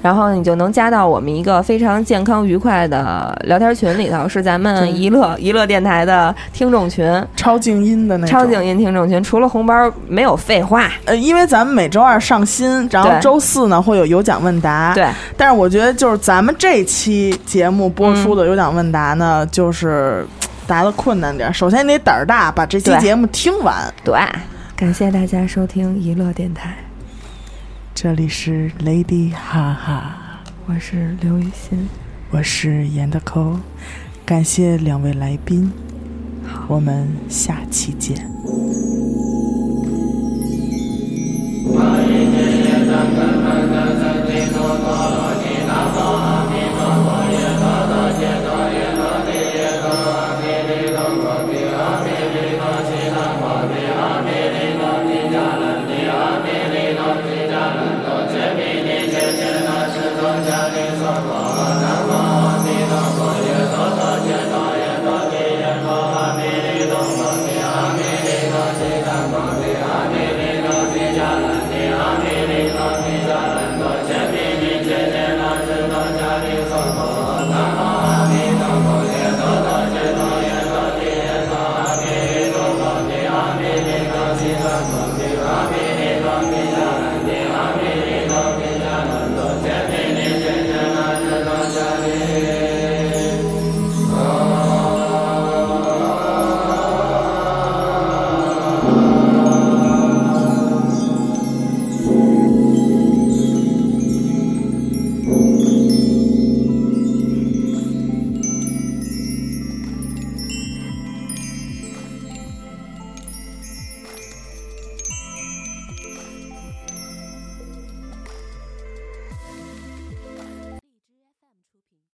S3: 然后你就能加到我们一个非常健康愉快的聊天群里头，是咱们一乐一乐电台的听众群，
S2: 超静音的那种
S3: 超静音听众群。除了红包，没有废话。
S2: 呃，因为咱们每周二上新，然后
S3: 对
S2: 周四呢会有有奖问答。，
S3: 对。
S2: 但是我觉得就是咱们这期节目播出的有奖问答呢，就是答的困难点儿。首先你得胆儿大，把这期
S3: 对
S2: 节目听完。
S3: 对，
S7: 感谢大家收听娱乐电台，
S2: 这里是 Lady 哈哈，
S7: 我是刘雨欣，
S2: 我是严德抠，感谢两位来宾，我们下期见。